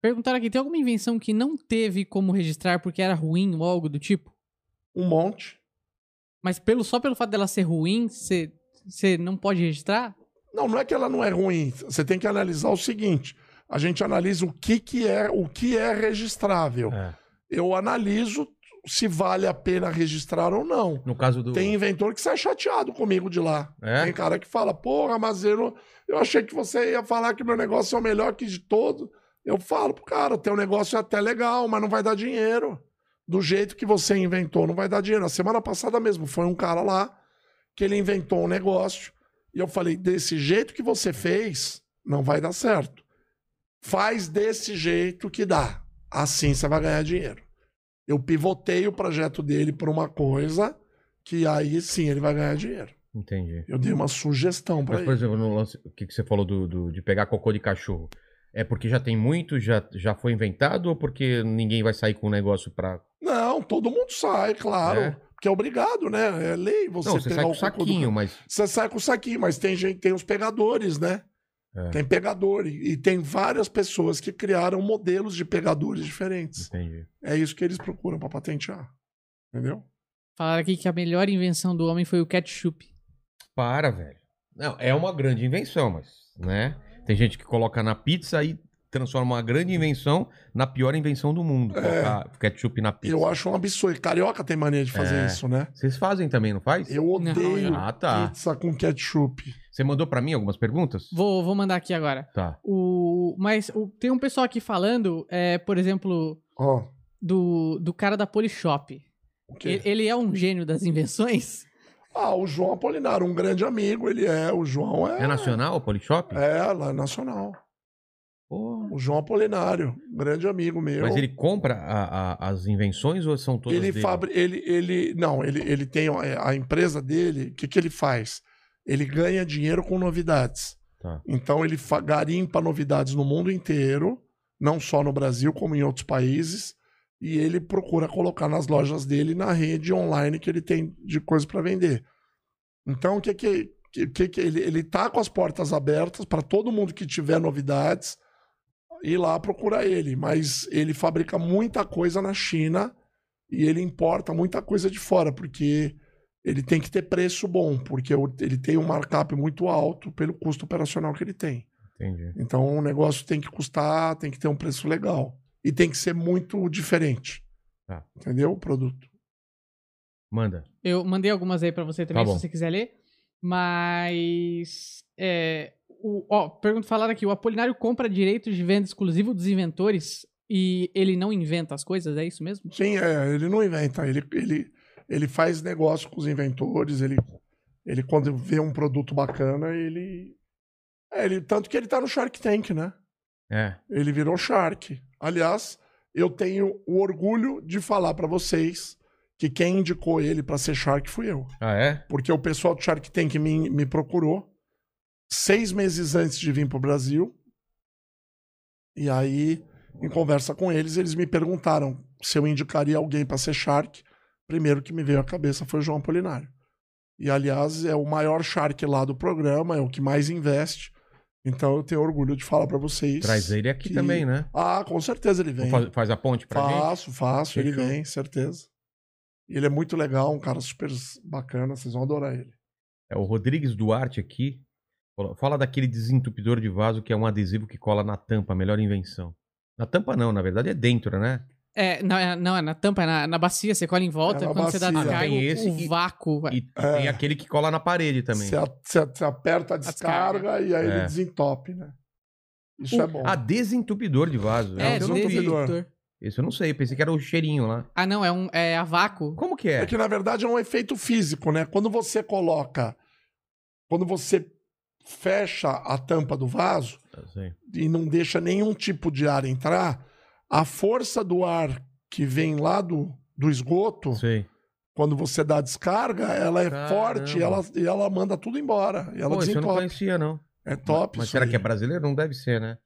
Speaker 3: perguntaram aqui: tem alguma invenção que não teve como registrar porque era ruim ou algo do tipo?
Speaker 4: Um monte.
Speaker 3: Mas pelo, só pelo fato dela ser ruim, você você não pode registrar?
Speaker 4: Não, não é que ela não é ruim. Você tem que analisar o seguinte: a gente analisa o que, que é o que é registrável.
Speaker 2: É.
Speaker 4: Eu analiso se vale a pena registrar ou não.
Speaker 2: No caso do.
Speaker 4: Tem inventor que sai chateado comigo de lá.
Speaker 2: É?
Speaker 4: Tem cara que fala, porra, mas eu, não- eu achei que você ia falar que meu negócio é o melhor que de todo. Eu falo, pro cara, teu negócio é até legal, mas não vai dar dinheiro. Do jeito que você inventou, não vai dar dinheiro. A semana passada mesmo foi um cara lá que ele inventou um negócio. E eu falei, desse jeito que você fez, não vai dar certo. Faz desse jeito que dá. Assim você vai ganhar dinheiro. Eu pivotei o projeto dele para uma coisa que aí sim ele vai ganhar dinheiro.
Speaker 2: Entendi.
Speaker 4: Eu dei uma sugestão para
Speaker 2: Mas,
Speaker 4: ele.
Speaker 2: por exemplo, no lance, o que, que você falou do, do- de pegar cocô de cachorro? É porque já tem muito, já, já foi inventado, ou porque ninguém vai sair com um negócio pra.
Speaker 4: Não, todo mundo sai, claro.
Speaker 2: É?
Speaker 4: Porque é obrigado, né? É lei você
Speaker 2: Não, você
Speaker 4: pegar
Speaker 2: sai com
Speaker 4: o
Speaker 2: o
Speaker 4: cocô do-
Speaker 2: saquinho, mas.
Speaker 4: Você sai com o saquinho, mas tem gente, tem os pegadores, né?
Speaker 2: É.
Speaker 4: Tem pegador. E, e tem várias pessoas que criaram modelos de pegadores diferentes.
Speaker 2: Entendi.
Speaker 4: É isso que eles procuram pra patentear. Entendeu?
Speaker 3: Falaram aqui que a melhor invenção do homem foi o ketchup.
Speaker 2: Para, velho. Não, é uma grande invenção, mas. né? Tem gente que coloca na pizza e transforma uma grande invenção na pior invenção do mundo. Colocar ketchup na pizza.
Speaker 4: É. Eu acho um absurdo. Carioca tem mania de fazer
Speaker 2: É.
Speaker 4: isso, né?
Speaker 2: Vocês fazem também, não faz?
Speaker 4: Eu odeio
Speaker 3: eu-
Speaker 2: Ah, tá.
Speaker 4: pizza com ketchup.
Speaker 2: Você mandou pra mim algumas perguntas?
Speaker 3: Vou, vou mandar aqui agora.
Speaker 2: Tá.
Speaker 3: O, mas o- tem um pessoal aqui falando, é, por exemplo,
Speaker 4: Ó,
Speaker 3: do, do cara da Polishop.
Speaker 4: o quê?
Speaker 3: Ele, ele é um gênio das invenções?
Speaker 4: Ah, o João Apolinário, um grande amigo, ele é. O João é.
Speaker 2: É nacional, Polishop?
Speaker 4: É, lá é nacional.
Speaker 2: Pô.
Speaker 4: O João Apolinário, um grande amigo meu.
Speaker 2: Mas ele compra a- a- as invenções ou são todas
Speaker 4: ele,
Speaker 2: dele?
Speaker 4: fabri- ele, ele Não, ele, ele tem a a empresa dele. O que, que ele faz? Ele ganha dinheiro com novidades.
Speaker 2: Tá.
Speaker 4: Então ele fa- garimpa novidades no mundo inteiro, não só no Brasil, como em outros países. E ele procura colocar nas lojas dele, na rede online que ele tem de coisa para vender. Então, o que que. que- que que ele, ele tá com as portas abertas para todo mundo que tiver novidades ir lá procurar ele. Mas ele fabrica muita coisa na China e ele importa muita coisa de fora, porque ele tem que ter preço bom, porque o- ele tem um markup muito alto pelo custo operacional que ele tem.
Speaker 2: Entendi.
Speaker 4: Então o negócio tem que custar, tem que ter um preço legal. E tem que ser muito diferente.
Speaker 2: Tá.
Speaker 4: Entendeu? O produto.
Speaker 2: Manda.
Speaker 3: Eu mandei algumas aí pra você também,
Speaker 2: Tá bom.
Speaker 3: se você quiser ler. Mas. É, o, ó, pergunta falaram aqui: o Apolinário compra direitos de venda exclusivo dos inventores e ele não inventa as coisas, é isso mesmo?
Speaker 4: Sim, é, ele não inventa, ele, ele, ele faz negócio com os inventores, ele, ele quando vê um produto bacana, ele. É, ele tanto que ele tá no Shark Tank, né?
Speaker 2: É.
Speaker 4: Ele virou Shark. Aliás, eu tenho o orgulho de falar pra vocês que quem indicou ele pra ser Shark fui eu.
Speaker 2: Ah, é?
Speaker 4: Porque o pessoal do Shark Tank me, me procurou seis meses antes de vir pro Brasil. E aí, em conversa com eles, eles me perguntaram se eu indicaria alguém pra ser Shark. Primeiro que me veio à cabeça foi o João Apolinário. E, aliás, é o maior Shark lá do programa, é o que mais investe. Então, eu tenho orgulho de falar pra vocês.
Speaker 2: Traz ele aqui
Speaker 4: que-
Speaker 2: também, né?
Speaker 4: Ah, com certeza ele
Speaker 2: Ou
Speaker 4: vem.
Speaker 2: Faz, faz a ponte pra gente?
Speaker 4: Faço, faço, ele
Speaker 2: Fechou.
Speaker 4: vem, certeza. E Ele é muito legal, um cara super bacana, vocês vão adorar ele.
Speaker 2: É o Rodrigues Duarte aqui. falou- Fala daquele desentupidor de vaso que é um adesivo que cola na tampa, a melhor invenção. Na tampa não, na verdade é dentro, né?
Speaker 3: É, não, é, não, é na tampa, é na, na bacia, você cola em volta,
Speaker 4: É na
Speaker 3: quando você dá
Speaker 4: bacia.
Speaker 3: descarga,
Speaker 2: Tem
Speaker 3: o-
Speaker 2: esse
Speaker 3: o
Speaker 2: e-
Speaker 3: vácuo. vai.
Speaker 2: E, e tem
Speaker 4: É.
Speaker 2: aquele que cola na parede também.
Speaker 4: Você, a- você- você aperta a descarga, e aí
Speaker 2: É.
Speaker 4: ele desentope, né? Isso
Speaker 3: O-
Speaker 4: é bom.
Speaker 2: Ah, desentupidor de vaso.
Speaker 3: É,
Speaker 2: Eu não
Speaker 4: desentupidor.
Speaker 2: vi.
Speaker 3: desentupidor.
Speaker 2: Esse eu não sei, pensei que era o cheirinho lá.
Speaker 3: Ah, não, é, um, é a vácuo.
Speaker 2: Como que é?
Speaker 4: É que, na verdade, é um efeito físico, né? Quando você coloca. Quando você fecha a tampa do vaso
Speaker 2: Eu Ah, sei.
Speaker 4: e não deixa nenhum tipo de ar entrar, a força do ar que vem lá do, do esgoto.
Speaker 2: sei.
Speaker 4: quando você dá a descarga, ela é
Speaker 2: Caramba.
Speaker 4: forte e ela, e ela manda tudo embora. E ela
Speaker 2: Pô, esse eu não
Speaker 4: desentope.
Speaker 2: conhecia, não.
Speaker 4: É top.
Speaker 2: Mas
Speaker 4: isso
Speaker 2: será
Speaker 4: aí.
Speaker 2: que é brasileiro? Não deve ser, né?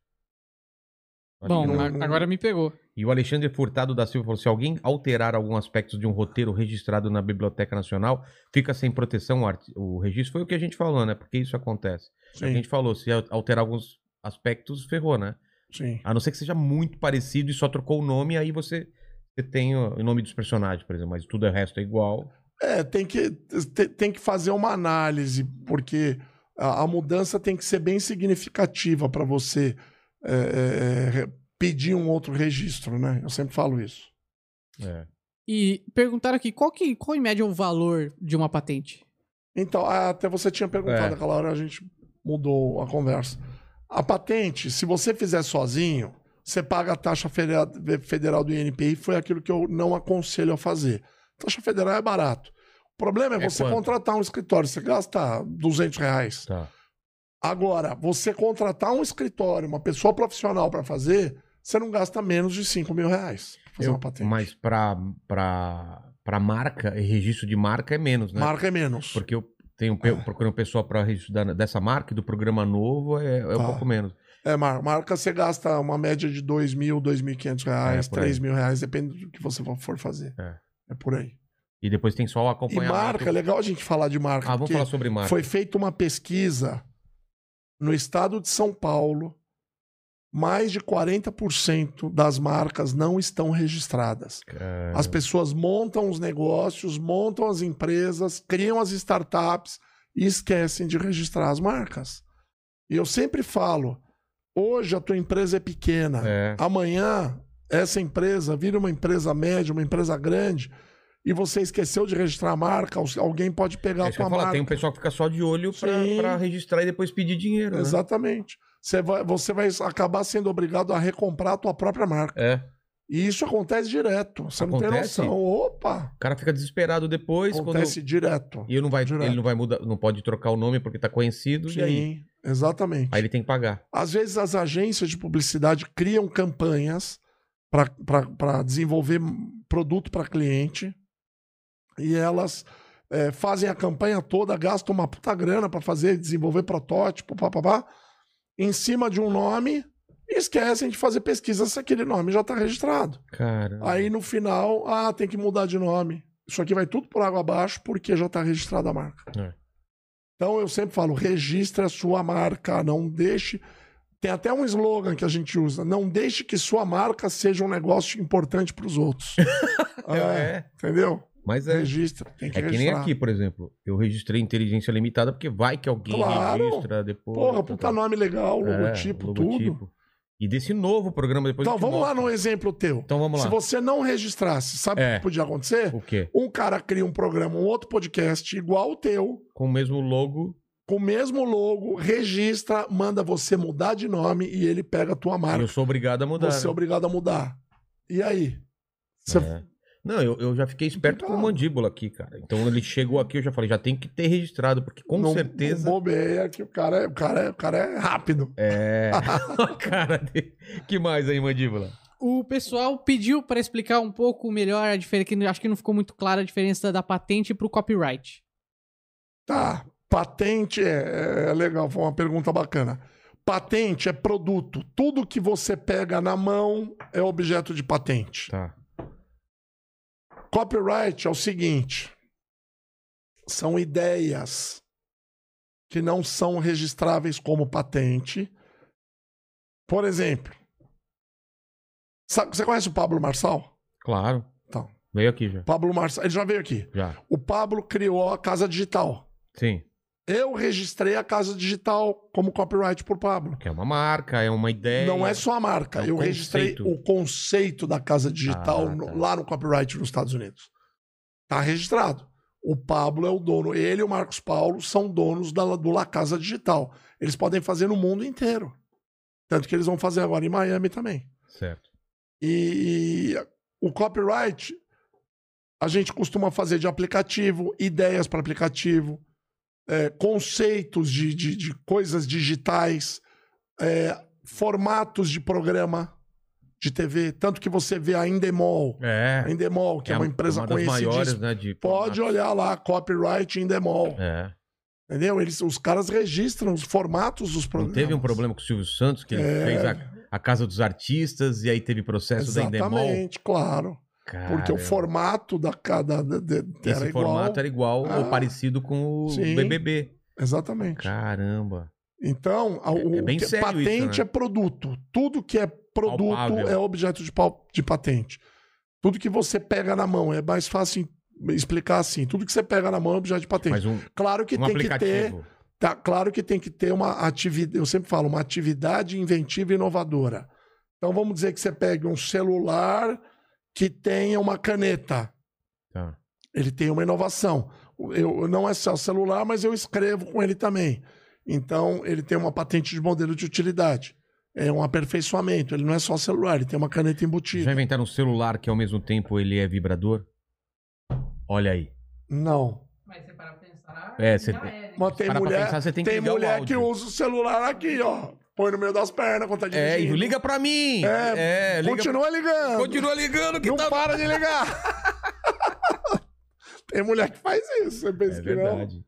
Speaker 2: Acho
Speaker 3: Bom, é
Speaker 2: que não.
Speaker 3: a- agora me pegou.
Speaker 2: E o Alexandre Furtado da Silva falou: se alguém alterar algum aspecto de um roteiro registrado na Biblioteca Nacional, fica sem proteção o, arti- o registro. Foi o que a gente falou, né? Porque isso acontece. A
Speaker 4: Sim,
Speaker 2: gente falou: se al- alterar alguns aspectos, ferrou, né?
Speaker 4: sim.
Speaker 2: A não ser que seja muito parecido e só trocou o nome, aí você, você tem o o nome dos personagens, por exemplo, mas tudo o resto é igual.
Speaker 4: É, tem que, te- tem que fazer uma análise, porque a, a mudança tem que ser bem significativa para você é, é, é, re- pedir um outro registro, né? Eu sempre falo isso.
Speaker 2: É.
Speaker 3: E perguntaram aqui, qual, que, qual em média é o valor de uma patente?
Speaker 4: Então, ah, até você tinha perguntado
Speaker 2: É.
Speaker 4: aquela hora, a gente mudou a conversa. A patente, se você fizer sozinho, você paga a taxa federa- federal do INPI, foi aquilo que eu não aconselho a fazer. Taxa federal é barato. O problema é,
Speaker 2: É
Speaker 4: você
Speaker 2: quanto?
Speaker 4: contratar um escritório, você gasta 200 reais.
Speaker 2: Tá.
Speaker 4: Agora, você contratar um escritório, uma pessoa profissional para fazer, você não gasta menos de 5 mil reais. fazer
Speaker 2: Eu-
Speaker 4: uma patente.
Speaker 2: Mas pra, pra, pra marca, e registro de marca é menos, né?
Speaker 4: Marca é menos.
Speaker 2: Porque eu tenho pe- procurei um pessoal pra registro da- dessa marca e do programa novo é, é um
Speaker 4: Tá.
Speaker 2: pouco menos.
Speaker 4: É, mar- marca você gasta uma média de dois mil, dois mil e quinhentos reais,
Speaker 2: É, por aí.
Speaker 4: três mil reais, depende do que você for fazer.
Speaker 2: É.
Speaker 4: É por aí.
Speaker 2: E depois tem só o
Speaker 4: E
Speaker 2: acompanhamento.
Speaker 4: marca, é legal a gente falar de marca,
Speaker 2: Ah, vamos
Speaker 4: porque
Speaker 2: falar sobre marca.
Speaker 4: foi feita uma pesquisa no estado de São Paulo, mais de 40% das marcas não estão registradas.
Speaker 2: Cara,
Speaker 4: As pessoas montam os negócios, montam as empresas, criam as startups e esquecem de registrar as marcas. E eu sempre falo: hoje a tua empresa é pequena,
Speaker 2: É.
Speaker 4: amanhã essa empresa vira uma empresa média, uma empresa grande, e você esqueceu de registrar a marca, al- alguém pode pegar
Speaker 2: É
Speaker 4: a
Speaker 2: isso que eu
Speaker 4: tua
Speaker 2: ia falar,
Speaker 4: marca.
Speaker 2: tem um pessoal que fica só de olho pra,
Speaker 4: Sim.
Speaker 2: pra registrar e depois pedir dinheiro. né?
Speaker 4: Exatamente. Você vai, você vai acabar sendo obrigado a recomprar a tua própria marca.
Speaker 2: É.
Speaker 4: E isso acontece direto. Você não tem
Speaker 2: Acontece?
Speaker 4: noção. Opa!
Speaker 2: O cara fica desesperado depois. quando-
Speaker 4: Acontece direto.
Speaker 2: E ele não vai,
Speaker 4: Direto.
Speaker 2: ele não vai mudar, não pode trocar o nome porque tá conhecido. E aí?
Speaker 4: Sim, exatamente.
Speaker 2: Aí ele tem que pagar.
Speaker 4: Às vezes as agências de publicidade criam campanhas para desenvolver m- produto para cliente e elas eh, fazem a campanha toda, gastam uma puta grana para fazer, desenvolver protótipo, papapá, em cima de um nome e esquecem de fazer pesquisa se aquele nome já está registrado.
Speaker 2: Cara.
Speaker 4: Aí no final, ah, tem que mudar de nome. Isso aqui vai tudo por água abaixo porque já está registrada a marca.
Speaker 2: É.
Speaker 4: Então eu sempre falo, registre a sua marca, não deixe. Tem até um slogan que a gente usa: não deixe que sua marca seja um negócio importante para os outros. é,
Speaker 2: É,
Speaker 4: entendeu?
Speaker 2: Mas é.
Speaker 4: Registra, tem que
Speaker 2: É que nem
Speaker 4: registrar.
Speaker 2: aqui, por exemplo. Eu registrei inteligência limitada porque vai que alguém
Speaker 4: Claro.
Speaker 2: registra depois.
Speaker 4: Porra,
Speaker 2: tá,
Speaker 4: puta
Speaker 2: tá.
Speaker 4: nome legal,
Speaker 2: É,
Speaker 4: logotipo, tudo.
Speaker 2: logotipo. E desse novo programa depois.
Speaker 4: Então
Speaker 2: eu te
Speaker 4: vamos lá
Speaker 2: mostro.
Speaker 4: num exemplo teu.
Speaker 2: Então vamos lá.
Speaker 4: Se você não registrasse, sabe o
Speaker 2: É.
Speaker 4: que podia acontecer?
Speaker 2: O quê?
Speaker 4: Um cara cria um programa, um outro podcast igual o teu,
Speaker 2: Com o mesmo logo
Speaker 4: com o mesmo logo, registra, manda você mudar de nome e ele pega a tua marca.
Speaker 2: eu sou obrigado a mudar.
Speaker 4: você é
Speaker 2: né?
Speaker 4: obrigado a mudar. E aí? Você-
Speaker 2: É. Não, eu, eu já fiquei esperto com
Speaker 4: Então.
Speaker 2: o mandíbula aqui, cara. Então ele chegou aqui, eu já falei, já tem que ter registrado, porque com
Speaker 4: não-
Speaker 2: certeza.
Speaker 4: Não bobeia que o cara, é- o, cara, é- o cara é rápido.
Speaker 2: É. cara dele. Que mais aí, mandíbula?
Speaker 3: O pessoal pediu para explicar um pouco melhor a diferença, que acho que não ficou muito clara a diferença da patente pro copyright.
Speaker 4: Tá. Patente é, é legal, foi uma pergunta bacana. Patente é produto. Tudo que você pega na mão é objeto de patente.
Speaker 2: Tá.
Speaker 4: Copyright é o seguinte: são ideias que não são registráveis como patente. Por exemplo, sabe- você conhece o Pablo Marçal?
Speaker 2: Claro.
Speaker 4: Então.
Speaker 2: Veio aqui já.
Speaker 4: Pablo Marçal, ele já veio aqui.
Speaker 2: Já.
Speaker 4: O Pablo criou a Casa Digital.
Speaker 2: Sim.
Speaker 4: Eu registrei a Casa Digital como copyright por Pablo.
Speaker 2: Que é uma marca, é uma ideia.
Speaker 4: Não é só a marca,
Speaker 2: É o
Speaker 4: eu registrei
Speaker 2: conceito.
Speaker 4: o conceito da casa digital
Speaker 2: Ah,
Speaker 4: no-
Speaker 2: tá.
Speaker 4: lá no copyright nos Estados Unidos. Tá registrado. O Pablo é o dono, ele e o Marcos Paulo são donos da, do La Casa Digital. Eles podem fazer no mundo inteiro. Tanto que eles vão fazer agora em Miami também.
Speaker 2: Certo.
Speaker 4: E, e o copyright a gente costuma fazer de aplicativo, ideias para aplicativo, é, conceitos de, de, de coisas digitais, é, formatos de programa de TV, tanto que você vê a Indemol,
Speaker 2: É.
Speaker 4: a Indemol que é, uma empresa
Speaker 2: uma das
Speaker 4: conhecidíssima.
Speaker 2: maiores, né? De
Speaker 4: Pode olhar lá, copyright Indemol,
Speaker 2: É.
Speaker 4: entendeu? Eles, os caras registram os formatos dos
Speaker 2: Não
Speaker 4: programas.
Speaker 2: teve um problema com o Silvio Santos, que ele
Speaker 4: É.
Speaker 2: fez a, a Casa dos Artistas, e aí teve processo da Endemol.
Speaker 4: Exatamente, claro. Porque o
Speaker 2: formato
Speaker 4: formato da cada da- da- da- era
Speaker 2: Esse
Speaker 4: igual.
Speaker 2: formato é- era igual ou
Speaker 4: Ah.
Speaker 2: parecido com o
Speaker 4: Sim.
Speaker 2: BBB.
Speaker 4: Exatamente.
Speaker 2: Caramba.
Speaker 4: Então, a- o
Speaker 2: é bem
Speaker 4: que é
Speaker 2: sério isso,
Speaker 4: patente
Speaker 2: né?
Speaker 4: é produto. Tudo que é produto
Speaker 2: Palpável.
Speaker 4: é objeto de, pau- de patente. Tudo que você pega na mão é mais fácil explicar assim. Tudo que você pega na mão é objeto de patente.
Speaker 2: Mas um,
Speaker 4: claro que
Speaker 2: um
Speaker 4: tem que ter,
Speaker 2: aplicativo.
Speaker 4: tá, claro que tem que ter uma atividade, eu sempre falo, uma atividade inventiva e inovadora. Então vamos dizer que você pegue um celular que tenha uma caneta
Speaker 2: Tá.
Speaker 4: ele tem uma inovação. Eu, não é só celular, mas eu escrevo com ele também. Então, ele tem uma patente de modelo de utilidade. É um aperfeiçoamento. Ele não é só celular, ele tem uma caneta
Speaker 2: Já
Speaker 4: embutida.
Speaker 2: inventaram um celular que ao mesmo tempo ele é vibrador? Olha aí.
Speaker 4: Não.
Speaker 3: Mas você para pensar,
Speaker 2: É, você-
Speaker 3: é,
Speaker 4: Mas tem
Speaker 2: Para pra
Speaker 4: mulher,
Speaker 2: pensar, você tem
Speaker 4: tem
Speaker 2: que ligar o
Speaker 4: mulher
Speaker 2: áudio.
Speaker 4: que usa o celular aqui, ó. põe no meio das pernas quando tá
Speaker 2: É,
Speaker 4: dirigindo.
Speaker 2: e liga pra mim.
Speaker 4: É,
Speaker 2: É, liga.
Speaker 4: continua ligando.
Speaker 2: Continua ligando que
Speaker 4: não
Speaker 2: tá...
Speaker 4: para de ligar. Tem mulher que faz isso, você pensa
Speaker 2: É
Speaker 4: que não.
Speaker 2: verdade.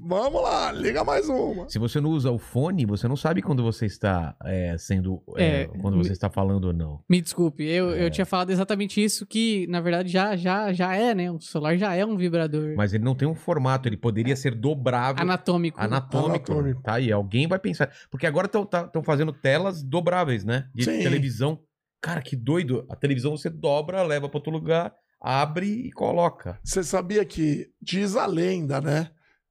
Speaker 4: Vamos lá, liga mais uma.
Speaker 2: Se você não usa o fone, você não sabe quando você está é, sendo. é,
Speaker 3: É,
Speaker 2: quando você está falando ou não.
Speaker 3: Me desculpe, eu, eu tinha falado exatamente isso que, na verdade, já, já, já é, né? O celular já é um vibrador
Speaker 2: Mas ele não tem um formato, ele poderia ser dobrável.
Speaker 3: anatômico. né?
Speaker 2: Anatômico,
Speaker 4: Anatômico.
Speaker 2: Tá aí, alguém vai pensar. Porque agora estão fazendo telas dobráveis, né? De
Speaker 4: Sim.
Speaker 2: televisão. Cara, que doido. A televisão você dobra, leva pra outro lugar, abre e coloca.
Speaker 4: Você sabia que diz a lenda, né?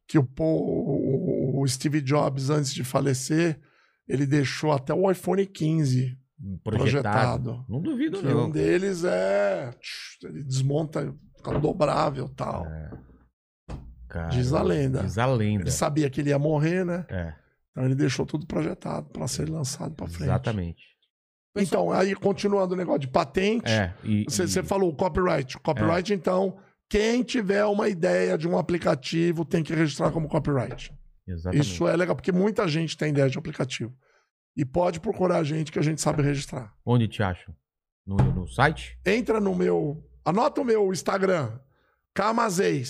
Speaker 4: Que o, Paul- o Steve Jobs, antes de falecer, ele deixou até o iPhone 15
Speaker 2: Projetado.
Speaker 4: projetado.
Speaker 2: Não duvido,
Speaker 4: Que
Speaker 2: não.
Speaker 4: um deles é. tch, Ele desmonta, fica dobrável e tal.
Speaker 2: É. Cara,
Speaker 4: Diz a lenda.
Speaker 2: Diz a lenda.
Speaker 4: Ele sabia que ele ia morrer, né?
Speaker 2: É,
Speaker 4: Então ele deixou tudo projetado pra ser lançado pra frente.
Speaker 2: exatamente.
Speaker 4: Então, aí continuando o negócio de patente,
Speaker 2: É, e,
Speaker 4: você,
Speaker 2: e- É.
Speaker 4: você falou copyright. Copyright, então, quem tiver uma ideia de um aplicativo tem que registrar como copyright.
Speaker 2: Exatamente.
Speaker 4: Isso é legal, porque muita gente tem ideia de aplicativo. E pode procurar a gente que a gente sabe registrar.
Speaker 2: Onde te acham? No, no site?
Speaker 4: Entra no meu. Anota o meu Instagram. Camazei.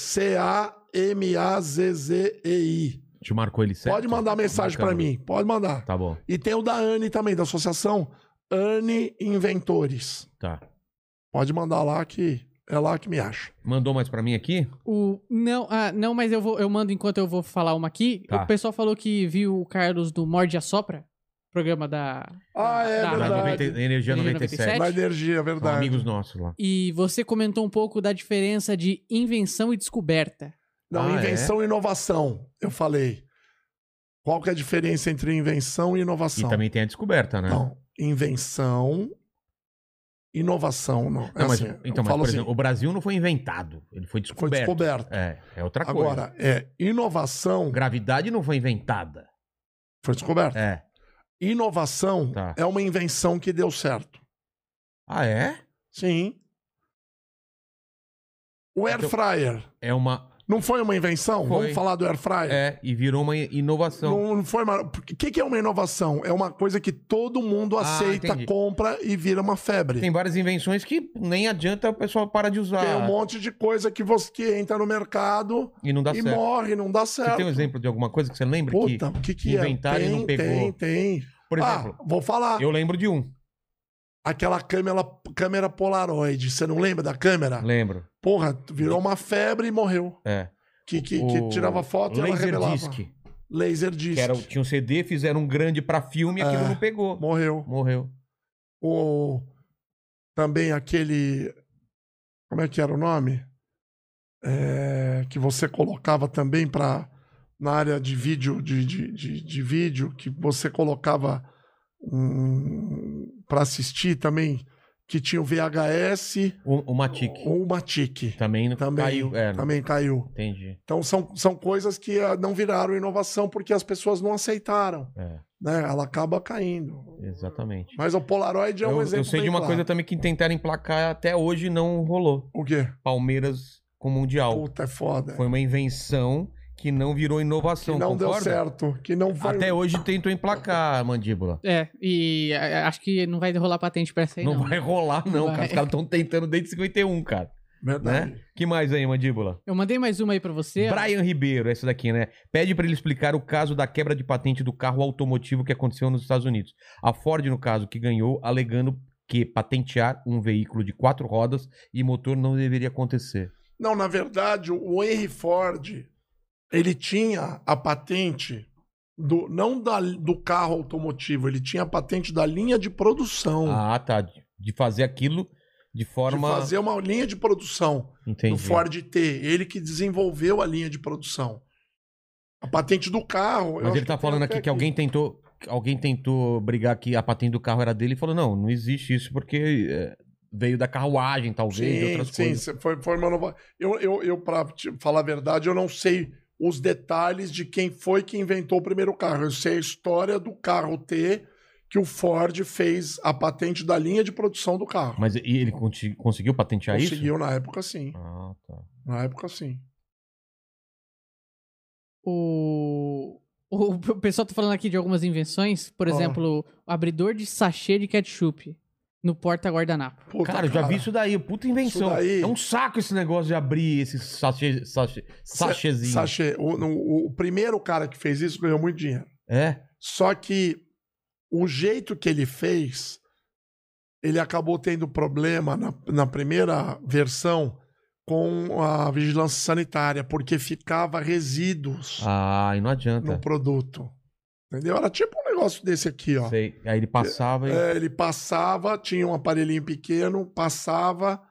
Speaker 4: C-A-M-A-Z-Z-E-I.
Speaker 2: Te marcou ele certo?
Speaker 4: Pode mandar mensagem pra
Speaker 2: Marcamos.
Speaker 4: mim. Pode mandar.
Speaker 2: Tá bom,
Speaker 4: E tem o da Anne também, da associação Anne Inventores.
Speaker 2: tá.
Speaker 4: Pode mandar lá que é lá que me acha.
Speaker 2: Mandou mais pra mim aqui?
Speaker 3: O, não, ah, não, mas eu vou, eu mando enquanto eu vou falar uma aqui.
Speaker 2: Tá.
Speaker 3: O pessoal falou que viu o Carlos do Morde a Sopra, programa da.
Speaker 4: Ah, é
Speaker 3: da-
Speaker 2: Da
Speaker 4: verdade.
Speaker 2: 90 Tá, Energia
Speaker 3: Energia
Speaker 2: 97.
Speaker 3: 97.
Speaker 4: Na energia, é
Speaker 2: São
Speaker 4: verdade.
Speaker 2: amigos nossos lá.
Speaker 3: E você comentou um pouco da diferença de invenção e descoberta.
Speaker 4: Não,
Speaker 2: Ah,
Speaker 4: invenção e inovação, eu falei. Qual que é a diferença entre invenção e
Speaker 2: E
Speaker 4: inovação?
Speaker 2: também tem a descoberta, né?
Speaker 4: Não, invenção, inovação, não. É
Speaker 2: Não, mas,
Speaker 4: assim, eu
Speaker 2: então, mas,
Speaker 4: falo
Speaker 2: por
Speaker 4: assim,
Speaker 2: exemplo, o Brasil não foi inventado. Ele foi
Speaker 4: foi
Speaker 2: descoberto.
Speaker 4: descoberto.
Speaker 2: É, é outra coisa.
Speaker 4: Agora, é, inovação
Speaker 2: Gravidade não foi inventada.
Speaker 4: foi descoberta.
Speaker 2: É.
Speaker 4: Inovação
Speaker 2: Tá.
Speaker 4: é uma invenção que deu certo.
Speaker 2: Ah, é?
Speaker 4: Sim. O air
Speaker 2: Então-
Speaker 4: fryer
Speaker 2: É uma.
Speaker 4: não foi uma invenção?
Speaker 2: Foi.
Speaker 4: Vamos falar do air fryer.
Speaker 2: É, e virou uma inovação.
Speaker 4: Não, não foi uma... O que, que é uma inovação? É uma coisa que todo mundo
Speaker 2: Ah,
Speaker 4: aceita,
Speaker 2: entendi.
Speaker 4: compra e vira uma febre.
Speaker 2: Tem várias invenções que nem adianta o pessoal para de usar.
Speaker 4: Tem um monte de coisa que você que entra no mercado
Speaker 2: E não dá
Speaker 4: e
Speaker 2: certo.
Speaker 4: morre, não dá
Speaker 2: Você tem
Speaker 4: certo.
Speaker 2: um exemplo de alguma coisa que você lembra? que,
Speaker 4: Puta, o que, que é?
Speaker 2: inventaram e
Speaker 4: tem,
Speaker 2: não pegou.
Speaker 4: Tem, tem.
Speaker 2: por exemplo,
Speaker 4: ah, vou falar.
Speaker 2: eu lembro de um.
Speaker 4: Aquela câmera, câmera Polaroid. Você não lembra da câmera?
Speaker 2: Lembro.
Speaker 4: Porra, virou uma febre e morreu.
Speaker 2: É.
Speaker 4: Que, que,
Speaker 2: O-
Speaker 4: que tirava foto e ela
Speaker 2: Laser
Speaker 4: revelava.
Speaker 2: Disc.
Speaker 4: Laser disc.
Speaker 2: Que era, tinha um CD, fizeram um grande pra filme e aquilo
Speaker 4: É.
Speaker 2: não pegou.
Speaker 4: Morreu.
Speaker 2: Morreu.
Speaker 4: o também aquele como é que era o nome É, que você colocava também para na área de vídeo de, de, de, de vídeo que você colocava um, para assistir também que tinha o VHS
Speaker 2: O, o Matic.
Speaker 4: ou o Matic
Speaker 2: Também, não
Speaker 4: também
Speaker 2: Tá. caiu. É, não-
Speaker 4: também caiu
Speaker 2: Entendi.
Speaker 4: então são, são coisas que ah, não viraram inovação porque as pessoas não aceitaram
Speaker 2: É,
Speaker 4: né ela acaba caindo
Speaker 2: exatamente.
Speaker 4: mas o Polaroid é um
Speaker 2: eu, eu
Speaker 4: exemplo
Speaker 2: sei de
Speaker 4: bem
Speaker 2: uma
Speaker 4: claro.
Speaker 2: coisa também que tentaram emplacar até hoje não rolou.
Speaker 4: o quê?
Speaker 2: Palmeiras com o Mundial.
Speaker 4: Puta, é foda.
Speaker 2: Foi uma invenção que não virou
Speaker 4: que
Speaker 2: inovação,
Speaker 4: não deu
Speaker 2: concorda?
Speaker 4: certo. Que não foi.
Speaker 2: Até hoje tentou emplacar a mandíbula.
Speaker 3: É, e é, acho que não vai rolar patente pra essa aí,
Speaker 2: Não,
Speaker 3: não.
Speaker 2: vai rolar, não,
Speaker 3: Vai.
Speaker 2: cara. Os caras estão tentando desde 51, cara.
Speaker 4: Verdade.
Speaker 2: Que mais aí, mandíbula?
Speaker 3: Eu mandei mais uma aí pra você. ó.
Speaker 2: Brian Ribeiro, essa daqui, né? Pede pra ele explicar o caso da quebra de patente do carro automotivo que aconteceu nos Estados Unidos. A Ford, no caso, que ganhou, alegando que patentear um veículo de quatro rodas e motor não deveria acontecer.
Speaker 4: Não, na verdade, o Henry Ford, ele tinha a patente do não da, do carro automotivo, ele tinha a patente da linha de produção.
Speaker 2: Ah, tá. De de fazer aquilo de
Speaker 4: Hum. de
Speaker 2: forma.
Speaker 4: fazer uma linha de produção
Speaker 2: Entendi.
Speaker 4: do Ford T. Ele que desenvolveu a linha de produção. A patente do carro. eu
Speaker 2: Mas
Speaker 4: acho
Speaker 2: ele tá
Speaker 4: que tem
Speaker 2: falando
Speaker 4: até
Speaker 2: aqui que alguém tentou. que Alguém tentou brigar que a patente do carro era dele e falou: não, não existe isso porque é, veio da carruagem, talvez, e
Speaker 4: Sim,
Speaker 2: um outras
Speaker 4: sim,
Speaker 2: coisas.
Speaker 4: cê- foi, foi uma nova. Eu, eu, eu, pra te falar a verdade, eu não sei os detalhes de quem foi que inventou o primeiro carro. Eu sei a história do carro T que o Ford fez a patente da linha de produção do carro.
Speaker 2: Mas e ele conti- conseguiu patentear isso?
Speaker 4: Conseguiu na época, sim.
Speaker 2: Ah, tá.
Speaker 4: Na época, sim.
Speaker 3: O... O, o pessoal tá falando aqui de algumas invenções, por
Speaker 4: Ó.
Speaker 3: exemplo, abridor de sachê de ketchup no porta-guardanapo.
Speaker 4: Puta,
Speaker 2: cara, eu já vi isso daí, puta invenção.
Speaker 4: Isso daí-
Speaker 2: É um saco esse negócio de abrir esse sachê, sachê, sachêzinho.
Speaker 4: Sachê. O, no- o primeiro cara que fez isso ganhou muito dinheiro.
Speaker 2: É,
Speaker 4: Só que o jeito que ele fez, ele acabou tendo problema na, na primeira versão com a vigilância sanitária, porque ficava resíduos
Speaker 2: ah, e
Speaker 4: no
Speaker 2: não adianta.
Speaker 4: produto. Entendeu? Era tipo um negócio desse aqui, ó.
Speaker 2: Sei. Aí ele passava e...
Speaker 4: É, ele passava, tinha um aparelhinho pequeno, passava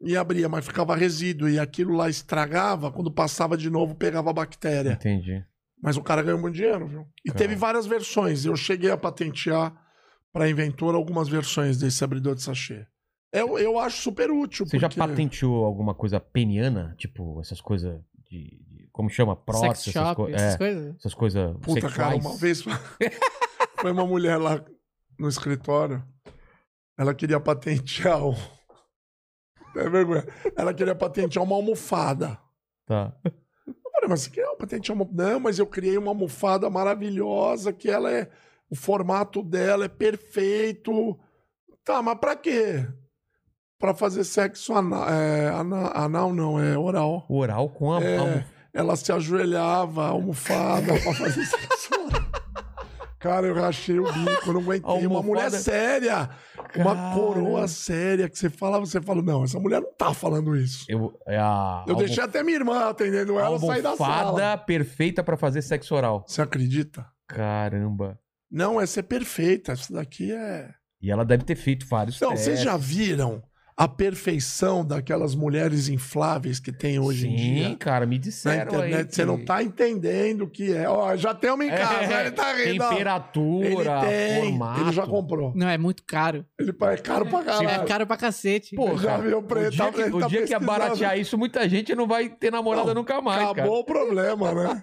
Speaker 4: e abria, mas ficava resíduo. E aquilo lá estragava, quando passava de novo, pegava a bactéria.
Speaker 2: Entendi.
Speaker 4: Mas o cara ganhou muito dinheiro, viu? E
Speaker 2: Cara.
Speaker 4: teve várias versões. Eu cheguei a patentear para inventor algumas versões desse abridor de sachê. Eu, eu acho super útil.
Speaker 2: Você já
Speaker 4: porque-
Speaker 2: patenteou alguma coisa peniana? Tipo, essas coisas de... de- como chama?
Speaker 3: Sex
Speaker 2: Prótese, essas,
Speaker 3: shop,
Speaker 2: co
Speaker 3: essas
Speaker 2: é,
Speaker 3: coisas.
Speaker 2: essas coisas
Speaker 4: Puta, cara,
Speaker 2: sexuais?
Speaker 4: uma vez foi uma mulher lá no escritório. Ela queria patentear o. É vergonha. Ela queria patentear uma almofada.
Speaker 2: Tá.
Speaker 4: Eu falei, mas é você quer uma patentear uma. Não, mas eu criei uma almofada maravilhosa que ela é. O formato dela é perfeito. Tá, mas pra quê? Pra fazer sexo anal. É, ana- anal não, é oral.
Speaker 2: O oral com a...
Speaker 4: É.
Speaker 2: a-
Speaker 4: Ela se ajoelhava, almofada, pra fazer sexo. Cara, eu rachei o bico, não aguentei. Uma
Speaker 2: Almofada.
Speaker 4: mulher séria, uma
Speaker 2: Cara.
Speaker 4: coroa séria, que você fala, você fala, não, essa mulher não tá falando isso.
Speaker 2: Eu, é a
Speaker 4: Eu deixei até minha irmã atendendo ela sair da sala.
Speaker 2: almofada perfeita pra fazer sexo oral.
Speaker 4: Você acredita?
Speaker 2: Caramba.
Speaker 4: Não, essa é perfeita, essa daqui é...
Speaker 2: E ela deve ter feito vários
Speaker 4: Não,
Speaker 2: testes.
Speaker 4: vocês já viram a perfeição daquelas mulheres infláveis que tem hoje
Speaker 2: Sim,
Speaker 4: em dia?
Speaker 2: cara, me
Speaker 4: Na
Speaker 2: disseram aí
Speaker 4: internet,
Speaker 2: que-
Speaker 4: você não tá entendendo o que é. Ó, já tem uma em casa, ele tá rindo. ó. Ele
Speaker 2: é, Temperatura,
Speaker 4: tem,
Speaker 2: formato.
Speaker 4: ele já comprou.
Speaker 3: Não, é muito caro.
Speaker 4: Ele é caro pra
Speaker 3: É
Speaker 4: caralho.
Speaker 3: caro pra cacete.
Speaker 2: Pô,
Speaker 4: já
Speaker 2: cara,
Speaker 4: viu o
Speaker 2: o
Speaker 4: preço,
Speaker 2: dia,
Speaker 4: tá-
Speaker 2: que,
Speaker 4: ele
Speaker 2: o
Speaker 4: tá
Speaker 2: dia que
Speaker 4: pesquisando.
Speaker 2: abaratear isso, muita gente não vai ter namorada
Speaker 4: Não,
Speaker 2: nunca mais,
Speaker 4: Acabou o problema, né?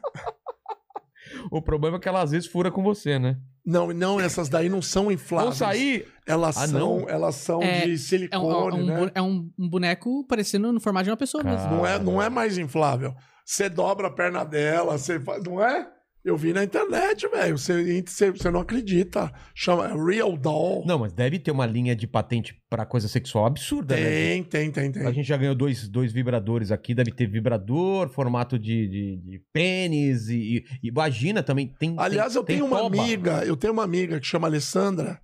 Speaker 2: cara. O problema é que ela às vezes fura com você, né?
Speaker 4: Não, não, essas daí não são
Speaker 2: Vão
Speaker 4: infláveis.
Speaker 2: sair,
Speaker 4: Elas
Speaker 2: Ah,
Speaker 4: são,
Speaker 2: não?
Speaker 4: elas são
Speaker 3: É,
Speaker 4: de
Speaker 3: É um, é
Speaker 4: silicone,
Speaker 3: um
Speaker 4: né?
Speaker 3: bu- é um- um boneco parecendo no formato de uma pessoa
Speaker 2: Cara.
Speaker 3: mesmo.
Speaker 4: Não é, não é mais inflável. Você dobra a perna dela, você faz, não é? Eu vi na internet, velho. Você, você, você não acredita. Chama é Real Doll.
Speaker 2: Não, mas deve ter uma linha de patente pra coisa sexual absurda, né?
Speaker 4: tem, tem, tem, tem.
Speaker 2: A gente já ganhou dois, dois vibradores aqui, deve ter vibrador, formato de, de, de pênis e, e- e vagina também. Tem, tem-
Speaker 4: Aliás, eu
Speaker 2: tem
Speaker 4: tenho uma
Speaker 2: toba.
Speaker 4: amiga, eu tenho uma amiga que chama Alessandra.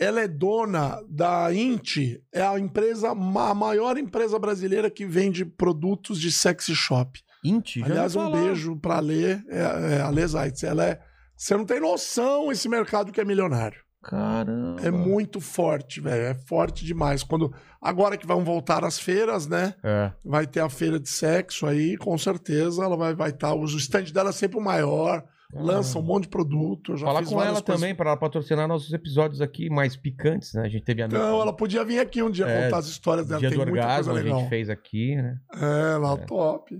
Speaker 4: Ela é dona da Inti, é a empresa, ma- a maior empresa brasileira que vende produtos de sexy shop.
Speaker 2: Inti, já ouvi
Speaker 4: Aliás, um
Speaker 2: falar.
Speaker 4: beijo pra Lê, é, é, a Lê Zaitz. Ela é. Você não tem noção esse mercado que é milionário.
Speaker 2: Caramba.
Speaker 4: É muito forte, velho. É forte demais. Quando agora que vão voltar as feiras, né?
Speaker 2: É.
Speaker 4: Vai ter a feira de sexo aí, com certeza ela vai vai estar. o stand dela é sempre o maior. Lança um monte de produto. Eu já
Speaker 2: Falar
Speaker 4: fiz
Speaker 2: com
Speaker 4: várias
Speaker 2: ela
Speaker 4: coisas
Speaker 2: também para patrocinar nossos episódios aqui mais picantes, né? A gente teve a
Speaker 4: Então, ela podia vir aqui um dia
Speaker 2: É,
Speaker 4: contar as histórias dela.
Speaker 2: Dia
Speaker 4: Tem
Speaker 2: do
Speaker 4: muita
Speaker 2: Orgasmo
Speaker 4: coisa
Speaker 2: a
Speaker 4: legal.
Speaker 2: gente fez aqui, né?
Speaker 4: É, lá,
Speaker 2: É.
Speaker 4: top.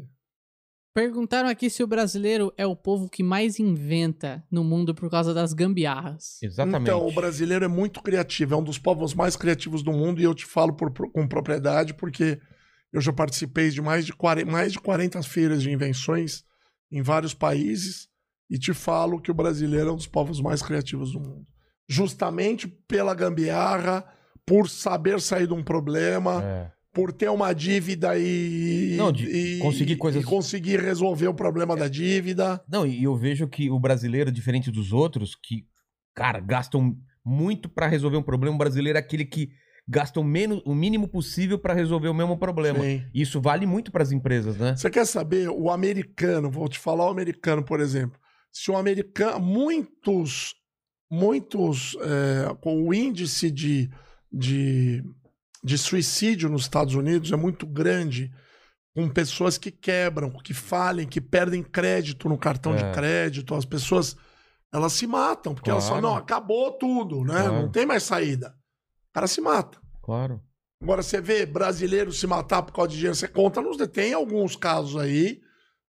Speaker 3: Perguntaram aqui se o brasileiro é o povo que mais inventa no mundo por causa das gambiarras.
Speaker 2: Exatamente.
Speaker 4: Então, o brasileiro é muito criativo, é um dos povos mais criativos do mundo e eu te falo por- por- com propriedade porque eu já participei de mais de, 40, mais de 40 feiras de invenções em vários países e te falo que o brasileiro é um dos povos mais criativos do mundo. Justamente pela gambiarra, por saber sair de um problema,
Speaker 2: É.
Speaker 4: por ter uma dívida e,
Speaker 2: Não, de
Speaker 4: e-
Speaker 2: conseguir coisas- É.
Speaker 4: e conseguir resolver o problema da dívida.
Speaker 2: Não, e eu vejo que o brasileiro, diferente dos outros, que, cara, gastam muito para resolver um problema, o brasileiro é aquele que gastam menos, o mínimo possível para resolver o mesmo problema.
Speaker 4: Sim.
Speaker 2: Isso vale muito para as empresas, né?
Speaker 4: Você quer saber o americano? Vou te falar o americano, por exemplo. Se o americano, muitos, muitos é, com o índice de, de, de suicídio nos Estados Unidos é muito grande, com pessoas que quebram, que falem, que perdem crédito no cartão
Speaker 2: É.
Speaker 4: de crédito, as pessoas elas se matam porque elas
Speaker 2: Claro.
Speaker 4: falam não acabou tudo, né?
Speaker 2: Claro.
Speaker 4: Não tem mais saída. O cara se mata.
Speaker 2: Claro.
Speaker 4: Agora, você vê brasileiro se matar por causa de dinheiro, você conta nos tem alguns casos aí,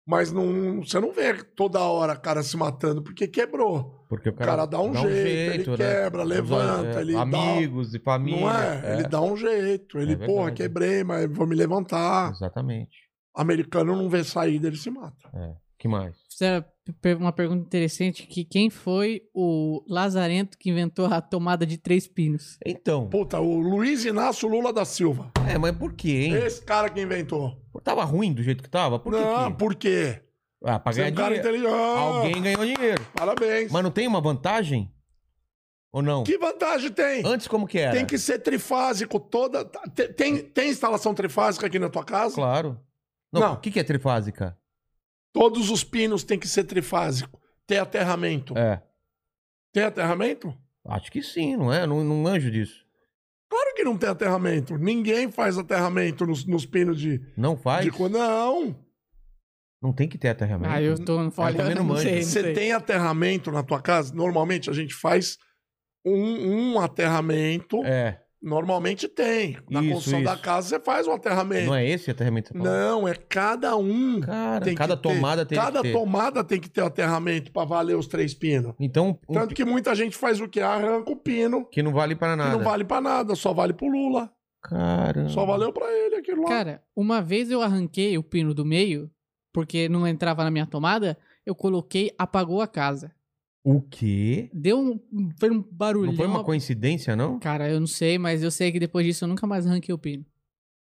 Speaker 4: mas não, você não vê toda hora cara se matando, porque quebrou.
Speaker 2: Porque o
Speaker 4: O
Speaker 2: cara,
Speaker 4: cara dá um, jeito,
Speaker 2: né?
Speaker 4: ele quebra, levanta,
Speaker 2: É,
Speaker 4: ele
Speaker 2: Amigos e
Speaker 4: dá.
Speaker 2: família.
Speaker 4: Não é?
Speaker 2: é,
Speaker 4: Ele dá um jeito. Ele,
Speaker 2: É
Speaker 4: porra,
Speaker 2: verdade.
Speaker 4: quebrei, mas vou me levantar.
Speaker 2: Exatamente. É.
Speaker 4: Americano não vê saída, ele se mata.
Speaker 2: que mais?
Speaker 3: Fizeram per- é uma pergunta interessante que quem foi o Lazarento que inventou a tomada de três pinos?
Speaker 2: Então.
Speaker 4: Puta, o Luiz Inácio Lula da Silva.
Speaker 2: É, mas por que, hein?
Speaker 4: Esse cara que inventou.
Speaker 2: Tava ruim do jeito que tava? Por que
Speaker 4: não,
Speaker 2: que?
Speaker 4: por quê?
Speaker 2: Ah, pra
Speaker 4: Você é
Speaker 2: ganhar
Speaker 4: um cara
Speaker 2: dinheiro.
Speaker 4: inteligente.
Speaker 2: Alguém ganhou dinheiro.
Speaker 4: Parabéns.
Speaker 2: Mas não tem uma vantagem? Ou não?
Speaker 4: Que vantagem tem?
Speaker 2: Antes como que era?
Speaker 4: Tem que ser trifásico toda. Tem, tem, tem instalação trifásica aqui na tua casa?
Speaker 2: Claro. Não,
Speaker 4: Não.
Speaker 2: o que que é trifásica?
Speaker 4: Todos os pinos têm que ser trifásico. Tem aterramento.
Speaker 2: É.
Speaker 4: Tem aterramento?
Speaker 2: Acho que sim, não é? Não, não anjo disso.
Speaker 4: Claro que não tem aterramento. Ninguém faz aterramento nos, nos pinos de,
Speaker 2: Não faz?
Speaker 4: de. co- Não.
Speaker 2: Não tem que ter aterramento.
Speaker 3: Ah, eu tô não
Speaker 2: Eu também
Speaker 3: falando,
Speaker 2: não
Speaker 3: não,
Speaker 2: manjo.
Speaker 3: sei, não
Speaker 4: Você
Speaker 3: sei.
Speaker 4: tem aterramento na tua casa? Normalmente a gente faz um, um aterramento.
Speaker 2: É.
Speaker 4: Normalmente tem. Na
Speaker 2: Isso,
Speaker 4: construção da
Speaker 2: isso.
Speaker 4: casa você faz um aterramento.
Speaker 2: Não é esse aterramento? que você tá falando?
Speaker 4: Não, é cada um.
Speaker 2: Cara,
Speaker 4: tem que
Speaker 2: cada
Speaker 4: ter.
Speaker 2: tomada tem
Speaker 4: Cada
Speaker 2: que ter.
Speaker 4: tomada tem que ter o aterramento pra valer os três pinos.
Speaker 2: Então, um
Speaker 4: Tanto que muita gente faz o quê? Arranca o pino,
Speaker 2: que não vale pra nada.
Speaker 4: que não vale pra nada, só vale pro Lula.
Speaker 2: Caramba.
Speaker 4: Só valeu pra ele aquilo lá.
Speaker 3: Cara, uma vez eu arranquei o pino do meio, porque não entrava na minha tomada, eu coloquei, apagou a casa.
Speaker 2: O quê?
Speaker 3: Deu um, foi um barulhão.
Speaker 2: Não foi uma coincidência, não?
Speaker 3: Cara, eu não sei, mas eu sei que depois disso eu nunca mais arranquei o pino.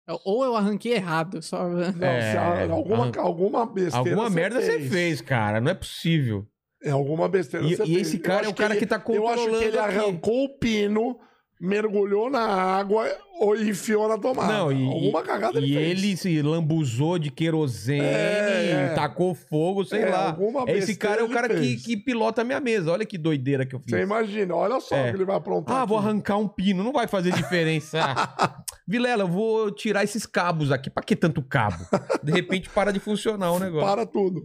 Speaker 3: Eu- Ou eu arranquei errado, só...
Speaker 4: Não,
Speaker 2: É,
Speaker 4: se a- alguma,
Speaker 2: arran-
Speaker 4: alguma besteira.
Speaker 2: Alguma merda você fez. cara. Não é possível.
Speaker 4: É, alguma besteira
Speaker 2: E,
Speaker 4: você
Speaker 2: e
Speaker 4: fez.
Speaker 2: esse
Speaker 4: Eu
Speaker 2: cara é
Speaker 4: acho
Speaker 2: o cara que,
Speaker 4: ele-
Speaker 2: tá
Speaker 4: Eu
Speaker 2: controlando
Speaker 4: acho que ele
Speaker 2: aqui.
Speaker 4: arrancou o pino, mergulhou na água ou- e enfiou na tomada.
Speaker 2: Não, e,
Speaker 4: alguma
Speaker 2: e-
Speaker 4: cagada ele
Speaker 2: e
Speaker 4: fez.
Speaker 2: ele se lambuzou de querosene,
Speaker 4: É, é.
Speaker 2: tacou fogo, sei
Speaker 4: É,
Speaker 2: lá.
Speaker 4: alguma
Speaker 2: Esse
Speaker 4: besteira
Speaker 2: cara é o
Speaker 4: ele
Speaker 2: cara que,
Speaker 4: fez.
Speaker 2: que pilota a minha mesa. Olha que doideira que eu fiz.
Speaker 4: Você imagina, olha só
Speaker 2: É.
Speaker 4: o que ele vai aprontar.
Speaker 2: Ah, vou
Speaker 4: aqui.
Speaker 2: arrancar um pino, não vai fazer diferença. Ah, Vilela, eu vou tirar esses cabos aqui. Pra que tanto cabo? De repente para de funcionar o negócio.
Speaker 4: Para tudo.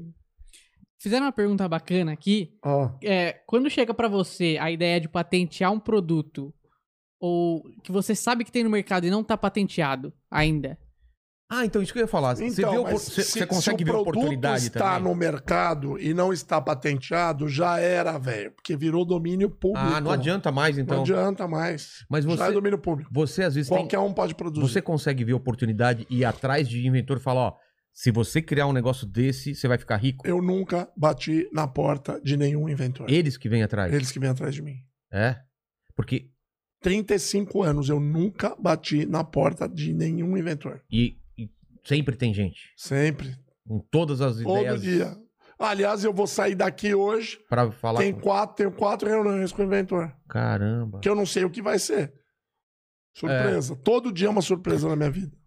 Speaker 3: Fizeram uma pergunta bacana aqui,
Speaker 4: Ah.
Speaker 3: é, quando chega pra você a ideia de patentear um produto ou que você sabe que tem no mercado e não tá patenteado ainda.
Speaker 2: Ah, então isso que eu ia falar. você, vê
Speaker 4: Então,
Speaker 2: opor-
Speaker 4: mas
Speaker 2: você,
Speaker 4: se-
Speaker 2: você consegue ver
Speaker 4: se o produto
Speaker 2: oportunidade
Speaker 4: está
Speaker 2: também?
Speaker 4: no mercado e não está patenteado, já era, velho. Porque virou domínio público.
Speaker 2: Ah, não adianta mais
Speaker 4: Não
Speaker 2: então.
Speaker 4: adianta mais.
Speaker 2: Mas
Speaker 4: Já
Speaker 2: você,
Speaker 4: é domínio público.
Speaker 2: você às vezes tem,
Speaker 4: Qualquer um pode produzir.
Speaker 2: você consegue ver oportunidade e ir atrás de inventor e falar, ó, se você criar um negócio desse, você vai ficar rico.
Speaker 4: Eu nunca bati na porta de nenhum inventor.
Speaker 2: Eles que vêm atrás.
Speaker 4: Eles que vêm atrás de mim.
Speaker 2: É? Porque
Speaker 4: 35 anos, eu nunca bati na porta de nenhum inventor.
Speaker 2: e, e sempre tem gente
Speaker 4: Sempre.
Speaker 2: com todas as
Speaker 4: Todo
Speaker 2: ideias
Speaker 4: dia. Aliás, eu vou sair daqui hoje.
Speaker 2: pra falar
Speaker 4: Tem
Speaker 2: com-
Speaker 4: quatro, tenho quatro reuniões com o inventor.
Speaker 2: caramba.
Speaker 4: que eu não sei o que vai ser. Surpresa. Todo dia é uma surpresa na minha vida.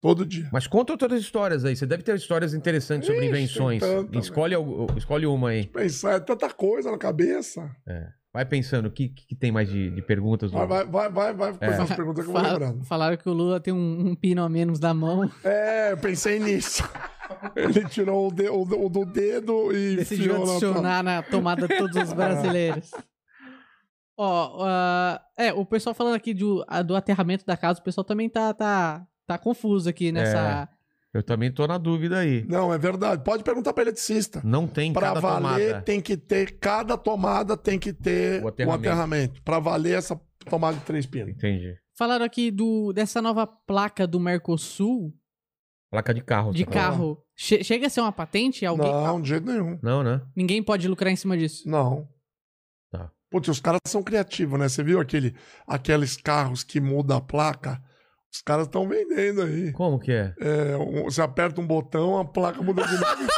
Speaker 4: Todo dia.
Speaker 2: Mas conta outras histórias aí. Você deve ter histórias interessantes sobre
Speaker 4: Ixi,
Speaker 2: invenções.
Speaker 4: tem tanta,
Speaker 2: escolhe, algu- escolhe uma aí.
Speaker 4: Pensar, é tanta coisa na cabeça.
Speaker 2: Vai pensando o que, que tem mais de, de perguntas.
Speaker 4: Vai, vai, vai, vai, vai fazer umas perguntas que eu vou
Speaker 3: Fa-
Speaker 4: lembrando.
Speaker 3: falaram que o Lula tem um, um pino a menos na mão.
Speaker 4: É, eu pensei nisso. Ele tirou o, de- o, o do dedo e
Speaker 3: Decidiu
Speaker 4: enfiou na-
Speaker 3: adicionar na tomada de todos os brasileiros. Ó, ah, é, o pessoal falando aqui do, a- do aterramento da casa, o pessoal também tá, tá, tá confuso aqui nessa.
Speaker 2: Eu também tô na dúvida aí.
Speaker 4: Não, é verdade. Pode perguntar pra eletricista.
Speaker 2: Não tem
Speaker 4: Pra
Speaker 2: cada
Speaker 4: valer,
Speaker 2: tomada.
Speaker 4: tem que ter. Cada tomada tem que ter
Speaker 2: O
Speaker 4: o
Speaker 2: aterramento.
Speaker 4: aterramento. Pra valer essa tomada de três pinos.
Speaker 2: Entendi.
Speaker 3: Falaram aqui do, dessa nova placa do Mercosul
Speaker 2: Placa de carro.
Speaker 3: de
Speaker 2: você falou.
Speaker 3: carro. Che- chega a ser uma patente? Alguém,
Speaker 4: Não, de jeito nenhum.
Speaker 2: Não, né?
Speaker 3: Ninguém pode lucrar em cima disso.
Speaker 4: Não.
Speaker 2: Tá.
Speaker 4: Putz, os caras são criativos, né? Você viu aquele, aqueles carros que muda a placa? Os caras estão vendendo aí.
Speaker 2: Como que é?
Speaker 4: É, um- você aperta um botão, a placa muda de nome.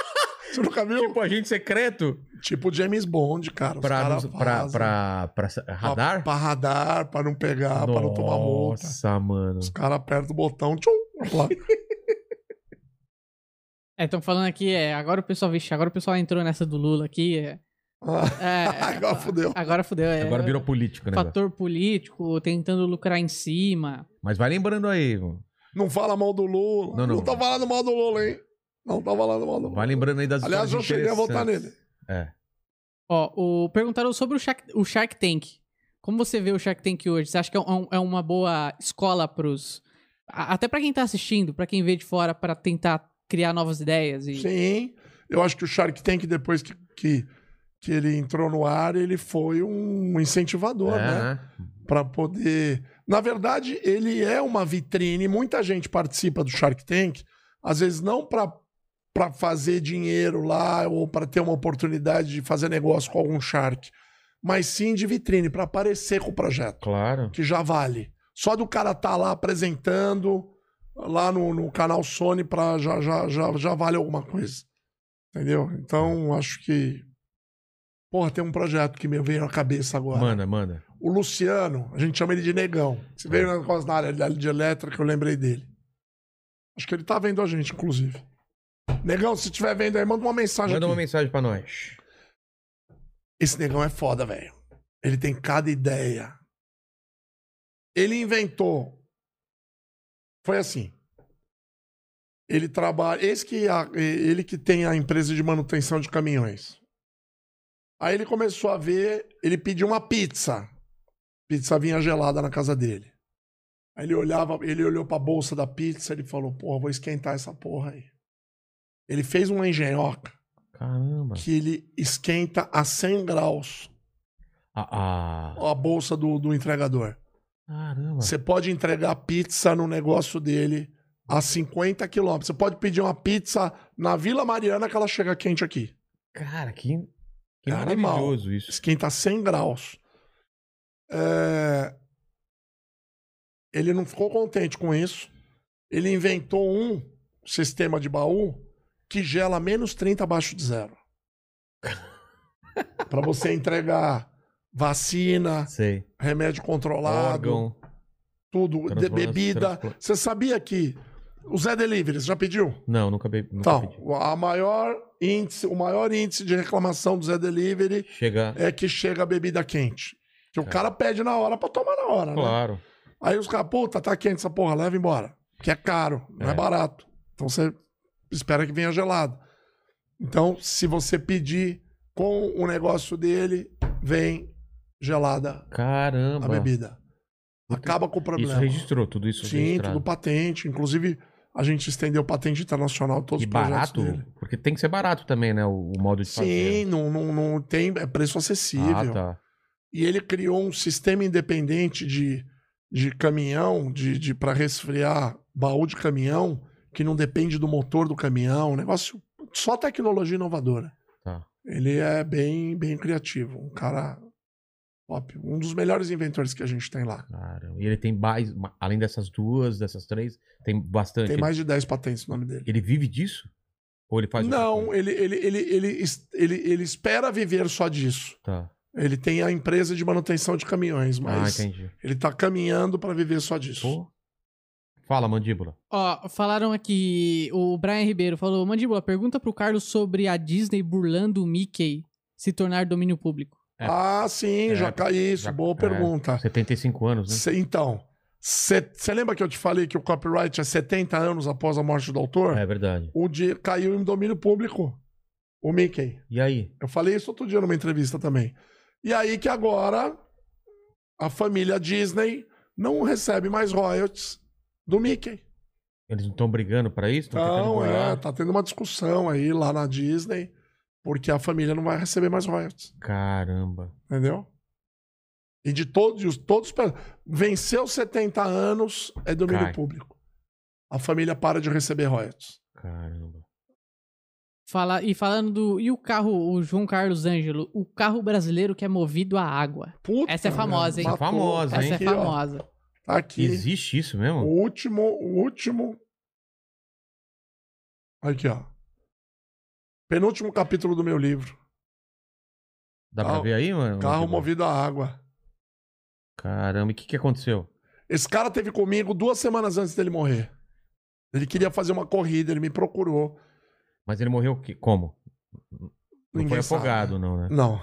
Speaker 4: você nunca viu?
Speaker 2: Tipo agente secreto?
Speaker 4: Tipo James Bond, cara. Os
Speaker 2: Pra,
Speaker 4: caras
Speaker 2: nos- pra,
Speaker 4: fazem.
Speaker 2: pra, pra sa- radar?
Speaker 4: Pra, pra radar, pra não pegar, pra não tomar multa.
Speaker 2: Nossa, mano.
Speaker 4: Os caras apertam o botão, tchum, a placa.
Speaker 3: É, estão falando aqui, é, agora o pessoal, vixe, agora o pessoal entrou nessa do Lula aqui. É,
Speaker 4: Ah,
Speaker 3: é,
Speaker 4: Agora fudeu.
Speaker 3: Agora fudeu, é.
Speaker 2: Agora virou político, né?
Speaker 3: fator político, tentando lucrar em cima.
Speaker 2: Mas vai lembrando aí, mano.
Speaker 4: Não fala mal do Lula.
Speaker 2: Não,
Speaker 4: Não,
Speaker 2: não.
Speaker 4: tá falando mal do Lula, hein? Não tá falando mal do Lula.
Speaker 2: Vai lembrando aí das
Speaker 4: Aliás, eu
Speaker 2: histórias
Speaker 4: cheguei a votar
Speaker 2: interessantes.
Speaker 4: nele.
Speaker 3: Ó, o, perguntaram sobre o Shark, o Shark Tank. Como você vê o Shark Tank hoje? Você acha que é, um- é uma boa escola pros. a- até pra quem tá assistindo, pra quem vê de fora, pra tentar criar novas ideias e.
Speaker 4: Sim. Eu acho que o Shark Tank, depois que, que, que ele entrou no ar, ele foi um incentivador, né?
Speaker 2: É, né?
Speaker 4: Pra poder. Na verdade, ele é uma vitrine. Muita gente participa do Shark Tank, às vezes não pra para fazer dinheiro lá ou para ter uma oportunidade de fazer negócio com algum shark, mas sim de vitrine, para aparecer com o projeto
Speaker 2: Claro.
Speaker 4: que já vale. Só do cara estar lá apresentando lá no, no canal Sony pra já, já, já, já vale alguma coisa. Entendeu? Então, acho que. Porra, tem um projeto que me veio na cabeça agora.
Speaker 2: Manda, manda.
Speaker 4: O Luciano, a gente chama ele de Negão. Se
Speaker 2: É.
Speaker 4: veio na coisa na área de de elétrica, eu lembrei dele. Acho que ele tá vendo a gente, inclusive. Negão, se estiver vendo aí, manda uma mensagem
Speaker 2: Manda
Speaker 4: aqui.
Speaker 2: uma mensagem pra nós.
Speaker 4: Esse negão é foda, velho. Ele tem cada ideia. Ele inventou. Foi assim. Ele trabalha. Esse que a- ele que tem a empresa de manutenção de caminhões. Aí ele começou a ver. Ele pediu uma pizza. Pizza vinha gelada na casa dele. Aí ele olhava, ele olhou pra bolsa da pizza, ele falou, porra, vou esquentar essa porra aí. Ele fez uma engenhoca
Speaker 2: Caramba.
Speaker 4: que ele esquenta a 100 graus
Speaker 2: Ah, ah.
Speaker 4: a bolsa do, do entregador.
Speaker 2: Caramba.
Speaker 4: Você pode entregar pizza no negócio dele a 50 quilômetros. Você pode pedir uma pizza na Vila Mariana que ela chega quente aqui.
Speaker 2: Cara, que, que
Speaker 4: Cara, é mal.
Speaker 2: maravilhoso isso.
Speaker 4: Esquenta a 100 graus. É, Ele não ficou contente com isso. Ele inventou um sistema de baú que gela menos 30 abaixo de zero. Pra você entregar vacina,
Speaker 2: Sei.
Speaker 4: remédio controlado,
Speaker 2: Órgão.
Speaker 4: tudo, de
Speaker 2: Transplante,
Speaker 4: bebida.
Speaker 2: transplante.
Speaker 4: Você sabia que o Zé Deliveries já pediu?
Speaker 2: Não, nunca, be... nunca
Speaker 4: Então,
Speaker 2: pedi.
Speaker 4: a maior índice, o maior índice de reclamação do Zé Delivery
Speaker 2: Chega.
Speaker 4: é que chega a bebida quente. Que o
Speaker 2: É.
Speaker 4: cara pede na hora pra tomar na hora, né?
Speaker 2: Claro.
Speaker 4: Aí os caras, puta, tá quente essa porra, leva embora. Porque é caro, não é,
Speaker 2: É.
Speaker 4: barato. Então você espera que venha gelado. Então, se você pedir com o negócio dele, vem gelada a
Speaker 2: Caramba.
Speaker 4: bebida. Acaba com o problema.
Speaker 2: Tá Isso registrou, tudo isso
Speaker 4: Sim,
Speaker 2: registrado.
Speaker 4: tudo patente. Inclusive, a gente estendeu patente internacional todos
Speaker 2: E
Speaker 4: os projetos
Speaker 2: barato,
Speaker 4: dele.
Speaker 2: porque tem que ser barato também, né? O, o modo de
Speaker 4: Sim, é
Speaker 2: fazer.
Speaker 4: não, não, não tem. É preço acessível.
Speaker 2: Ah, tá.
Speaker 4: E ele criou um sistema independente de, de caminhão, de, de para resfriar baú de caminhão, que não depende do motor do caminhão. Um negócio só tecnologia inovadora.
Speaker 2: Tá.
Speaker 4: Ele é bem, bem criativo. Um cara top. Um dos melhores inventores que a gente tem lá.
Speaker 2: Caramba. E ele tem mais, ma- além dessas duas, dessas três, tem bastante.
Speaker 4: Tem
Speaker 2: Ele-
Speaker 4: mais de 10 patentes o nome dele.
Speaker 2: Ele vive disso? Ou ele faz outra
Speaker 4: Não,
Speaker 2: coisa?
Speaker 4: ele, ele, ele, ele, es- ele, ele espera viver só disso.
Speaker 2: Tá.
Speaker 4: Ele tem a empresa de manutenção de caminhões, mas
Speaker 2: Ah, entendi.
Speaker 4: ele tá caminhando pra viver só disso.
Speaker 2: Pô. Fala, mandíbula.
Speaker 3: Ó, falaram aqui, o Brian Ribeiro falou, Mandíbula, pergunta pro Carlos sobre a Disney burlando o Mickey se tornar domínio público.
Speaker 2: É.
Speaker 4: Ah, sim,
Speaker 2: É,
Speaker 4: já cai isso.
Speaker 2: já-
Speaker 4: boa
Speaker 2: é.
Speaker 4: pergunta.
Speaker 2: 75 anos, né?
Speaker 4: Cê- então, você lembra que eu te falei que o copyright é 70 anos após a morte do autor?
Speaker 2: É verdade.
Speaker 4: O de, caiu em domínio público. O Mickey.
Speaker 2: E aí?
Speaker 4: Eu falei isso outro dia numa entrevista também. E aí que agora a família Disney não recebe mais royalties do Mickey.
Speaker 2: Eles não estão brigando pra isso? Estão tentando
Speaker 4: Então, é,
Speaker 2: burlar?
Speaker 4: tá tendo uma discussão aí lá na Disney, porque a família não vai receber mais royalties,
Speaker 2: Caramba.
Speaker 4: entendeu? E de todos, de todos os per- venceu 70 anos é domínio
Speaker 2: Cai.
Speaker 4: público. A família para de receber royalties.
Speaker 2: Caramba.
Speaker 3: Fala, e falando do. E o carro, o João Carlos Ângelo, o carro brasileiro que é movido à água.
Speaker 4: Puta,
Speaker 3: Essa é famosa, hein?
Speaker 4: matou.
Speaker 2: Famosa, hein?
Speaker 3: Essa
Speaker 4: Aqui,
Speaker 3: é
Speaker 4: ó,
Speaker 3: famosa.
Speaker 4: tá aqui.
Speaker 2: Existe um- isso
Speaker 4: O
Speaker 2: mesmo?
Speaker 4: último, o último. Aqui, ó. Penúltimo capítulo do meu livro.
Speaker 2: Dá pra
Speaker 4: carro-
Speaker 2: ver aí, mano?
Speaker 4: Carro
Speaker 2: Mandíbula?
Speaker 4: movido à água.
Speaker 2: Caramba, e o que, que aconteceu?
Speaker 4: Esse cara teve comigo duas semanas antes dele morrer. Ele queria fazer uma corrida, ele me procurou.
Speaker 2: Mas ele morreu que- como? Não
Speaker 4: Ninguém
Speaker 2: foi afogado,
Speaker 4: sabe.
Speaker 2: não, né?
Speaker 4: Não.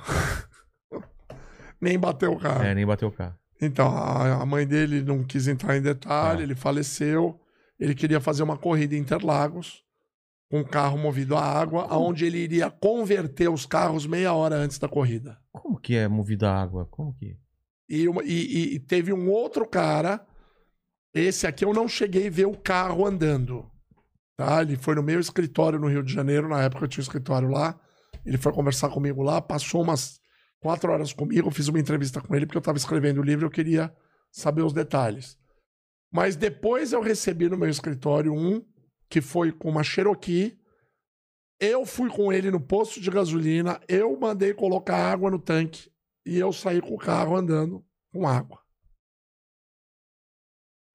Speaker 4: Nem bateu o carro.
Speaker 2: É, nem bateu o carro.
Speaker 4: Então, a, a mãe dele não quis entrar em detalhe,
Speaker 2: Tá.
Speaker 4: ele faleceu. Ele queria fazer uma corrida em Interlagos, com um carro movido à água, aonde ele iria converter os carros meia hora antes da corrida.
Speaker 2: Como que é movido a água? Como que?
Speaker 4: E, uma- e- e- e teve um outro cara. Esse aqui eu não cheguei a ver o carro andando. Tá? Ele foi no meu escritório no Rio de Janeiro, na época eu tinha um escritório lá. Ele foi conversar comigo lá, passou umas quatro horas comigo, eu fiz uma entrevista com ele, porque eu estava escrevendo o livro e eu queria saber os detalhes. Mas depois eu recebi no meu escritório um que foi com uma Cherokee Eu fui com ele no posto de gasolina, eu mandei colocar água no tanque e eu saí com o carro andando com água.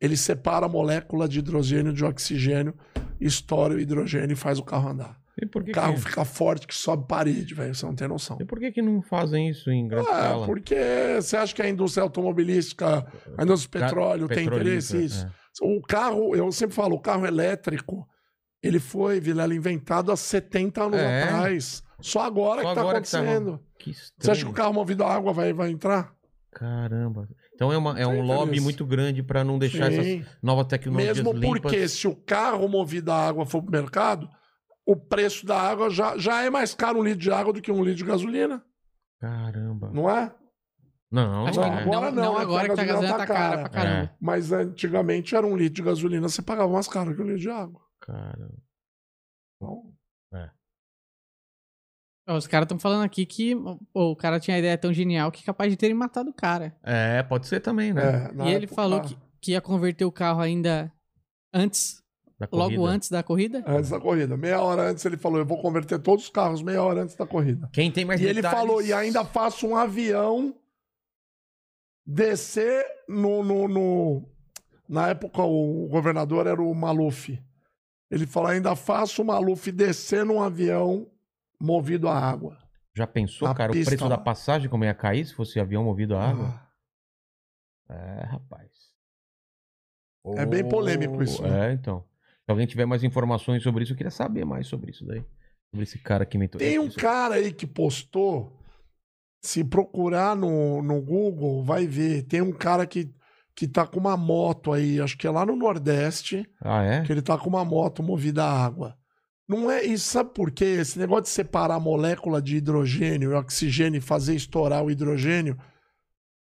Speaker 4: Ele separa a molécula de hidrogênio de oxigênio, estoura o hidrogênio e faz o carro andar.
Speaker 2: E por que,
Speaker 4: O carro
Speaker 2: que- é?
Speaker 4: fica forte que sobe parede, velho. Você não tem noção.
Speaker 2: e por que que não fazem isso em grande
Speaker 4: Ah,
Speaker 2: escala?
Speaker 4: porque você acha que a indústria automobilística, a indústria do
Speaker 2: Ca-
Speaker 4: petróleo tem interesse
Speaker 2: petrolífera,
Speaker 4: nisso?
Speaker 2: é.
Speaker 4: O carro, eu sempre falo, o carro elétrico, ele foi, Vilela, inventado há 70 anos
Speaker 2: É.
Speaker 4: atrás. Só agora
Speaker 2: Só
Speaker 4: que tá
Speaker 2: agora que tá
Speaker 4: acontecendo.
Speaker 2: Que
Speaker 4: Você acha que o
Speaker 2: estranho.
Speaker 4: carro movido a água vai, vai entrar?
Speaker 2: Caramba. Então é, uma,
Speaker 4: Tem
Speaker 2: é um lobby
Speaker 4: interesse.
Speaker 2: muito grande pra não deixar essas
Speaker 4: Sim.
Speaker 2: novas tecnologias
Speaker 4: Mesmo
Speaker 2: limpas.
Speaker 4: porque se o carro movido a água for pro mercado, o preço da água já, já é mais caro um litro de água do que um litro de gasolina,
Speaker 2: Caramba.
Speaker 4: não é?
Speaker 2: Não,
Speaker 3: Acho
Speaker 2: não,
Speaker 3: que
Speaker 2: é.
Speaker 3: não,
Speaker 4: agora não,
Speaker 3: não
Speaker 4: né?
Speaker 3: agora que
Speaker 4: Porque
Speaker 3: a
Speaker 4: a
Speaker 3: gasolina tá
Speaker 4: gasolina tá
Speaker 3: cara pra
Speaker 4: cara.
Speaker 3: caramba.
Speaker 4: Mas antigamente era um litro de gasolina, você pagava mais caro que um litro de água.
Speaker 2: Caramba.
Speaker 4: Então,
Speaker 2: É.
Speaker 3: Ó, Os caras estão falando aqui que pô, o cara tinha uma ideia tão genial que é capaz de terem matado o cara.
Speaker 2: É, pode ser também, né?
Speaker 4: é, na
Speaker 3: e ele
Speaker 4: época-
Speaker 3: falou que, que ia converter o carro ainda antes,
Speaker 2: Da
Speaker 3: logo
Speaker 2: corrida.
Speaker 3: antes da corrida.
Speaker 4: Antes da corrida. Meia hora antes ele falou: eu vou converter todos os carros meia hora antes da corrida.
Speaker 2: Quem tem mais
Speaker 4: E ele
Speaker 2: detalhes-
Speaker 4: falou: e ainda faço um avião descer no. no- no- Na época o governador era o Maluf. Ele falou: ainda faço o Maluf descer num avião movido a água.
Speaker 2: Já pensou,
Speaker 4: Na
Speaker 2: cara,
Speaker 4: pista, né?
Speaker 2: o preço da
Speaker 4: mano.
Speaker 2: passagem como ia cair se fosse avião movido a água? É, rapaz.
Speaker 4: É bem polêmico isso, né?
Speaker 2: É, então. Se alguém tiver mais informações sobre isso, eu queria saber mais sobre isso daí. Sobre esse cara que inventou
Speaker 4: Tem um
Speaker 2: isso.
Speaker 4: cara aí que postou. Se procurar no, no Google, vai ver. Tem um cara que, que tá com uma moto aí, acho que é lá no Nordeste.
Speaker 2: Ah, é?
Speaker 4: que ele tá com uma moto movida a água. Não é isso, sabe por quê? Esse negócio de separar a molécula de hidrogênio e oxigênio e fazer estourar o hidrogênio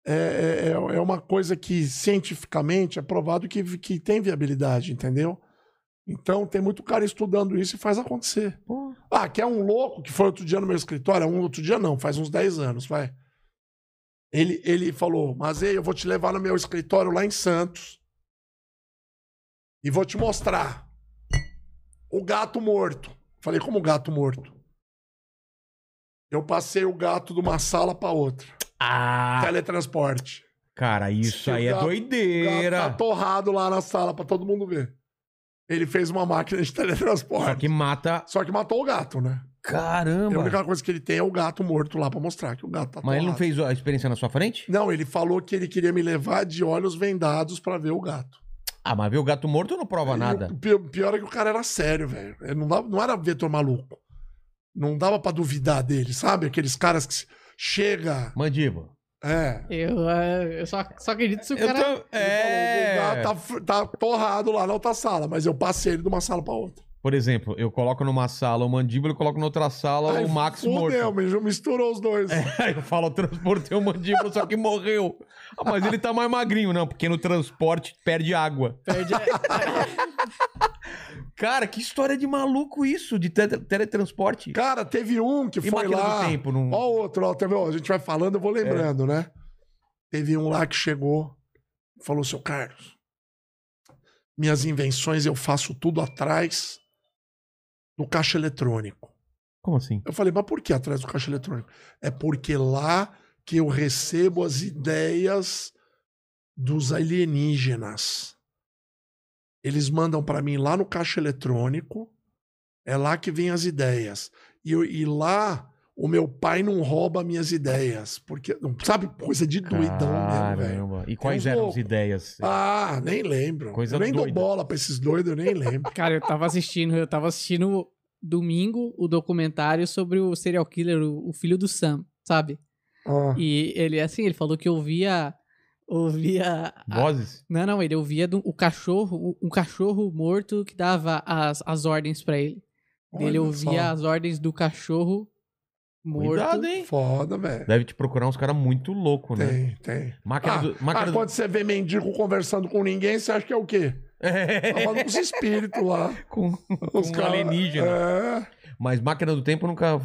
Speaker 4: é, é, é uma coisa que cientificamente é provado que, que tem viabilidade, entendeu? Então tem muito cara estudando isso e faz acontecer.
Speaker 2: Pô,
Speaker 4: Ah, que é um louco que foi outro dia no meu escritório, um outro dia não, faz uns 10 anos, vai. Ele, ele falou, mas ei, eu vou te levar no meu escritório lá em Santos e vou te mostrar o gato morto. Falei, como gato morto? Eu passei o gato de uma sala pra outra.
Speaker 2: Ah,
Speaker 4: Teletransporte.
Speaker 2: cara, isso
Speaker 4: Se o
Speaker 2: aí é
Speaker 4: gato- O gato
Speaker 2: doideira.
Speaker 4: tá torrado lá na sala pra todo mundo ver. Ele fez uma máquina de teletransporte.
Speaker 2: Só que mata.
Speaker 4: Só que matou o gato, né? A
Speaker 2: Caramba.
Speaker 4: única coisa que ele tem é o gato morto lá pra mostrar que o gato tá
Speaker 2: Mas ele não
Speaker 4: atolado.
Speaker 2: fez a experiência na sua frente?
Speaker 4: Não, ele falou que ele queria me levar de olhos vendados pra ver o gato.
Speaker 2: Ah, mas ver o gato morto não prova
Speaker 4: E
Speaker 2: nada.
Speaker 4: O pi- o pior é que o cara era sério, velho. Ele Não, dava- não era vetor maluco. Não dava pra duvidar dele, sabe? Aqueles caras que se- chega.
Speaker 2: Mandíbula.
Speaker 4: É.
Speaker 3: Eu, eh, eu só, só acredito se o
Speaker 2: Eu
Speaker 3: cara.
Speaker 2: tô- É.
Speaker 4: Ele falou, o gato tá, fr- tá torrado lá na outra sala, mas eu passei ele de uma sala pra outra.
Speaker 2: Por exemplo, eu coloco numa sala o mandíbula, eu coloco na outra sala
Speaker 4: Aí
Speaker 2: o Max morto. É.
Speaker 4: fudeu, morto. misturou os dois.
Speaker 2: Aí eu falo, transportei o mandíbula, só que morreu. Ah, mas ele tá mais magrinho, não, porque no transporte perde água.
Speaker 3: Perde
Speaker 2: Cara, que história de maluco isso, de tele- teletransporte.
Speaker 4: Cara, teve um que
Speaker 2: E
Speaker 4: foi
Speaker 2: máquina
Speaker 4: lá.
Speaker 2: do tempo, não. É.
Speaker 4: Ó, o outro, ó, tá vendo? A gente vai falando, eu vou lembrando, né? Teve um lá que chegou, falou: seu Carlos, minhas invenções eu faço tudo atrás do caixa eletrônico.
Speaker 2: Como assim?
Speaker 4: Eu falei, mas por que atrás do caixa eletrônico? É porque lá que eu recebo as ideias dos alienígenas. Eles mandam pra mim lá no caixa eletrônico, é lá que vem as ideias. E, eu- e lá o meu pai não rouba minhas ideias. Porque, sabe, coisa de doidão mesmo, velho.
Speaker 2: Caramba. E quais
Speaker 4: uns
Speaker 2: eram as
Speaker 4: loucos.
Speaker 2: ideias?
Speaker 4: Ah, nem lembro.
Speaker 2: Coisa
Speaker 4: eu nem
Speaker 2: doida.
Speaker 4: dou bola pra esses doidos, eu nem lembro.
Speaker 3: Cara, eu tava assistindo, eu tava assistindo domingo o documentário sobre o serial killer, o, o filho do Sam, sabe?
Speaker 4: Ah,
Speaker 3: E ele assim, ele falou que ouvia. Ouvia.
Speaker 4: ah,
Speaker 3: a-
Speaker 2: Vozes?
Speaker 3: Não, não, ele ouvia do- o cachorro, o- um cachorro morto que dava as, as ordens pra ele. ele
Speaker 4: olha
Speaker 3: ouvia as ordens do cachorro morto.
Speaker 2: Cuidado,
Speaker 4: só.
Speaker 2: hein?
Speaker 4: Foda, velho.
Speaker 2: Deve te procurar uns caras muito loucos, né?
Speaker 4: Tem, tem.
Speaker 2: Máquina
Speaker 4: Ah,
Speaker 2: do...
Speaker 4: Ah,
Speaker 2: Máquina do...
Speaker 4: quando você vê mendigo conversando com ninguém, você acha que é o quê? Tá falando com os espíritos lá.
Speaker 2: É, com
Speaker 4: Os
Speaker 2: um
Speaker 4: caras-
Speaker 2: alienígena.
Speaker 4: É.
Speaker 2: Mas máquina do tempo nunca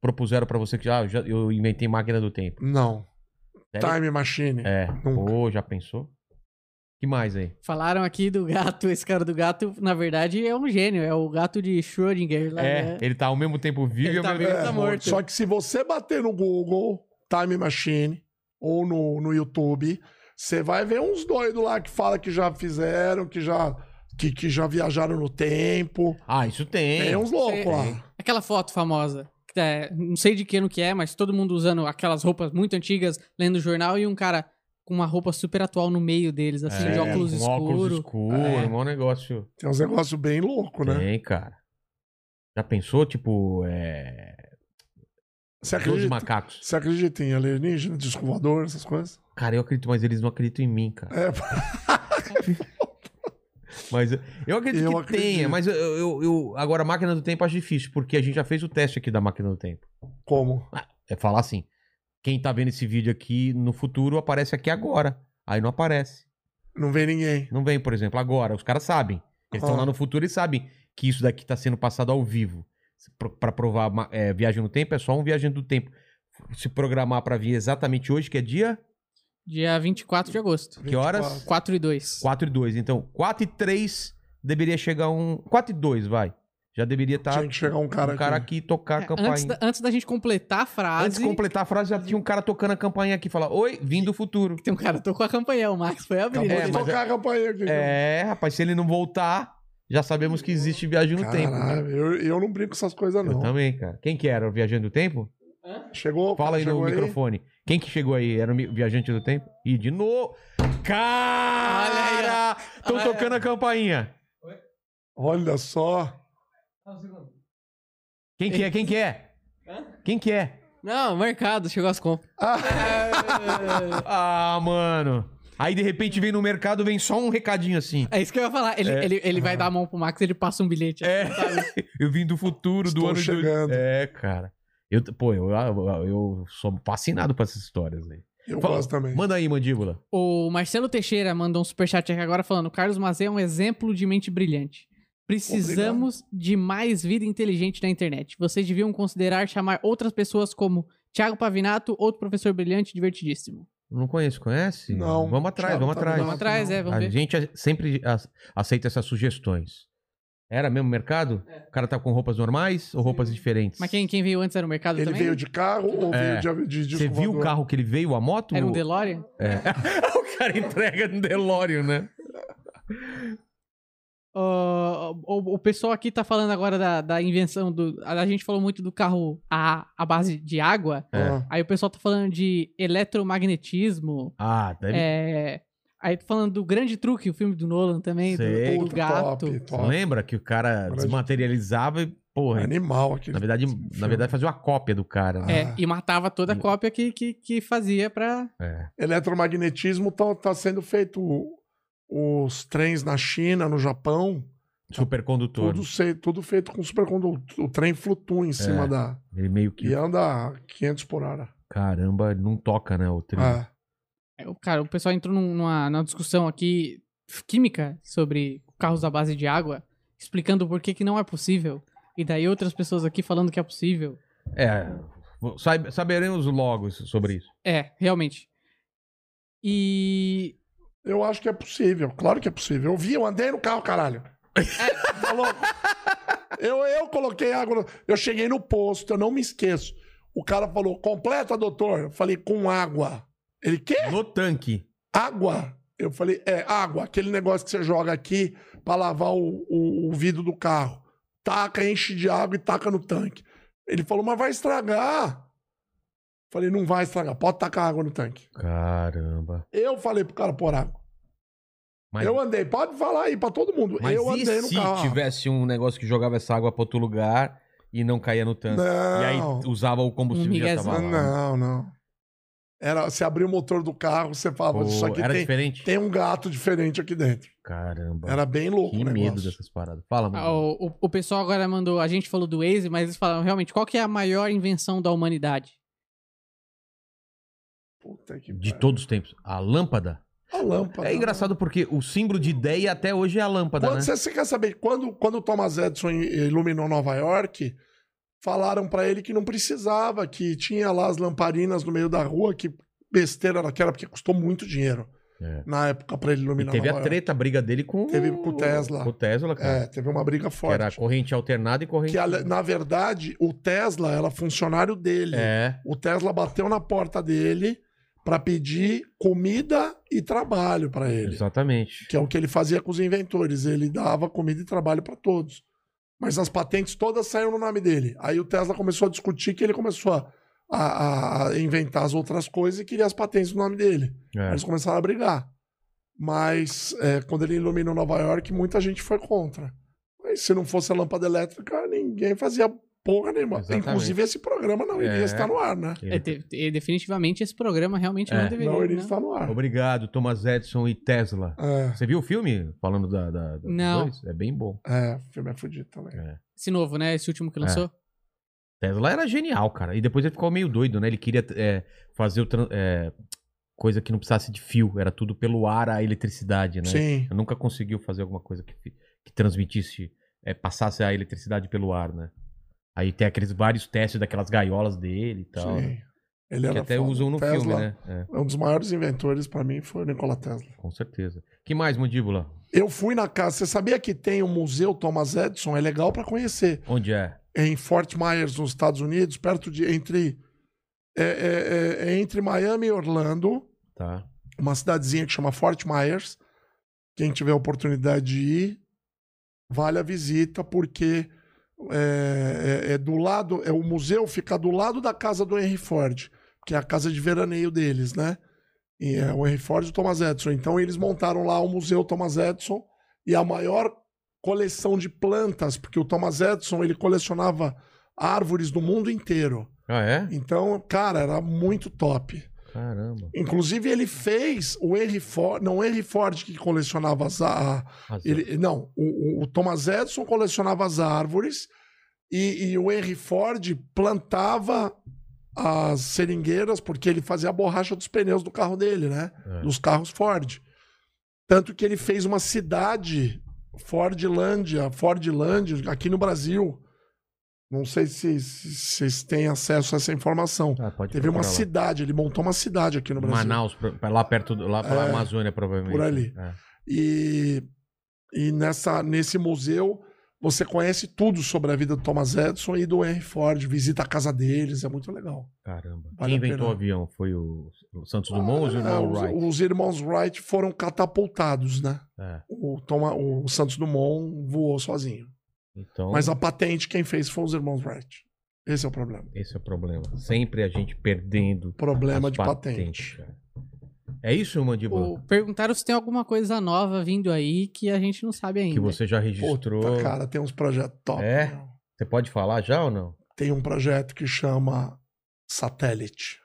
Speaker 2: propuseram pra você que ah, eu já, eu inventei máquina do tempo.
Speaker 4: Não.
Speaker 2: Sério?
Speaker 4: Time Machine.
Speaker 2: É.
Speaker 4: Nunca.
Speaker 2: Pô, já pensou? que mais aí?
Speaker 3: Falaram aqui do gato, esse cara do gato, na verdade, é um gênio, é o gato de Schrödinger lá.
Speaker 2: É,
Speaker 3: né?
Speaker 2: ele tá ao mesmo tempo vivo
Speaker 3: Ele
Speaker 2: e ao
Speaker 3: tá
Speaker 2: mesmo
Speaker 3: vivo
Speaker 2: tempo
Speaker 3: e tá morto.
Speaker 4: Só que se você bater no Google Time Machine ou no, no YouTube, você vai ver uns doidos lá que fala que já fizeram, que já, que, que já viajaram no tempo.
Speaker 2: Ah, isso tem.
Speaker 4: Tem um, uns loucos lá.
Speaker 3: Aquela foto famosa, que é, não sei de que ano que é, mas todo mundo usando aquelas roupas muito antigas, lendo jornal e um cara com uma roupa super atual no meio deles, assim, de óculos
Speaker 2: É, com
Speaker 3: escuro.
Speaker 2: um óculos escuro,
Speaker 3: É.
Speaker 2: é um negócio.
Speaker 4: Tem uns negócios bem loucos, né?
Speaker 2: Tem, cara. Já pensou, tipo, é...
Speaker 4: Você
Speaker 2: 12
Speaker 4: acredita,
Speaker 2: macacos?
Speaker 4: você acredita em alienígena, disco voador, essas coisas?
Speaker 2: Cara, eu acredito, mas eles não acreditam em mim, cara.
Speaker 4: É,
Speaker 2: Mas eu- eu acredito
Speaker 4: Eu
Speaker 2: que
Speaker 4: acredito.
Speaker 2: tenha, mas eu, eu, eu- Agora, a máquina do tempo acho difícil, porque a gente já fez o teste aqui da máquina do tempo.
Speaker 4: como?
Speaker 2: É falar assim: quem tá vendo esse vídeo aqui no futuro aparece aqui agora. Aí não aparece.
Speaker 4: Não vê ninguém.
Speaker 2: Não vem, por exemplo, agora. Os caras sabem. Eles estão
Speaker 4: Ah.
Speaker 2: lá no futuro e sabem que isso daqui tá sendo passado ao vivo. Se pro- Pra provar ma- é, viagem no tempo, é só um viagem do tempo. Se programar pra vir exatamente hoje, que é dia
Speaker 3: Dia 24 de agosto.
Speaker 2: Que horas?
Speaker 4: 24.
Speaker 3: 4 e 2.
Speaker 2: 4 e 2. Então, 4 e 3 deveria chegar um. 4 e 2, vai. Já deveria estar
Speaker 4: Tinha que chegar um cara,
Speaker 2: um cara
Speaker 4: aqui.
Speaker 2: aqui, tocar
Speaker 3: É,
Speaker 2: a
Speaker 3: antes,
Speaker 2: campainha.
Speaker 3: da, antes da gente completar a frase.
Speaker 2: Antes de completar a frase, já tinha um cara tocando a campainha aqui. Fala, oi, vim do futuro.
Speaker 3: Tem um cara, tô com a campanha, o Max foi abrir.
Speaker 4: Acabou
Speaker 2: É,
Speaker 3: né?
Speaker 4: de
Speaker 2: mas
Speaker 4: tocar a campainha aqui.
Speaker 2: É, rapaz, se ele não voltar, já sabemos que existe viagem no tempo. né? Então,
Speaker 4: Caralho, eu, eu não brinco com essas coisas,
Speaker 2: Eu
Speaker 4: não.
Speaker 2: também, cara. Quem que era? O viajante do tempo?
Speaker 4: Chegou,
Speaker 2: Fala aí no
Speaker 4: chegou
Speaker 2: microfone. Quem que chegou aí? Era o mi- viajante do tempo? E de novo. Cara! Estão
Speaker 3: Olha aí, ó.
Speaker 2: tocando a campainha.
Speaker 4: Olha só.
Speaker 2: Quem que é? Quem que é? Quem que é?
Speaker 3: Não, mercado, chegou as compras.
Speaker 4: Ah,
Speaker 2: Ah, mano. Aí de repente vem no mercado, vem só um recadinho assim.
Speaker 3: É isso que eu ia falar. Ele, ele, ele vai dar a mão pro Max, ele passa um bilhete.
Speaker 2: É. Eu vim do futuro,
Speaker 4: Estou
Speaker 2: do ano de-
Speaker 4: chegando.
Speaker 2: É, cara. Eu, pô, eu, ah, eu, eu sou fascinado por essas histórias aí.
Speaker 4: eu
Speaker 2: Fala-
Speaker 4: gosto também.
Speaker 2: Manda aí, mandíbula.
Speaker 3: O Marcelo Teixeira mandou um superchat aqui agora falando: Carlos Mazé é um exemplo de mente brilhante. Precisamos de mais vida inteligente na internet. Vocês deviam considerar chamar outras pessoas como Thiago Pavinato, outro professor brilhante, divertidíssimo.
Speaker 2: Não conheço, conhece?
Speaker 4: Não.
Speaker 2: Vamos atrás,
Speaker 4: Thiago
Speaker 2: vamos
Speaker 4: tá
Speaker 2: atrás.
Speaker 4: Não,
Speaker 3: Vamos atrás,
Speaker 4: não.
Speaker 3: é, vamos
Speaker 2: A
Speaker 3: ver.
Speaker 2: gente sempre a- aceita essas sugestões. Era mesmo mercado?
Speaker 4: É.
Speaker 2: O cara tá com roupas normais ou roupas diferentes?
Speaker 3: Mas quem, quem veio antes era o mercado
Speaker 4: Ele
Speaker 3: também?
Speaker 4: veio de carro ou
Speaker 2: É.
Speaker 4: veio de, de, de
Speaker 2: Você
Speaker 4: disco
Speaker 2: viu o
Speaker 4: voador?
Speaker 2: carro que ele veio, a moto?
Speaker 3: Era um DeLorean?
Speaker 2: o cara entrega no Delório, né?
Speaker 3: Ó, o, o pessoal aqui tá falando agora da, da invenção do. A, a gente falou muito do carro a, a base de água.
Speaker 4: Ah,
Speaker 3: Aí o pessoal tá falando de eletromagnetismo.
Speaker 2: Ah, deve
Speaker 3: É, aí tô falando do grande truque, o filme do Nolan também, do,
Speaker 2: Sei.
Speaker 3: do
Speaker 4: puta,
Speaker 3: gato.
Speaker 4: top,
Speaker 2: É Você
Speaker 4: top.
Speaker 2: lembra que o cara
Speaker 4: Parece-
Speaker 2: desmaterializava e, porra,
Speaker 4: Animal aqui.
Speaker 2: na verdade, na
Speaker 4: filme.
Speaker 2: verdade fazia uma cópia do cara. né?
Speaker 4: Ah.
Speaker 3: É, e matava toda a cópia que, que, que fazia pra.
Speaker 2: É.
Speaker 4: Eletromagnetismo tá, tá sendo feito o- os trens na China, no Japão,
Speaker 2: Supercondutor.
Speaker 4: tudo, se- tudo feito com supercondutor. O trem flutua em
Speaker 2: É.
Speaker 4: cima da.
Speaker 2: Ele
Speaker 4: E
Speaker 2: meio que,
Speaker 4: anda a 500 por hora.
Speaker 2: caramba, não toca, né, o trio.
Speaker 4: Ah,
Speaker 3: É, o Cara, o pessoal entrou num- numa, numa discussão aqui química sobre carros à base de água, explicando por que, que não é possível. E daí outras pessoas aqui falando que é possível.
Speaker 2: É, sabe- saberemos logo isso- sobre isso.
Speaker 3: É, realmente. E.
Speaker 4: eu acho que é possível, claro que é possível. Eu vi, eu andei no carro, caralho. Tá louco? Eu, eu coloquei água. no- Eu cheguei no posto, eu não me esqueço. O cara falou, completa, doutor. Eu falei, com água. Ele, quê?
Speaker 2: No tanque.
Speaker 4: Água? Eu falei, é, água, aquele negócio que você joga aqui pra lavar o, o- o vidro do carro. Taca, enche de água e taca no tanque. Ele falou, mas vai estragar. Falei, não vai estragar, pode tacar água no tanque.
Speaker 2: Caramba.
Speaker 4: Eu falei pro cara pôr água.
Speaker 2: Mas,
Speaker 4: eu andei, pode falar aí pra todo mundo.
Speaker 2: mas
Speaker 4: eu
Speaker 2: e
Speaker 4: andei no
Speaker 2: se
Speaker 4: carro.
Speaker 2: tivesse um negócio que jogava essa água pra outro lugar e não caía no tanque? E aí
Speaker 4: Não,
Speaker 2: usava o combustível
Speaker 3: Um
Speaker 2: e já tava
Speaker 3: miguezinho.
Speaker 2: lá.
Speaker 4: não, não. Era, você abriu o motor do carro, você falava,
Speaker 2: Pô,
Speaker 4: isso aqui
Speaker 2: era
Speaker 4: tem,
Speaker 2: diferente?
Speaker 4: tem um gato diferente aqui dentro.
Speaker 2: Caramba.
Speaker 4: Era bem louco
Speaker 2: que
Speaker 4: o negócio.
Speaker 2: medo dessas paradas. Fala,
Speaker 3: Ah,
Speaker 2: mano.
Speaker 3: O, o, o pessoal agora mandou. A gente falou do Waze, mas eles falaram realmente qual que é a maior invenção da humanidade?
Speaker 4: Puta que
Speaker 2: De
Speaker 4: pariu.
Speaker 2: todos os tempos. A lâmpada?
Speaker 4: A lâmpada.
Speaker 2: É engraçado porque o símbolo de ideia até hoje é a lâmpada,
Speaker 4: Quando,
Speaker 2: né?
Speaker 4: você, você quer saber, quando, quando o Thomas Edison iluminou Nova York, falaram pra ele que não precisava, que tinha lá as lamparinas no meio da rua, que besteira daquela, porque custou muito dinheiro.
Speaker 2: É.
Speaker 4: na época pra ele
Speaker 2: E
Speaker 4: iluminar
Speaker 2: teve
Speaker 4: Nova
Speaker 2: a
Speaker 4: York.
Speaker 2: treta, a briga dele com...
Speaker 4: Teve com o Tesla.
Speaker 2: Com o Tesla, cara.
Speaker 4: É, teve uma briga
Speaker 2: que era
Speaker 4: forte.
Speaker 2: corrente alternada e corrente...
Speaker 4: Que, ale- na verdade, o Tesla era funcionário dele.
Speaker 2: É,
Speaker 4: O Tesla bateu na porta dele pra pedir comida e trabalho pra ele.
Speaker 2: exatamente.
Speaker 4: Que é o que ele fazia com os inventores. Ele dava comida e trabalho pra todos. Mas as patentes todas saíram no nome dele. Aí o Tesla começou a discutir que ele começou a, a- a inventar as outras coisas e queria as patentes no nome dele. Aí
Speaker 2: É.
Speaker 4: Eles começaram a brigar. Mas é, quando ele iluminou Nova York, muita gente foi contra. Mas se não fosse a lâmpada elétrica, ninguém fazia porra nenhuma.
Speaker 2: Exatamente.
Speaker 4: Inclusive, esse programa não iria
Speaker 2: É.
Speaker 4: estar no ar, né?
Speaker 2: Ele-
Speaker 3: É, te- te- definitivamente esse programa realmente
Speaker 2: É.
Speaker 3: não deveria.
Speaker 4: Não iria
Speaker 3: né?
Speaker 4: estar no ar.
Speaker 2: Obrigado, Thomas Edison e Tesla.
Speaker 4: É,
Speaker 2: Você viu o filme falando da, da- da-
Speaker 3: Não.
Speaker 2: dos dois? É bem bom.
Speaker 4: é, o filme é fudido também.
Speaker 3: Esse novo, né? Esse último que
Speaker 2: É.
Speaker 3: lançou.
Speaker 2: Tesla era genial, cara. E depois ele ficou meio doido, né? Ele queria é, fazer o tran- é, coisa que não precisasse de fio. Era tudo pelo ar, a eletricidade, né?
Speaker 4: Sim.
Speaker 2: Eu nunca conseguiu fazer alguma coisa que, fi- que transmitisse, é, passasse a eletricidade pelo ar, né? Aí tem aqueles vários testes daquelas gaiolas dele e tal. né?
Speaker 4: Sim. Ele
Speaker 2: Que
Speaker 4: era
Speaker 2: até
Speaker 4: foda.
Speaker 2: usam no
Speaker 4: Tesla,
Speaker 2: filme, né? É,
Speaker 4: Um dos maiores inventores pra mim foi o Nikola Tesla.
Speaker 2: com certeza. que mais, Mandíbula?
Speaker 4: Eu fui na casa. Você sabia que tem o Museu Thomas Edison? É legal pra conhecer.
Speaker 2: Onde é?
Speaker 4: em Fort Myers, nos Estados Unidos, perto de entre é, é, é, é entre Miami e Orlando,
Speaker 2: Tá.
Speaker 4: uma cidadezinha que chama Fort Myers. Quem tiver a oportunidade de ir, vale a visita porque é, é- é do lado, é o museu fica do lado da casa do Henry Ford, que é a casa de veraneio deles, né? E é o Henry Ford e o Thomas Edison. Então eles montaram lá o museu Thomas Edison e a maior coleção de plantas, porque o Thomas Edison ele colecionava árvores do mundo inteiro.
Speaker 2: Ah, é?
Speaker 4: Então, cara, era muito top.
Speaker 2: Caramba.
Speaker 4: Inclusive, ele fez o Henry Ford. Não, o Henry Ford que colecionava as. a-
Speaker 2: Azar.
Speaker 4: ele, não, o, o- o Thomas Edison colecionava as árvores e, e o Henry Ford plantava as seringueiras porque ele fazia a borracha dos pneus do carro dele, né?
Speaker 2: É.
Speaker 4: Dos carros Ford. Tanto que ele fez uma cidade, Fordlândia, Fordlândia, aqui no Brasil. Não sei se se- se vocês têm acesso a essa informação.
Speaker 2: Ah, pode
Speaker 4: Teve uma
Speaker 2: procurar lá.
Speaker 4: cidade, ele montou uma cidade aqui no Brasil.
Speaker 2: Manaus, pro- pra- lá perto, do- lá pela
Speaker 4: É,
Speaker 2: Amazônia, provavelmente.
Speaker 4: por ali.
Speaker 2: É.
Speaker 4: E, e nessa, nesse museu você conhece tudo sobre a vida do Thomas Edison e do Henry Ford. Visita a casa deles, é muito legal.
Speaker 2: Caramba.
Speaker 4: Vale
Speaker 2: Quem
Speaker 4: a pena.
Speaker 2: inventou o avião? Foi o o Santos Dumont ou os
Speaker 4: Ah,
Speaker 2: irmãos
Speaker 4: os,
Speaker 2: Wright?
Speaker 4: os irmãos Wright foram catapultados, né?
Speaker 2: É.
Speaker 4: O, Toma, o Santos Dumont voou sozinho.
Speaker 2: Então,
Speaker 4: Mas a patente quem fez foi os irmãos Wright. Esse é o problema.
Speaker 2: esse é o problema. Sempre a gente perdendo
Speaker 4: Problema
Speaker 2: as
Speaker 4: de patente.
Speaker 2: patentes, cara. É isso, Mandíbula?
Speaker 3: O- perguntaram se tem alguma coisa nova vindo aí que a gente não sabe ainda.
Speaker 2: Que
Speaker 4: né?
Speaker 2: você
Speaker 4: tá
Speaker 2: já registrou.
Speaker 4: Puta, cara, tem uns projetos top. né?
Speaker 2: É?
Speaker 4: meu.
Speaker 2: Você pode falar já ou não?
Speaker 4: tem um projeto que chama Satélite.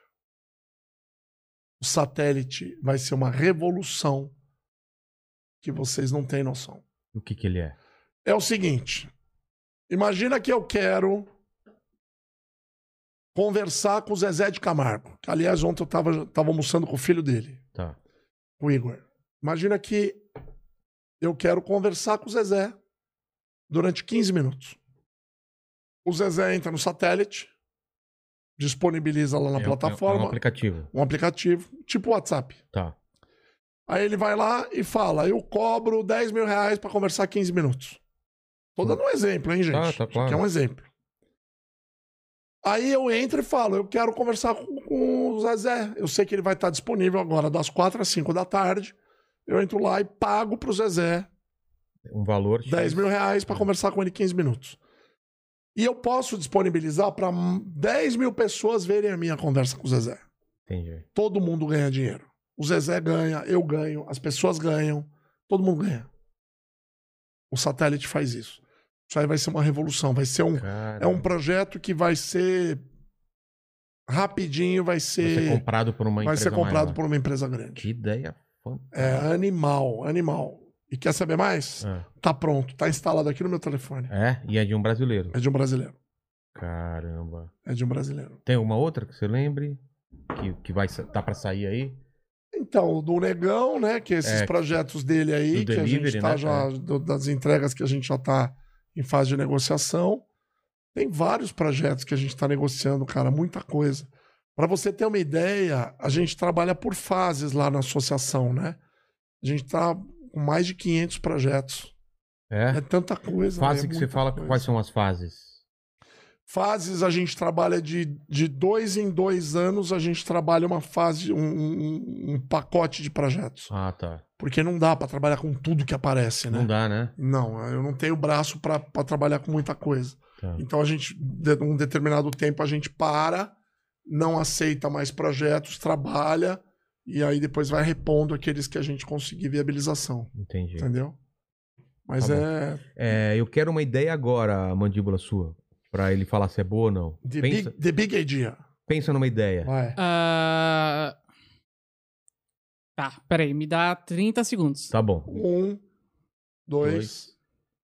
Speaker 4: O satélite vai ser uma revolução que vocês não têm noção.
Speaker 2: O que que ele é?
Speaker 4: É o seguinte: imagina que eu quero conversar com o Zezé de Camargo. que, aliás, ontem eu estava tava almoçando com o filho dele,
Speaker 2: Tá.
Speaker 4: o Igor. Imagina que eu quero conversar com o Zezé durante 15 minutos. O Zezé entra no satélite, disponibiliza lá na
Speaker 2: É um- É um
Speaker 4: plataforma
Speaker 2: aplicativo.
Speaker 4: um aplicativo, tipo WhatsApp.
Speaker 2: Tá.
Speaker 4: Aí ele vai lá e fala: Eu cobro 10 mil reais pra conversar 15 minutos. Tô dando um exemplo, hein, gente?
Speaker 2: Tá, tá
Speaker 4: Isso aqui
Speaker 2: claro.
Speaker 4: é um exemplo. Aí eu entro e falo: Eu quero conversar com, com o Zezé. Eu sei que ele vai estar disponível agora das 4 às 5 da tarde. Eu entro lá e pago pro Zezé
Speaker 2: Um valor. X.
Speaker 4: 10 mil reais pra conversar com ele 15 minutos. E eu posso disponibilizar pra 10 mil pessoas verem a minha conversa com o Zezé
Speaker 2: Entendi.
Speaker 4: todo mundo ganha dinheiro. O Zezé ganha, eu ganho, as pessoas ganham, todo mundo ganha. O satélite faz isso. Isso aí vai ser uma revolução, vai ser um
Speaker 2: Cara,
Speaker 4: é um projeto que vai ser rapidinho, vai
Speaker 2: vai ser
Speaker 4: ser
Speaker 2: comprado por uma
Speaker 4: vai
Speaker 2: empresa
Speaker 4: ser comprado
Speaker 2: maior.
Speaker 4: por uma empresa
Speaker 2: Que
Speaker 4: grande.
Speaker 2: ideia fantástica.
Speaker 4: É animal, animal. E quer saber mais? Tá pronto, tá instalado aqui no meu telefone.
Speaker 2: Ah, É, e é de um brasileiro.
Speaker 4: É de um brasileiro.
Speaker 2: Caramba.
Speaker 4: É de um brasileiro.
Speaker 2: Tem alguma outra que você lembre? Que, que vai sa- tá pra sair aí?
Speaker 4: Então, o do Negão, né? Que esses
Speaker 2: É,
Speaker 4: projetos dele aí,
Speaker 2: do
Speaker 4: que a
Speaker 2: delivery,
Speaker 4: gente tá
Speaker 2: né,
Speaker 4: já,
Speaker 2: é.
Speaker 4: do- das entregas que a gente já tá em fase de negociação. Tem vários projetos que a gente tá negociando, cara, muita coisa. Para você ter uma ideia, a gente trabalha por fases lá na associação, né? A gente tá com mais de 500 projetos. É
Speaker 2: É?
Speaker 4: tanta coisa.
Speaker 2: Fase
Speaker 4: né? É
Speaker 2: que você
Speaker 4: muita
Speaker 2: fala,
Speaker 4: coisa.
Speaker 2: quais são as fases?
Speaker 4: Fases a gente trabalha de, de dois em dois anos, a gente trabalha uma fase, um, um- um pacote de projetos.
Speaker 2: Ah, tá.
Speaker 4: Porque não dá pra trabalhar com tudo que aparece, né?
Speaker 2: Não dá, né?
Speaker 4: Não, eu não tenho braço pra pra trabalhar com muita coisa.
Speaker 2: Tá.
Speaker 4: Então a gente, de um determinado tempo, a gente para, não aceita mais projetos, trabalha e aí depois vai repondo aqueles que a gente conseguir viabilização,
Speaker 2: Entendi.
Speaker 4: entendeu? Mas
Speaker 2: É. Tá bom.
Speaker 4: é
Speaker 2: É, eu quero uma ideia agora, mandíbula sua, pra ele falar se é boa ou não.
Speaker 4: the
Speaker 2: Pensa, É.
Speaker 4: big, the big idea.
Speaker 2: pensa numa ideia.
Speaker 4: Vai.
Speaker 3: Ah, Tá, peraí, me dá 30 segundos.
Speaker 2: Tá bom.
Speaker 4: Um, dois,
Speaker 2: Dois,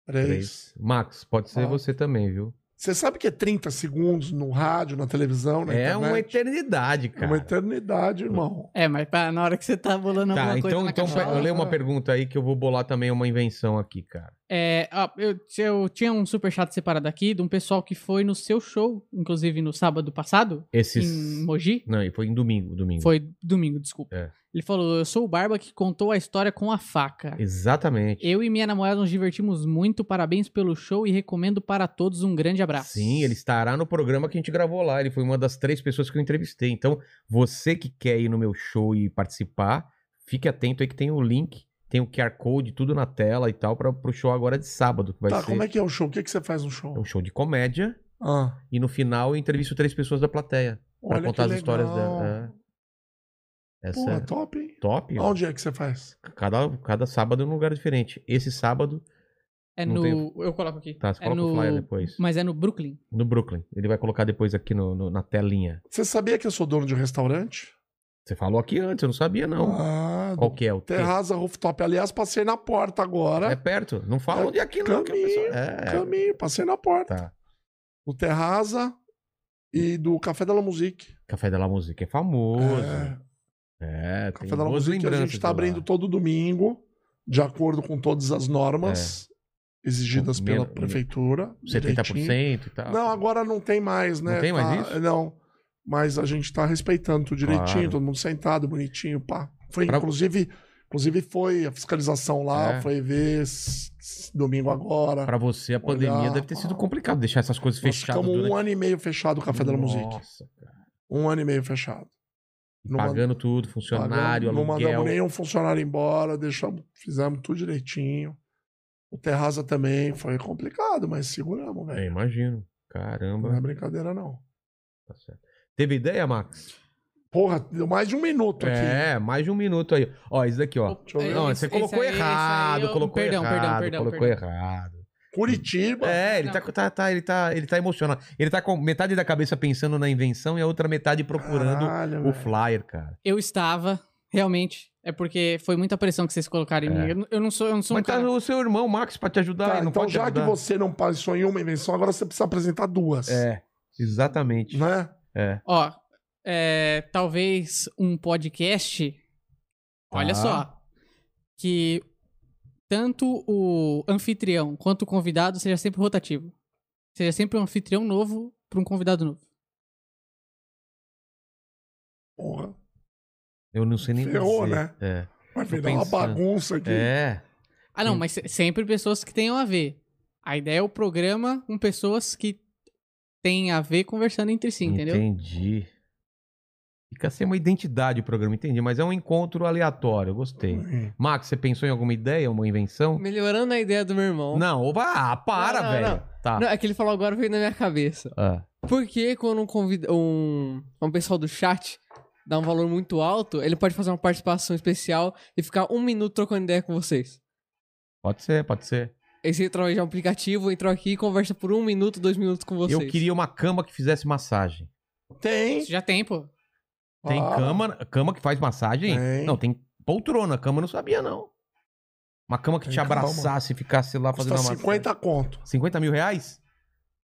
Speaker 4: três.
Speaker 2: Três. Max, pode ser
Speaker 4: Ah.
Speaker 2: você também, viu?
Speaker 4: Você sabe que é 30 segundos no rádio, na televisão, na
Speaker 2: É
Speaker 4: internet?
Speaker 2: uma eternidade,
Speaker 4: É
Speaker 2: cara.
Speaker 4: uma eternidade, irmão.
Speaker 3: É, mas pá, na hora que você tá bolando
Speaker 2: Tá,
Speaker 3: alguma coisa
Speaker 2: então,
Speaker 3: na
Speaker 2: então
Speaker 3: cachola-
Speaker 2: eu leio uma
Speaker 4: Ah.
Speaker 2: pergunta aí que eu vou bolar também uma invenção aqui, cara.
Speaker 3: É, ó, eu, eu tinha um superchat separado aqui de um pessoal que foi no seu show, inclusive no sábado passado,
Speaker 2: Esses.
Speaker 3: em Mogi.
Speaker 2: Não, e foi em domingo, domingo.
Speaker 3: Foi domingo, desculpa.
Speaker 2: É.
Speaker 3: Ele falou: Eu sou o Barba que contou a história com a faca.
Speaker 2: Exatamente.
Speaker 3: Eu e minha namorada nos divertimos muito, parabéns pelo show e recomendo para todos um grande abraço.
Speaker 2: Sim, ele estará no programa que a gente gravou lá. Ele foi uma das três pessoas que eu entrevistei. Então, você que quer ir no meu show e participar, fique atento aí que tem o link, tem o QR Code, tudo na tela e tal, para pro show agora de sábado, que vai
Speaker 4: tá,
Speaker 2: ser
Speaker 4: como é que é o show? O que, que você faz no
Speaker 2: é
Speaker 4: show?
Speaker 2: um show de comédia.
Speaker 4: Ah,
Speaker 2: E no final eu entrevisto três pessoas da plateia para
Speaker 4: olha
Speaker 2: contar as
Speaker 4: que
Speaker 2: histórias é
Speaker 4: legal.
Speaker 2: dela. É. Essa
Speaker 4: Pô, tá
Speaker 2: é
Speaker 4: top, hein?
Speaker 2: top. ó.
Speaker 4: Onde é que você faz?
Speaker 2: Cada, cada sábado é num lugar diferente. Esse sábado,
Speaker 3: É
Speaker 2: não
Speaker 3: no.
Speaker 2: tenho-
Speaker 3: Eu coloco aqui.
Speaker 2: tá? Você
Speaker 3: é
Speaker 2: coloca o
Speaker 3: no...
Speaker 2: flyer depois.
Speaker 3: Mas é no Brooklyn.
Speaker 2: No Brooklyn. Ele vai colocar depois aqui no- no- na telinha.
Speaker 4: Você sabia que eu sou dono de um restaurante?
Speaker 2: Você falou aqui antes, eu não sabia, não.
Speaker 3: Tá
Speaker 4: Ah,
Speaker 2: Qual que é o quê?
Speaker 4: Terraza Rooftop. Aliás, passei na porta
Speaker 2: É
Speaker 4: agora.
Speaker 2: perto. Não fala
Speaker 4: É
Speaker 2: onde é aqui, não. que a
Speaker 4: caminho,
Speaker 2: pessoa- É,
Speaker 4: Caminho, passei na porta.
Speaker 2: tá.
Speaker 4: Do Terraza e do Café da La Musique.
Speaker 2: Café da La Música é
Speaker 4: É,
Speaker 2: famoso. É, tem
Speaker 4: Café da La
Speaker 2: boas
Speaker 4: Musique a
Speaker 2: lembranças.
Speaker 4: gente está
Speaker 2: de lá.
Speaker 4: abrindo todo domingo, de acordo com todas as normas
Speaker 2: É.
Speaker 4: exigidas
Speaker 2: Com
Speaker 4: pela
Speaker 2: menos-
Speaker 4: prefeitura. 70%.
Speaker 2: 70% e tal.
Speaker 4: Não, agora não tem mais, né?
Speaker 2: Ah, tá. Não tem mais
Speaker 4: Tá-
Speaker 2: isso?
Speaker 4: Não. Mas a gente tá respeitando tudo direitinho,
Speaker 2: Claro.
Speaker 4: todo mundo sentado, bonitinho, pá. Foi,
Speaker 2: Pra-
Speaker 4: inclusive, inclusive foi a fiscalização lá,
Speaker 2: É.
Speaker 4: foi ver s- s- domingo agora.
Speaker 2: Pra você, a pandemia
Speaker 4: Olhar,
Speaker 2: deve ter sido
Speaker 4: pá.
Speaker 2: complicado deixar essas coisas
Speaker 4: Nós
Speaker 2: fechadas
Speaker 4: ficamos
Speaker 2: durante...
Speaker 4: um ano e meio fechado o Café da Musique.
Speaker 2: Nossa, cara.
Speaker 4: Um ano e meio fechado.
Speaker 2: E
Speaker 4: Não
Speaker 2: Pagando tudo, funcionário,
Speaker 4: Pagamos- não
Speaker 2: aluguel.
Speaker 4: mandamos nenhum funcionário embora, deixamos, fizemos tudo direitinho. O Terraza também foi complicado, mas seguramos,
Speaker 2: É,
Speaker 4: velho.
Speaker 2: imagino.
Speaker 4: Não é
Speaker 2: Caramba.
Speaker 4: brincadeira, não.
Speaker 2: Tá certo. Teve ideia, Max?
Speaker 4: Porra, deu mais de um minuto aqui.
Speaker 2: É, mais de um minuto aí. Ó, isso daqui, ó.
Speaker 4: Deixa eu ver.
Speaker 2: Não,
Speaker 3: Esse-
Speaker 2: você colocou
Speaker 3: esse aí- esse aí
Speaker 2: errado,
Speaker 3: eu-
Speaker 2: colocou
Speaker 3: perdão,
Speaker 2: errado,
Speaker 3: perdão, perdão,
Speaker 2: colocou
Speaker 3: perdão.
Speaker 2: errado.
Speaker 4: Curitiba.
Speaker 2: É, ele
Speaker 3: Não.
Speaker 2: tá, tá, tá- ele, tá, ele tá emocionado. Ele tá com metade da cabeça pensando na invenção e a outra metade procurando
Speaker 4: Caralho,
Speaker 2: o
Speaker 4: velho.
Speaker 2: flyer, cara.
Speaker 3: Eu estava, realmente. É porque foi muita pressão que vocês colocaram em
Speaker 2: É.
Speaker 3: mim. Eu, não- eu não sou, eu não sou um
Speaker 2: Mas tá
Speaker 3: cara...
Speaker 2: o seu irmão, Max, pra te ajudar.
Speaker 4: Tá,
Speaker 2: ele não
Speaker 4: então,
Speaker 2: pode te
Speaker 4: já que
Speaker 2: ajudar.
Speaker 4: você não pensou em uma invenção, agora você precisa apresentar duas.
Speaker 2: É, exatamente.
Speaker 4: Né?
Speaker 2: É.
Speaker 3: Ó, é, talvez um podcast. Olha
Speaker 2: Tá.
Speaker 3: só. Que tanto o anfitrião quanto o convidado seja sempre rotativo. Seja sempre um anfitrião novo para um convidado novo.
Speaker 4: Porra.
Speaker 2: Eu não sei nem
Speaker 4: Ferrou,
Speaker 2: dizer.
Speaker 4: né?
Speaker 2: É.
Speaker 4: Vai
Speaker 2: Tô
Speaker 4: virar uma
Speaker 2: pensando.
Speaker 4: bagunça aqui.
Speaker 2: É.
Speaker 3: Ah, não,
Speaker 2: Sim.
Speaker 3: mas se- sempre pessoas que tenham a ver. A ideia é o programa com pessoas que têm a ver conversando entre si, entendeu?
Speaker 2: Entendi. Fica sem uma identidade o programa, entendi. Mas é um encontro aleatório, eu gostei.
Speaker 4: Hum.
Speaker 2: Max, você pensou em alguma ideia, uma invenção?
Speaker 5: Melhorando a ideia do meu irmão.
Speaker 2: Não, opa, ah, para,
Speaker 5: Não, não,
Speaker 2: velho. Tá.
Speaker 5: Não, é que ele falou agora veio na minha cabeça.
Speaker 2: Ah,
Speaker 5: Por que quando um, convida, um, um pessoal do chat dá um valor muito alto, ele pode fazer uma participação especial e ficar um minuto trocando ideia com vocês?
Speaker 2: pode ser, pode ser.
Speaker 5: Aí você entra já um aplicativo, entrou aqui e conversa por um minuto, dois minutos com vocês.
Speaker 2: Eu queria uma cama que fizesse massagem.
Speaker 4: Tem.
Speaker 3: Isso já tem, pô.
Speaker 2: Tem
Speaker 4: Ah,
Speaker 2: cama, cama que faz massagem?
Speaker 4: Tem.
Speaker 2: Não, tem poltrona. Cama eu não sabia, não. Uma cama que
Speaker 4: Tem
Speaker 2: te abraçasse e ficasse lá fazendo
Speaker 4: Custa
Speaker 2: uma massagem.
Speaker 4: 50 conto.
Speaker 2: 50 mil reais?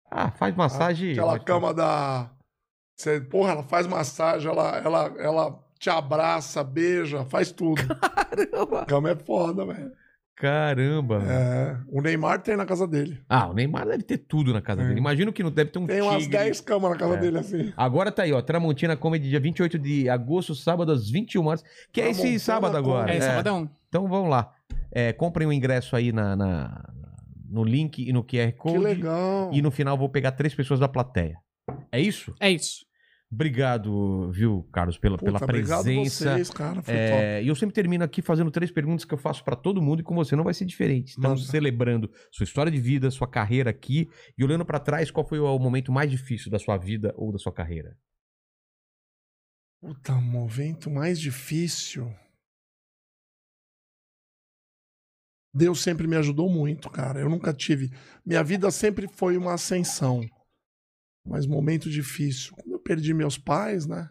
Speaker 2: Ah, faz massagem.
Speaker 4: Aquela
Speaker 2: ótimo.
Speaker 4: cama da. Você, porra, ela faz massagem, ela, ela, ela te abraça, beija, faz tudo. Caramba. Cama é foda, velho.
Speaker 2: Caramba. velho.
Speaker 4: É, o Neymar tem na casa dele.
Speaker 2: Ah, o Neymar deve ter tudo na casa
Speaker 4: É.
Speaker 2: dele. Imagino que não deve ter um
Speaker 4: Tem umas 10 camas na casa
Speaker 2: É.
Speaker 4: dele, assim.
Speaker 2: Agora tá aí, ó. Tramontina Comedy, dia 28 de agosto, sábado, às 21 horas. Que é esse
Speaker 4: Tramontina
Speaker 2: sábado agora.
Speaker 3: É,
Speaker 4: Comedy.
Speaker 2: É.
Speaker 3: sabadão.
Speaker 2: Então vamos lá. É, comprem o ingresso aí na, na- no link e no QR Code.
Speaker 4: Que legal.
Speaker 2: E no final eu vou pegar três pessoas da plateia. É isso?
Speaker 3: É isso.
Speaker 2: Obrigado, viu, Carlos, pela,
Speaker 4: Puta,
Speaker 2: pela
Speaker 4: obrigado
Speaker 2: presença.
Speaker 4: vocês, cara. Foi top.
Speaker 2: É, E eu sempre termino aqui fazendo três perguntas que eu faço pra todo mundo e com você não vai ser diferente. Estamos
Speaker 4: Manda.
Speaker 2: celebrando sua história de vida, sua carreira aqui e olhando pra trás, qual foi o momento mais difícil da sua vida ou da sua carreira?
Speaker 4: Puta, um momento mais difícil. Deus sempre me ajudou muito, cara. Eu nunca tive. Minha vida sempre foi uma ascensão. Mas momento difícil. Quando eu perdi meus pais, né?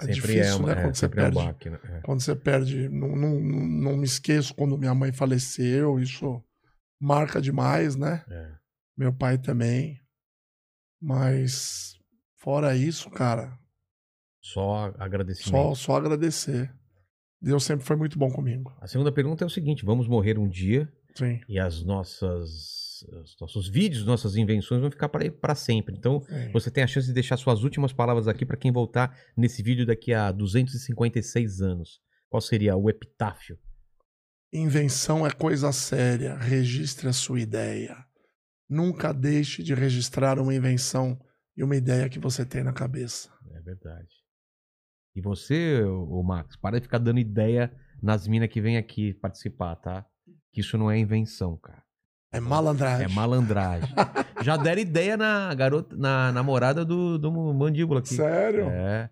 Speaker 4: É difícil, né? Quando você
Speaker 2: sempre é um
Speaker 4: perde.
Speaker 2: baque, né? É.
Speaker 4: Quando você perde. Não, não, não não me esqueço quando minha mãe faleceu. Isso marca demais, né?
Speaker 2: É.
Speaker 4: Meu pai também. Mas, fora isso, cara.
Speaker 2: Só agradecimento.
Speaker 4: Só, só agradecer. Deus sempre foi muito bom comigo.
Speaker 2: A segunda pergunta é o seguinte: vamos morrer um dia
Speaker 4: Sim.
Speaker 2: e as nossas os nossos vídeos, nossas invenções vão ficar para sempre. Então,
Speaker 4: sim.
Speaker 2: você tem a chance de deixar suas últimas palavras aqui para quem voltar nesse vídeo daqui a 256 anos. Qual seria o epitáfio?
Speaker 4: Invenção é coisa séria. Registre a sua ideia. Nunca deixe de registrar uma invenção e uma ideia que você tem na cabeça.
Speaker 2: É verdade. E você, o Max, para de ficar dando ideia nas minas que vem aqui participar, tá? Que isso não é invenção, cara.
Speaker 4: É malandragem.
Speaker 2: É malandragem. Já deram ideia na garota, na namorada do, do mandíbula aqui.
Speaker 4: Sério?
Speaker 2: É.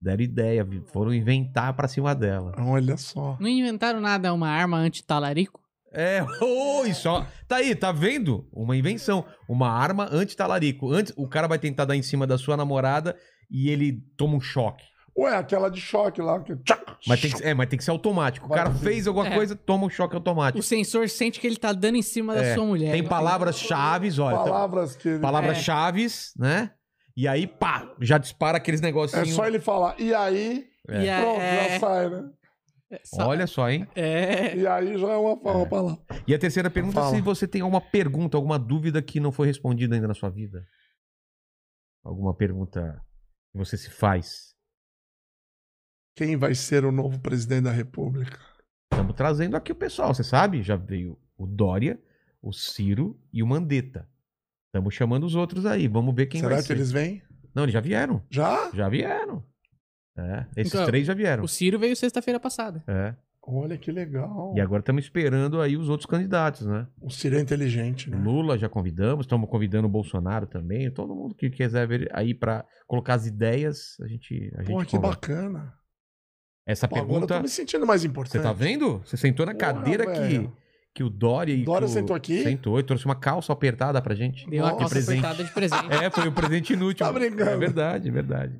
Speaker 2: Deram ideia, vi- foram inventar pra cima dela.
Speaker 4: Olha só.
Speaker 3: Não inventaram nada, é uma arma anti-talarico?
Speaker 2: É, oi, só. Tá aí, tá vendo? Uma invenção. Uma arma anti-talarico. Antes, o cara vai tentar dar em cima da sua namorada e ele toma um choque.
Speaker 4: Ué, aquela de choque lá. Que... tchac,
Speaker 2: Mas tem que, é, mas tem que ser automático. O cara
Speaker 4: Vai.
Speaker 2: fez alguma
Speaker 3: É.
Speaker 2: coisa, toma um choque automático.
Speaker 3: O sensor sente que ele tá dando em cima da
Speaker 2: É,
Speaker 3: sua mulher.
Speaker 2: Tem palavras-chave, olha. tá-
Speaker 4: Palavras que.
Speaker 2: Palavras-chave, né? E aí, pá, já dispara
Speaker 4: É
Speaker 2: aqueles negocinhos.
Speaker 4: só ele falar. E aí?
Speaker 2: É.
Speaker 3: E aí,
Speaker 4: Pronto,
Speaker 3: é,
Speaker 4: já sai, né?
Speaker 3: sa-
Speaker 2: Olha só, hein?
Speaker 3: é,
Speaker 4: E aí já é uma, uma
Speaker 2: É.
Speaker 4: palavra.
Speaker 2: E a terceira pergunta é
Speaker 4: Fala.
Speaker 2: se você tem alguma pergunta, alguma dúvida que não foi respondida ainda na sua vida. Alguma pergunta que você se faz.
Speaker 4: Quem vai ser o novo presidente da República?
Speaker 2: Estamos trazendo aqui o pessoal, você sabe? Já veio o Dória, o Ciro e o Mandetta. Estamos chamando os outros aí. Vamos ver quem
Speaker 4: Será
Speaker 2: vai
Speaker 4: que
Speaker 2: ser.
Speaker 4: eles vêm?
Speaker 2: Não, eles já vieram.
Speaker 4: Já?
Speaker 2: Já vieram. É, esses
Speaker 3: Então,
Speaker 2: três já vieram.
Speaker 3: O Ciro veio sexta-feira passada.
Speaker 2: É.
Speaker 4: Olha que legal.
Speaker 2: E agora estamos esperando aí os outros candidatos, né?
Speaker 4: O Ciro é inteligente, né?
Speaker 2: Lula já convidamos, estamos convidando o Bolsonaro também. Todo mundo que quiser ver aí pra colocar as ideias, a gente. A
Speaker 4: Pô,
Speaker 2: gente
Speaker 4: que
Speaker 2: conversa.
Speaker 4: bacana.
Speaker 2: Essa
Speaker 4: Pô, agora eu
Speaker 2: pergunta.
Speaker 4: tô me sentindo mais
Speaker 2: Você
Speaker 4: importante.
Speaker 2: tá vendo? Você sentou na
Speaker 4: Porra,
Speaker 2: cadeira que,
Speaker 4: velho.
Speaker 2: que o Dória e.
Speaker 4: Dória
Speaker 2: que o-
Speaker 4: sentou aqui?
Speaker 2: Sentou e trouxe uma calça apertada pra gente.
Speaker 3: Deu uma
Speaker 4: Nossa,
Speaker 3: calça
Speaker 2: presente.
Speaker 3: apertada de presente.
Speaker 2: É, foi um presente inútil.
Speaker 4: Tá brincando.
Speaker 2: É verdade, é verdade.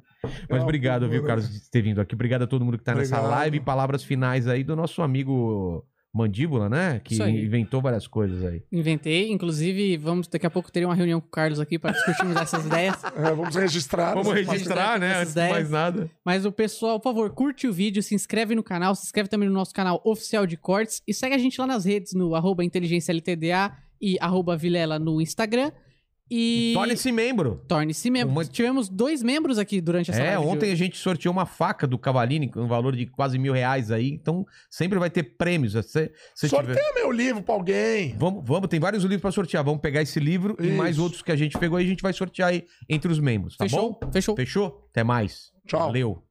Speaker 2: Mas
Speaker 4: uma
Speaker 2: obrigado, viu,
Speaker 4: figura.
Speaker 2: Carlos, de ter vindo aqui. Obrigado a todo mundo que tá nessa
Speaker 4: Obrigado.
Speaker 2: live. Palavras finais aí do nosso amigo Mandíbula, né? Que
Speaker 3: Isso aí.
Speaker 2: inventou várias coisas aí.
Speaker 3: Inventei. Inclusive, vamos daqui a pouco ter uma reunião com o Carlos aqui para discutirmos essas ideias.
Speaker 4: É, vamos registrar.
Speaker 2: Vamos
Speaker 4: essa
Speaker 2: registrar, né?
Speaker 3: essas
Speaker 2: Antes de mais
Speaker 3: ideias.
Speaker 2: nada.
Speaker 3: Mas o pessoal, por favor, curte o vídeo, se inscreve no canal, se inscreve também no nosso canal oficial de cortes e segue a gente lá nas redes, no arroba inteligência LTDA e arroba Vilela no Instagram. E,
Speaker 2: Torne-se membro.
Speaker 3: torne-se membro.
Speaker 2: Uma-
Speaker 3: Tivemos dois membros aqui durante essa
Speaker 2: É,
Speaker 3: live de
Speaker 2: ontem a gente sorteou uma faca do Cavalini com um valor de quase mil reais aí, então sempre vai ter prêmios. Se, se
Speaker 4: Sorteia
Speaker 2: tiver...
Speaker 4: meu livro pra alguém.
Speaker 2: Vamos, vamos, tem vários livros pra sortear. Vamos pegar esse livro e mais
Speaker 4: Isso.
Speaker 2: outros que a gente pegou aí, a gente vai sortear aí entre os membros, tá
Speaker 3: Fechou?
Speaker 2: bom?
Speaker 3: Fechou.
Speaker 2: Fechou? Até mais.
Speaker 4: Tchau.
Speaker 2: Valeu.